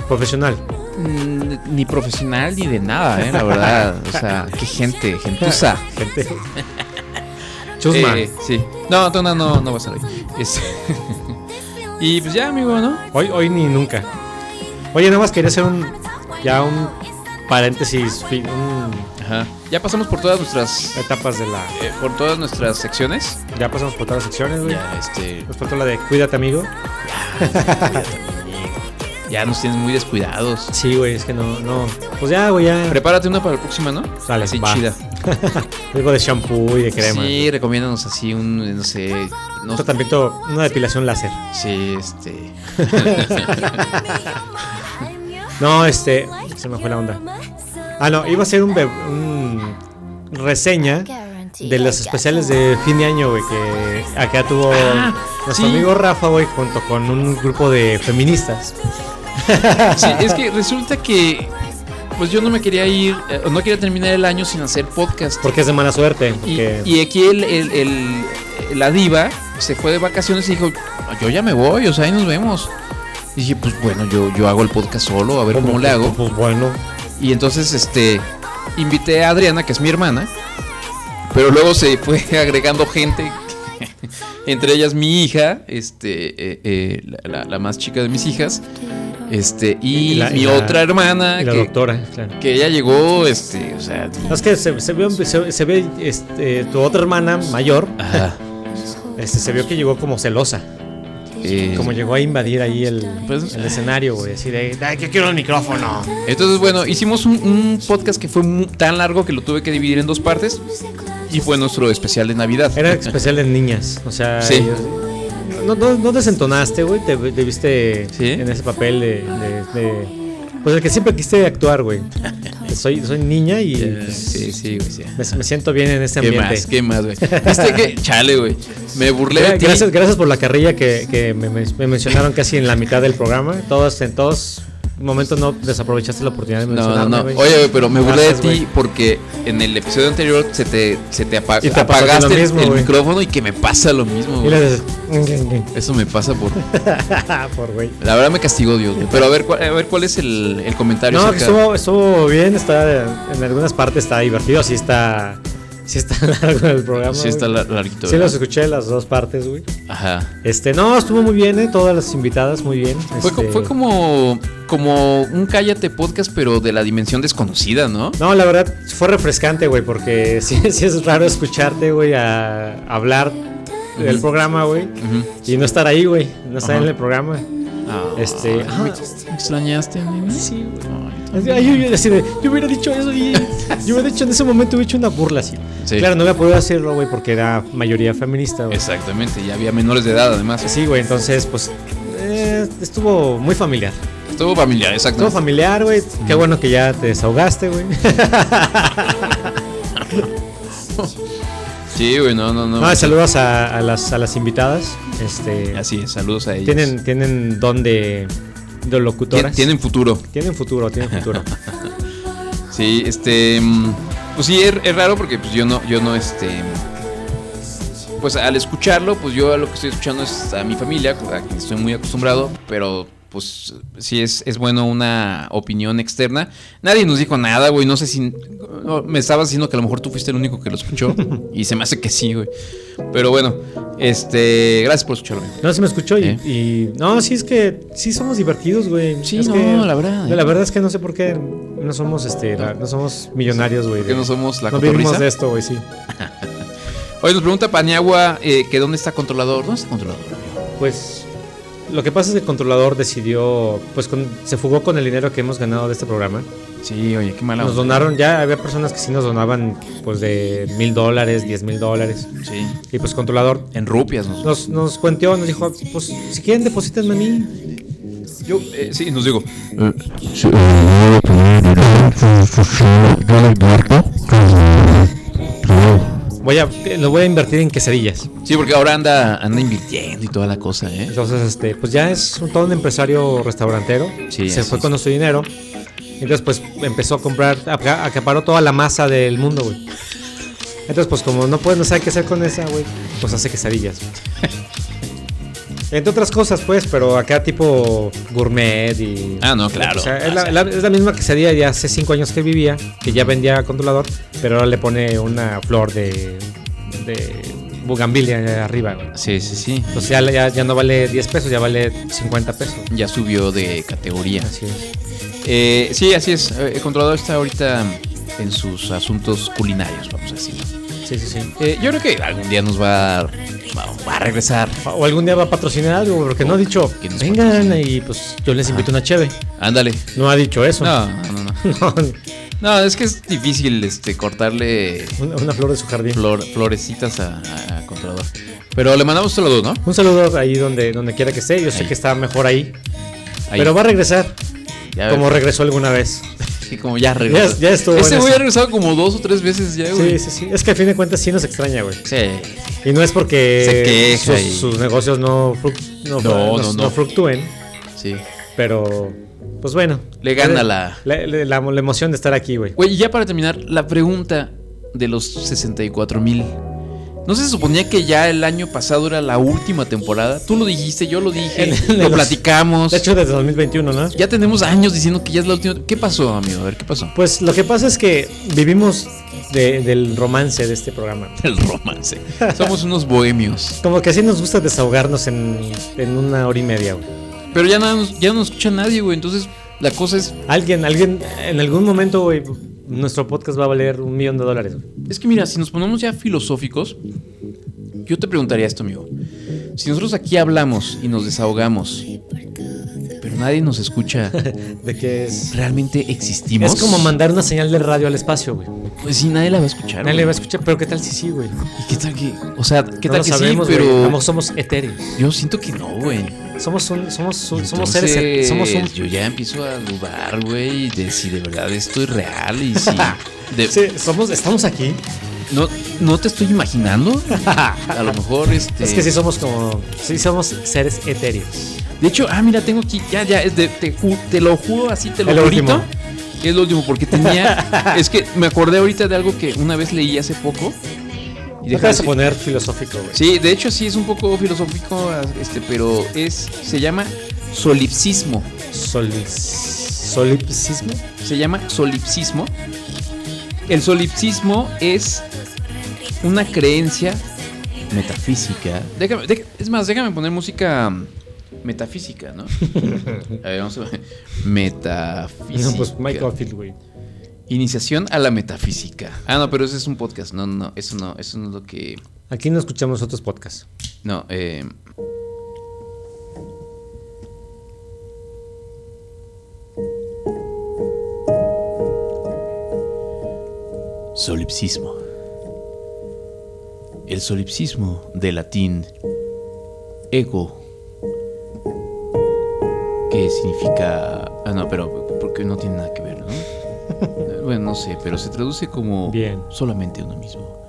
[SPEAKER 10] Profesional.
[SPEAKER 11] Mm, Ni profesional ni de nada, ¿eh? la verdad. O sea, qué gente, gentuza.
[SPEAKER 10] Gente. Chusma.
[SPEAKER 11] Eh, sí. No, Tona no, no va a salir. Es- y pues ya, amigo, ¿no?
[SPEAKER 10] Hoy, hoy ni nunca. Oye, nada más quería hacer un ya un paréntesis, fin- un-
[SPEAKER 11] Ya pasamos por todas nuestras eh,
[SPEAKER 10] etapas de la.
[SPEAKER 11] por todas nuestras secciones.
[SPEAKER 10] Ya pasamos por todas las secciones, güey.
[SPEAKER 11] Ya, este.
[SPEAKER 10] Nos faltó la de cuídate, amigo.
[SPEAKER 11] Ya nos tienes muy descuidados.
[SPEAKER 10] Sí, güey, es que no, no. Pues ya, güey, ya.
[SPEAKER 11] Prepárate una para la próxima, ¿no?
[SPEAKER 10] Sale,
[SPEAKER 11] Así
[SPEAKER 10] va.
[SPEAKER 11] chida.
[SPEAKER 10] Algo de shampoo y de crema.
[SPEAKER 11] Sí, recomiéndanos así un, no sé. No,
[SPEAKER 10] Tratamiento, una depilación láser.
[SPEAKER 11] Sí, este.
[SPEAKER 10] No, este. Ah, Se me fue la onda. Ah, no, iba a ser un, be- un reseña de los especiales de fin de año, güey, que acá tuvo
[SPEAKER 11] Ah,
[SPEAKER 10] nuestro
[SPEAKER 11] sí.
[SPEAKER 10] amigo Rafa, güey, junto con un grupo de feministas.
[SPEAKER 11] Sí, es que resulta que pues yo no me quería ir, eh, no quería terminar el año sin hacer podcast.
[SPEAKER 10] Porque es de mala suerte. porque-
[SPEAKER 11] Y aquí el, el- el- la diva se fue de vacaciones y dijo, yo ya me voy, o sea, ahí nos vemos. Y dije, pues bueno, yo, yo hago el podcast solo, a ver cómo le hago.
[SPEAKER 10] Pues bueno.
[SPEAKER 11] Y entonces, este, invité a Adriana, que es mi hermana, pero luego se fue agregando gente, entre ellas mi hija, este, eh, eh, la, la- la más chica de mis hijas, este, y,
[SPEAKER 10] la-
[SPEAKER 11] mi
[SPEAKER 10] la-
[SPEAKER 11] otra hermana,
[SPEAKER 10] y la
[SPEAKER 11] Ah, que,
[SPEAKER 10] doctora, claro.
[SPEAKER 11] que ella llegó, este, o sea,
[SPEAKER 10] No, es que se, se vio, se, se ve este, tu otra hermana mayor. Este, se vio que llegó como celosa.
[SPEAKER 11] eh,
[SPEAKER 10] como llegó a invadir ahí el,
[SPEAKER 11] Pues,
[SPEAKER 10] el escenario, güey. Así de, "Ay, yo quiero el micrófono.
[SPEAKER 11] Entonces, bueno, hicimos un, un podcast que fue mu- tan largo que lo tuve que dividir en dos partes. Y fue nuestro especial de Navidad.
[SPEAKER 10] Era especial de niñas. O sea,
[SPEAKER 11] Sí.
[SPEAKER 10] yo- no, no, no desentonaste, güey. Te, te viste en ese papel de, de- de- Pues el que siempre quisiste actuar, güey. Soy, soy niña y. pues,
[SPEAKER 11] Sí, sí, güey. sí.
[SPEAKER 10] Me, me siento bien en este
[SPEAKER 11] ¿Qué
[SPEAKER 10] ambiente.
[SPEAKER 11] más? ¿Qué más, güey? Viste que, chale, güey. Me burlé de ti.
[SPEAKER 10] Gracias, gracias por la carrilla que, que me, me- me mencionaron casi en la mitad del programa. Todos, en todos momentos no desaprovechaste la oportunidad de
[SPEAKER 11] No, no,
[SPEAKER 10] mencionarme.
[SPEAKER 11] no.
[SPEAKER 10] güey.
[SPEAKER 11] Oye, güey, pero me burlé de
[SPEAKER 10] Gracias,
[SPEAKER 11] ti
[SPEAKER 10] güey.
[SPEAKER 11] porque en el episodio anterior se te, se te, apa-
[SPEAKER 10] Y te pasó
[SPEAKER 11] apagaste
[SPEAKER 10] lo mismo,
[SPEAKER 11] el
[SPEAKER 10] güey.
[SPEAKER 11] micrófono y que me pasa lo mismo,
[SPEAKER 10] Y
[SPEAKER 11] güey.
[SPEAKER 10] le dices, "Mm, mm,
[SPEAKER 11] Eso me pasa por.
[SPEAKER 10] mm". por güey.
[SPEAKER 11] La verdad me castigó Dios, güey. Pero a ver, cuál- a ver cuál es el, el comentario.
[SPEAKER 10] No,
[SPEAKER 11] acerca-
[SPEAKER 10] que estuvo, estuvo bien, está en algunas partes está divertido, sí está, sí está largo el programa.
[SPEAKER 11] Sí está
[SPEAKER 10] güey.
[SPEAKER 11] lar- larguito,
[SPEAKER 10] Sí
[SPEAKER 11] ¿verdad?
[SPEAKER 10] los escuché las dos partes, güey.
[SPEAKER 11] Ajá.
[SPEAKER 10] Este, no, estuvo muy bien, eh, todas las invitadas muy bien.
[SPEAKER 11] Fue, co-
[SPEAKER 10] este.
[SPEAKER 11] fue como, como un cállate podcast, pero de la dimensión desconocida, ¿no?
[SPEAKER 10] No, la verdad fue refrescante, güey, porque sí, sí es raro escucharte, güey, a hablar del
[SPEAKER 11] Ujú.
[SPEAKER 10] programa, güey,
[SPEAKER 11] Ujú.
[SPEAKER 10] y no estar ahí, güey, no estar
[SPEAKER 11] Ajá.
[SPEAKER 10] en el programa. Este,
[SPEAKER 11] Ah, ¿me extrañaste, nene? Sí,
[SPEAKER 10] Así, ay, yo, yo así de, yo hubiera dicho eso y yo hubiera dicho en ese momento hubiera hecho una burla así.
[SPEAKER 11] Sí.
[SPEAKER 10] Claro, no había podido hacerlo, güey, porque era mayoría feminista, güey.
[SPEAKER 11] Exactamente, ya había menores de edad, además.
[SPEAKER 10] Sí, güey, entonces, pues, eh, estuvo muy familiar.
[SPEAKER 11] Estuvo familiar, exacto.
[SPEAKER 10] Estuvo familiar, güey. Qué bueno que ya te desahogaste, güey.
[SPEAKER 11] Sí, güey, no, no, no.
[SPEAKER 10] No, Ah, saludos a, a las, a las invitadas. Este,
[SPEAKER 11] Así es, saludos a ellas.
[SPEAKER 10] tienen, tienen don de, de locutoras.
[SPEAKER 11] Tien- tienen futuro.
[SPEAKER 10] Tienen futuro, tienen futuro.
[SPEAKER 11] Sí, este. mm, Pues sí, es, es raro porque pues, yo no, yo no, este. Pues al escucharlo, pues yo a lo que estoy escuchando es a mi familia, a quien estoy muy acostumbrado, pero pues sí es, es bueno una opinión externa. Nadie nos dijo nada, güey, no sé si... no, me estabas diciendo que a lo mejor tú fuiste el único que lo escuchó y se me hace que sí, güey. Pero bueno, este... Gracias por escucharme.
[SPEAKER 10] No, sí me escuchó y,
[SPEAKER 11] ¿Eh?
[SPEAKER 10] y- No, sí es que sí somos divertidos, güey.
[SPEAKER 11] Sí,
[SPEAKER 10] Es
[SPEAKER 11] no,
[SPEAKER 10] que-
[SPEAKER 11] la verdad.
[SPEAKER 10] La verdad es que no sé por qué no somos, este, la- no somos millonarios, güey.
[SPEAKER 11] ¿Por qué
[SPEAKER 10] de-
[SPEAKER 11] no somos la
[SPEAKER 10] No vivimos
[SPEAKER 11] cotorrisa?
[SPEAKER 10] de esto, güey, sí.
[SPEAKER 11] Oye, nos pregunta Paniagua eh, que dónde está Controlador. ¿Dónde está Controlador? amigo?
[SPEAKER 10] Pues lo que pasa es que el controlador decidió, pues con- se fugó con el dinero que hemos ganado de este programa.
[SPEAKER 11] Sí, oye, qué mala
[SPEAKER 10] Nos
[SPEAKER 11] onda.
[SPEAKER 10] donaron, ya había personas que sí nos donaban pues de mil dólares, diez mil dólares.
[SPEAKER 11] Sí.
[SPEAKER 10] Y pues controlador
[SPEAKER 11] En rupias nos...
[SPEAKER 10] nos, nos cuenteó, nos dijo, pues si quieren deposítenme a mí.
[SPEAKER 11] Yo, eh, sí, nos digo.
[SPEAKER 10] Voy a, lo voy a invertir en quesadillas.
[SPEAKER 11] Sí, porque ahora anda, anda invirtiendo y toda la cosa, ¿eh?
[SPEAKER 10] Entonces, este, pues ya es un, todo un empresario restaurantero.
[SPEAKER 11] Sí,
[SPEAKER 10] se
[SPEAKER 11] así
[SPEAKER 10] fue
[SPEAKER 11] es.
[SPEAKER 10] con nuestro dinero. Entonces, pues empezó a comprar, aca- acaparó toda la masa del mundo, güey. Entonces, pues como no puedes, no sabe qué hacer con esa, güey, pues hace quesadillas. Entre otras cosas, pues, pero acá tipo gourmet y...
[SPEAKER 11] Ah, no, claro.
[SPEAKER 10] O sea, es, la, la- es la misma quesadilla de hace cinco años que vivía, que ya vendía a controlador, pero ahora le pone una flor de, de bugambilia arriba, güey.
[SPEAKER 11] Sí, sí, sí.
[SPEAKER 10] O sea, ya, ya no vale 10 pesos, ya vale 50 pesos.
[SPEAKER 11] Ya subió de categoría.
[SPEAKER 10] Así es.
[SPEAKER 11] Eh, sí, así es. Eh, El controlador está ahorita en sus asuntos culinarios, vamos a decirlo.
[SPEAKER 10] Sí, sí, sí.
[SPEAKER 11] Eh, yo creo que algún día nos va a, va- va a regresar.
[SPEAKER 10] O algún día va a patrocinar algo, porque no ha dicho,
[SPEAKER 11] que nos
[SPEAKER 10] vengan y pues yo les invito una cheve.
[SPEAKER 11] Ándale.
[SPEAKER 10] No ha dicho eso.
[SPEAKER 11] Ah. No, no,
[SPEAKER 10] No,
[SPEAKER 11] no. No, es que es difícil este, cortarle
[SPEAKER 10] una, una flor de su jardín.
[SPEAKER 11] flor- florecitas a, a- a controlador. Pero le mandamos un saludo, ¿no?
[SPEAKER 10] Un saludo ahí donde, donde quiera que esté. Yo sé que está mejor ahí.
[SPEAKER 11] Ahí.
[SPEAKER 10] Pero va a regresar.
[SPEAKER 11] Ya
[SPEAKER 10] como
[SPEAKER 11] ves.
[SPEAKER 10] regresó alguna vez.
[SPEAKER 11] dije como
[SPEAKER 17] Ya,
[SPEAKER 11] ya regresó.
[SPEAKER 17] ya estuvo.
[SPEAKER 11] Ese
[SPEAKER 17] bueno
[SPEAKER 11] güey
[SPEAKER 17] eso.
[SPEAKER 11] ha regresado como dos o tres veces ya, güey.
[SPEAKER 17] Sí, sí, sí. Es que a fin de cuentas sí nos extraña, güey.
[SPEAKER 11] Sí.
[SPEAKER 17] Y no es porque
[SPEAKER 11] Se queja
[SPEAKER 17] sus,
[SPEAKER 11] y-
[SPEAKER 17] sus negocios no, fruc- no,
[SPEAKER 11] No,
[SPEAKER 17] no,
[SPEAKER 11] no, no.
[SPEAKER 17] no fluctúen.
[SPEAKER 11] Sí.
[SPEAKER 17] Pero, pues bueno.
[SPEAKER 11] Le gana la-
[SPEAKER 17] La, la- la- la emoción de estar aquí, güey.
[SPEAKER 11] Güey, y ya para terminar, la pregunta de los 64 mil. ¿No se suponía que ya el año pasado era la última temporada? Tú lo dijiste, yo lo dije,
[SPEAKER 17] El- de
[SPEAKER 11] lo
[SPEAKER 17] los-
[SPEAKER 11] platicamos.
[SPEAKER 17] De hecho, desde 2021, ¿no?
[SPEAKER 11] Ya tenemos años diciendo que ya es la última. ¿Qué pasó, amigo? A ver, ¿qué pasó?
[SPEAKER 17] Pues lo que pasa es que vivimos de- del romance de este programa.
[SPEAKER 11] El romance. Somos unos bohemios.
[SPEAKER 17] Como que así nos gusta desahogarnos en, en una hora y media, güey.
[SPEAKER 11] Pero ya, nada nos- ya no escucha nadie, güey. Entonces, la cosa es.
[SPEAKER 17] Alguien, alguien, en algún momento, güey, nuestro podcast va a valer un millón de dólares. güey.
[SPEAKER 11] Es que mira, si nos ponemos ya filosóficos, yo te preguntaría esto, amigo. Si nosotros aquí hablamos y nos desahogamos, pero nadie nos escucha,
[SPEAKER 17] ¿De qué es?
[SPEAKER 11] ¿realmente existimos?
[SPEAKER 17] Es como mandar una señal de radio al espacio, güey.
[SPEAKER 11] Pues sí, nadie la va a escuchar.
[SPEAKER 17] Nadie
[SPEAKER 11] güey.
[SPEAKER 17] la va a escuchar, pero ¿qué tal si sí, güey?
[SPEAKER 11] ¿Y qué tal que.? O sea, ¿qué
[SPEAKER 17] No
[SPEAKER 11] tal
[SPEAKER 17] lo
[SPEAKER 11] que
[SPEAKER 17] sabemos,
[SPEAKER 11] sí,
[SPEAKER 17] güey.
[SPEAKER 11] pero.
[SPEAKER 17] Vamos, somos etéreos.
[SPEAKER 11] Yo siento que no, güey.
[SPEAKER 17] Somos un, somos un- somos
[SPEAKER 11] Entonces,
[SPEAKER 17] seres, somos un
[SPEAKER 11] Yo ya empiezo a dudar, güey, de si de verdad esto es real y si. de-
[SPEAKER 17] somos, estamos aquí.
[SPEAKER 11] No, no te estoy imaginando. A lo mejor este.
[SPEAKER 17] Es que sí somos como, sí somos seres etéreos.
[SPEAKER 11] De hecho, ah, mira, tengo aquí, ya, ya, es de- te, ju- te lo juro así, te lo
[SPEAKER 17] El
[SPEAKER 11] jurito,
[SPEAKER 17] último.
[SPEAKER 11] que es lo último, porque tenía, es que me acordé ahorita de algo que una vez leí hace poco.
[SPEAKER 17] No te
[SPEAKER 11] déjame
[SPEAKER 17] vas a
[SPEAKER 11] decir-
[SPEAKER 17] poner filosófico, güey.
[SPEAKER 11] Sí, de hecho sí es un poco filosófico, este, pero es, se llama solipsismo.
[SPEAKER 17] solipsismo.
[SPEAKER 11] Se llama solipsismo. El solipsismo es una creencia metafísica. Déjame, deja- es más, déjame poner música mm, metafísica, ¿no? A ver, vamos a ver. Metafísica.
[SPEAKER 17] No, pues Mike Caulfield, güey.
[SPEAKER 11] Iniciación a la metafísica. Ah, no, pero ese es un podcast. No, no, eso no, eso no es lo que.
[SPEAKER 17] Aquí no escuchamos otros podcasts.
[SPEAKER 11] No, eh. Solipsismo. El solipsismo de latín ego, que significa... Ah, no, pero porque no tiene nada que ver, ¿no? bueno, no sé, pero se traduce como solamente uno mismo.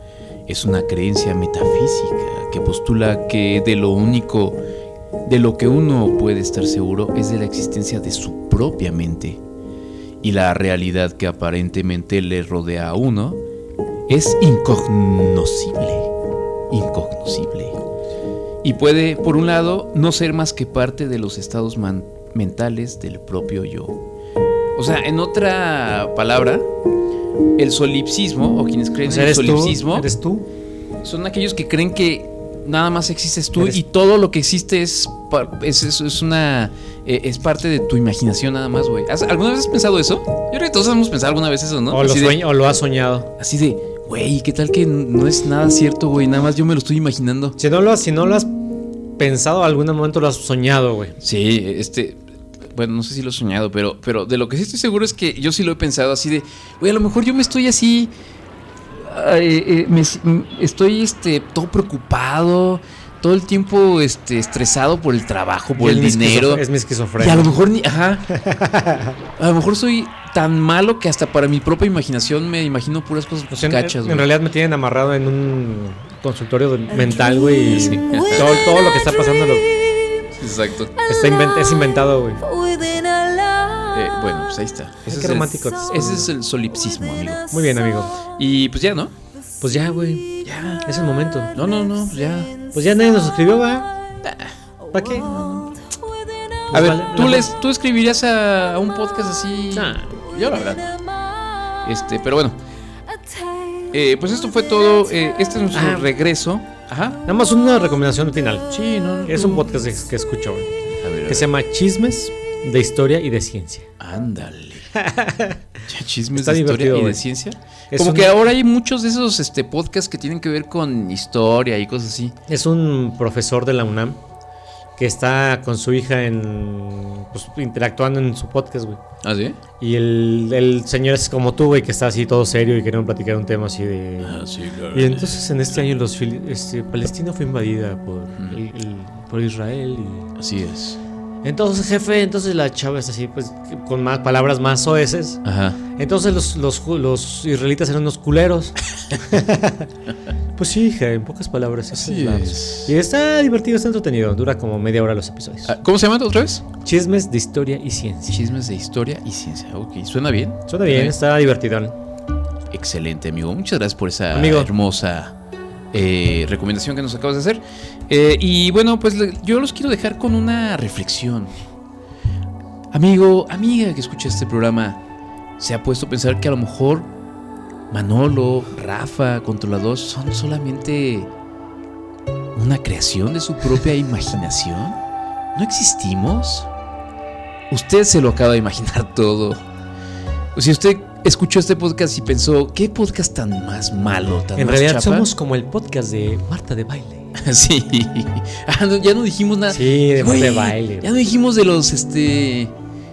[SPEAKER 11] Es una creencia metafísica que postula que de lo único, de lo que uno puede estar seguro es de la existencia de su propia mente. Y la realidad que aparentemente le rodea a uno es incognoscible. Incognoscible. Y puede, por un lado, no ser más que parte de los estados man- mentales del propio yo. O sea, en otra palabra, el solipsismo, o quienes creen
[SPEAKER 17] O sea,
[SPEAKER 11] en el
[SPEAKER 17] eres tú,
[SPEAKER 11] solipsismo,
[SPEAKER 17] eres tú.
[SPEAKER 11] son aquellos que creen que nada más existes tú
[SPEAKER 17] Eres-
[SPEAKER 11] y todo lo que existe es, par- es, es- es una eh, es parte de tu imaginación nada más, güey. ¿Has- ¿Alguna vez has pensado eso? Yo creo que todos hemos pensado alguna vez eso, ¿no?
[SPEAKER 17] O, lo
[SPEAKER 11] Así de-
[SPEAKER 17] sueño- o lo has soñado.
[SPEAKER 11] Así de, güey, ¿qué tal que no es nada cierto, güey? Nada más yo me lo estoy imaginando.
[SPEAKER 17] Si no lo, has- si no lo has pensado, algún momento lo has soñado, güey.
[SPEAKER 11] Sí, este. Bueno, no sé si lo he soñado, pero, pero de lo que sí estoy seguro es que yo sí lo he pensado así de, güey, a lo mejor yo me estoy así. ah, eh, eh, me s- m- estoy este, todo preocupado, todo el tiempo este, estresado por el trabajo, por
[SPEAKER 17] Y
[SPEAKER 11] el
[SPEAKER 17] es mi
[SPEAKER 11] dinero.
[SPEAKER 17] esquizo- es mi esquizofrenia.
[SPEAKER 11] Y a lo mejor ni. Ajá. A lo mejor soy tan malo que hasta para mi propia imaginación me imagino puras cosas
[SPEAKER 17] Pues En,
[SPEAKER 11] cachas,
[SPEAKER 17] en
[SPEAKER 11] güey.
[SPEAKER 17] realidad me tienen amarrado en un consultorio de- mental, güey. y Todo, todo lo que está pasando lo-
[SPEAKER 11] Eh, Exacto.
[SPEAKER 17] está inven- es inventado, güey.
[SPEAKER 11] Eh, bueno, pues ahí está. Ese
[SPEAKER 17] qué
[SPEAKER 11] es el-
[SPEAKER 17] romántico.
[SPEAKER 11] Ese es el solipsismo, amigo.
[SPEAKER 17] Muy bien, amigo.
[SPEAKER 11] Y pues ya, ¿no?
[SPEAKER 17] Pues ya, güey.
[SPEAKER 11] Ya.
[SPEAKER 17] Es el momento.
[SPEAKER 11] No, no, no, pues ya.
[SPEAKER 17] Pues ya nadie nos escribió, va. ¿Para qué?
[SPEAKER 11] A
[SPEAKER 17] Pues
[SPEAKER 11] ver,
[SPEAKER 17] vale,
[SPEAKER 11] ¿tú,
[SPEAKER 17] vale.
[SPEAKER 11] les, ¿tú escribirías a, a un podcast así? Yo la verdad. no. Este, pero bueno. Eh, pues esto fue todo. eh, este es nuestro
[SPEAKER 17] Ah.
[SPEAKER 11] regreso. Ajá.
[SPEAKER 17] Nada más una recomendación final.
[SPEAKER 11] Sí, no.
[SPEAKER 17] Es un podcast que- que escucho, güey.
[SPEAKER 11] A ver, a
[SPEAKER 17] Que
[SPEAKER 11] ver.
[SPEAKER 17] se llama Chismes de Historia y de Ciencia.
[SPEAKER 11] Ándale. Ya Chismes
[SPEAKER 17] Está
[SPEAKER 11] de historia
[SPEAKER 17] divertido,
[SPEAKER 11] y de
[SPEAKER 17] güey.
[SPEAKER 11] ciencia.
[SPEAKER 17] Es
[SPEAKER 11] Como
[SPEAKER 17] un-
[SPEAKER 11] que ahora hay muchos de esos este, podcasts que tienen que ver con historia y cosas así.
[SPEAKER 17] Es un profesor de la UNAM que está con su hija en pues, interactuando en su podcast, güey.
[SPEAKER 11] ¿Ah, sí?
[SPEAKER 17] Y el, el señor es como tú, güey, que está así todo serio y queremos platicar un tema así de...
[SPEAKER 11] Ah, sí, claro.
[SPEAKER 17] Y entonces en este año los fili- este, Palestina fue invadida por, el- el- por Israel y...
[SPEAKER 11] Así es.
[SPEAKER 17] Entonces, jefe, entonces la chava es así, pues, con más palabras más oeces.
[SPEAKER 11] Ajá.
[SPEAKER 17] Entonces los, los, ju- los israelitas eran unos culeros. pues sí, hija, en pocas palabras. eso
[SPEAKER 11] Así
[SPEAKER 17] es nada. Y está divertido, está entretenido. Dura como media hora los episodios.
[SPEAKER 11] Ah, ¿Cómo se llama otra vez?
[SPEAKER 17] Chismes de historia y ciencia.
[SPEAKER 11] Chismes de historia y ciencia. Ok, suena bien.
[SPEAKER 17] Suena bien, está divertidón.
[SPEAKER 11] Excelente, amigo. Muchas gracias por esa
[SPEAKER 17] Amigo.
[SPEAKER 11] hermosa eh, recomendación que nos acabas de hacer. Eh, y bueno, pues le- yo los quiero dejar con una reflexión. Amigo, amiga que escucha este programa, se ha puesto a pensar que a lo mejor Manolo, Rafa, Controlador son solamente una creación de su propia imaginación. ¿No existimos? Usted se lo acaba de imaginar todo. Si usted escuchó este podcast y pensó, ¿qué podcast tan más malo, tan
[SPEAKER 17] En
[SPEAKER 11] más
[SPEAKER 17] realidad
[SPEAKER 11] chapa?"
[SPEAKER 17] somos como el podcast de Marta de Baile.
[SPEAKER 11] sí. Ah, no, ya no dijimos nada.
[SPEAKER 17] Sí, de Marta de
[SPEAKER 11] Güey,
[SPEAKER 17] Baile.
[SPEAKER 11] Ya no dijimos de los, este...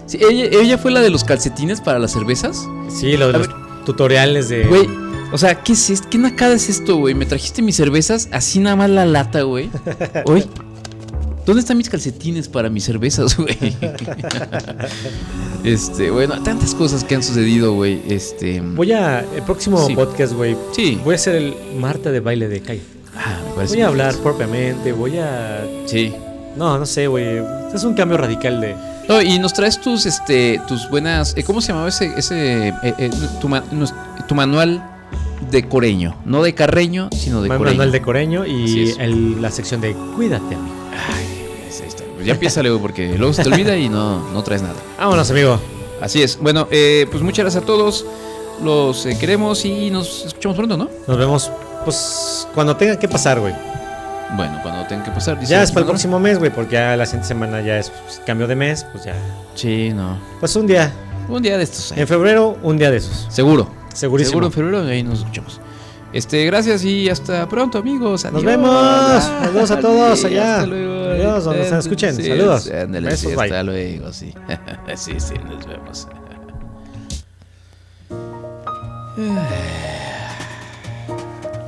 [SPEAKER 11] sí, ella, ella fue la de los calcetines para las cervezas.
[SPEAKER 17] Sí, los,
[SPEAKER 11] A
[SPEAKER 17] los
[SPEAKER 11] ver.
[SPEAKER 17] tutoriales de...
[SPEAKER 11] Güey, o sea, ¿qué es esto? ¿Qué nacada es esto, güey? Me trajiste mis cervezas así nada más la lata, güey. Hoy. ¿Dónde están mis calcetines para mis cervezas, güey? este, bueno, tantas cosas que han sucedido, güey. Este.
[SPEAKER 17] Voy a... El próximo
[SPEAKER 11] Sí.
[SPEAKER 17] podcast, güey.
[SPEAKER 11] Sí.
[SPEAKER 17] Voy a hacer el Marta de Baile de Calle.
[SPEAKER 11] Ah, me parece
[SPEAKER 17] Voy a
[SPEAKER 11] muy
[SPEAKER 17] hablar
[SPEAKER 11] bien.
[SPEAKER 17] propiamente, voy a...
[SPEAKER 11] Sí.
[SPEAKER 17] No, no sé, güey. Es un cambio radical de...
[SPEAKER 11] No, y nos traes tus, este, tus buenas. eh, ¿Cómo se llamaba ese, ese eh, eh, tu, ma- nos- tu manual de coreño, no de carreño, sino de
[SPEAKER 17] Ma-
[SPEAKER 11] coreño.
[SPEAKER 17] manual de coreño
[SPEAKER 11] Así
[SPEAKER 17] y
[SPEAKER 11] es.
[SPEAKER 17] el- la sección de Cuídate, amigo.
[SPEAKER 11] Pues ya empieza luego porque luego se te olvida y no, no traes nada.
[SPEAKER 17] Vámonos, amigo.
[SPEAKER 11] Así es. Bueno, eh, pues muchas gracias a todos. Los eh, queremos y nos escuchamos pronto, ¿no?
[SPEAKER 17] Nos vemos, pues, cuando tenga que pasar, güey.
[SPEAKER 11] Bueno, cuando tenga que pasar. dice
[SPEAKER 17] Ya es
[SPEAKER 11] aquí
[SPEAKER 17] para el
[SPEAKER 11] Manolo.
[SPEAKER 17] próximo mes, güey, porque ya la siguiente semana ya es pues, cambio de mes, pues ya.
[SPEAKER 11] Sí, no.
[SPEAKER 17] Pues un día.
[SPEAKER 11] Un día de estos. ahí.
[SPEAKER 17] En febrero, un día de esos.
[SPEAKER 11] Seguro.
[SPEAKER 17] Eh, Segurísimo.
[SPEAKER 11] Seguro en febrero ahí nos escuchamos. Este, gracias y hasta pronto, amigos.
[SPEAKER 17] Nos
[SPEAKER 11] Adiós.
[SPEAKER 17] vemos. Nos vemos a todos
[SPEAKER 11] Ándale,
[SPEAKER 17] allá.
[SPEAKER 11] Hasta luego.
[SPEAKER 17] Adiós, donde se escuchen.
[SPEAKER 11] Sí,
[SPEAKER 17] Saludos.
[SPEAKER 11] ándale, sí,
[SPEAKER 17] Besos, bye.
[SPEAKER 11] hasta luego, sí. sí, sí, nos vemos.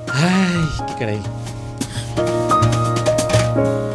[SPEAKER 17] Ay, qué caray.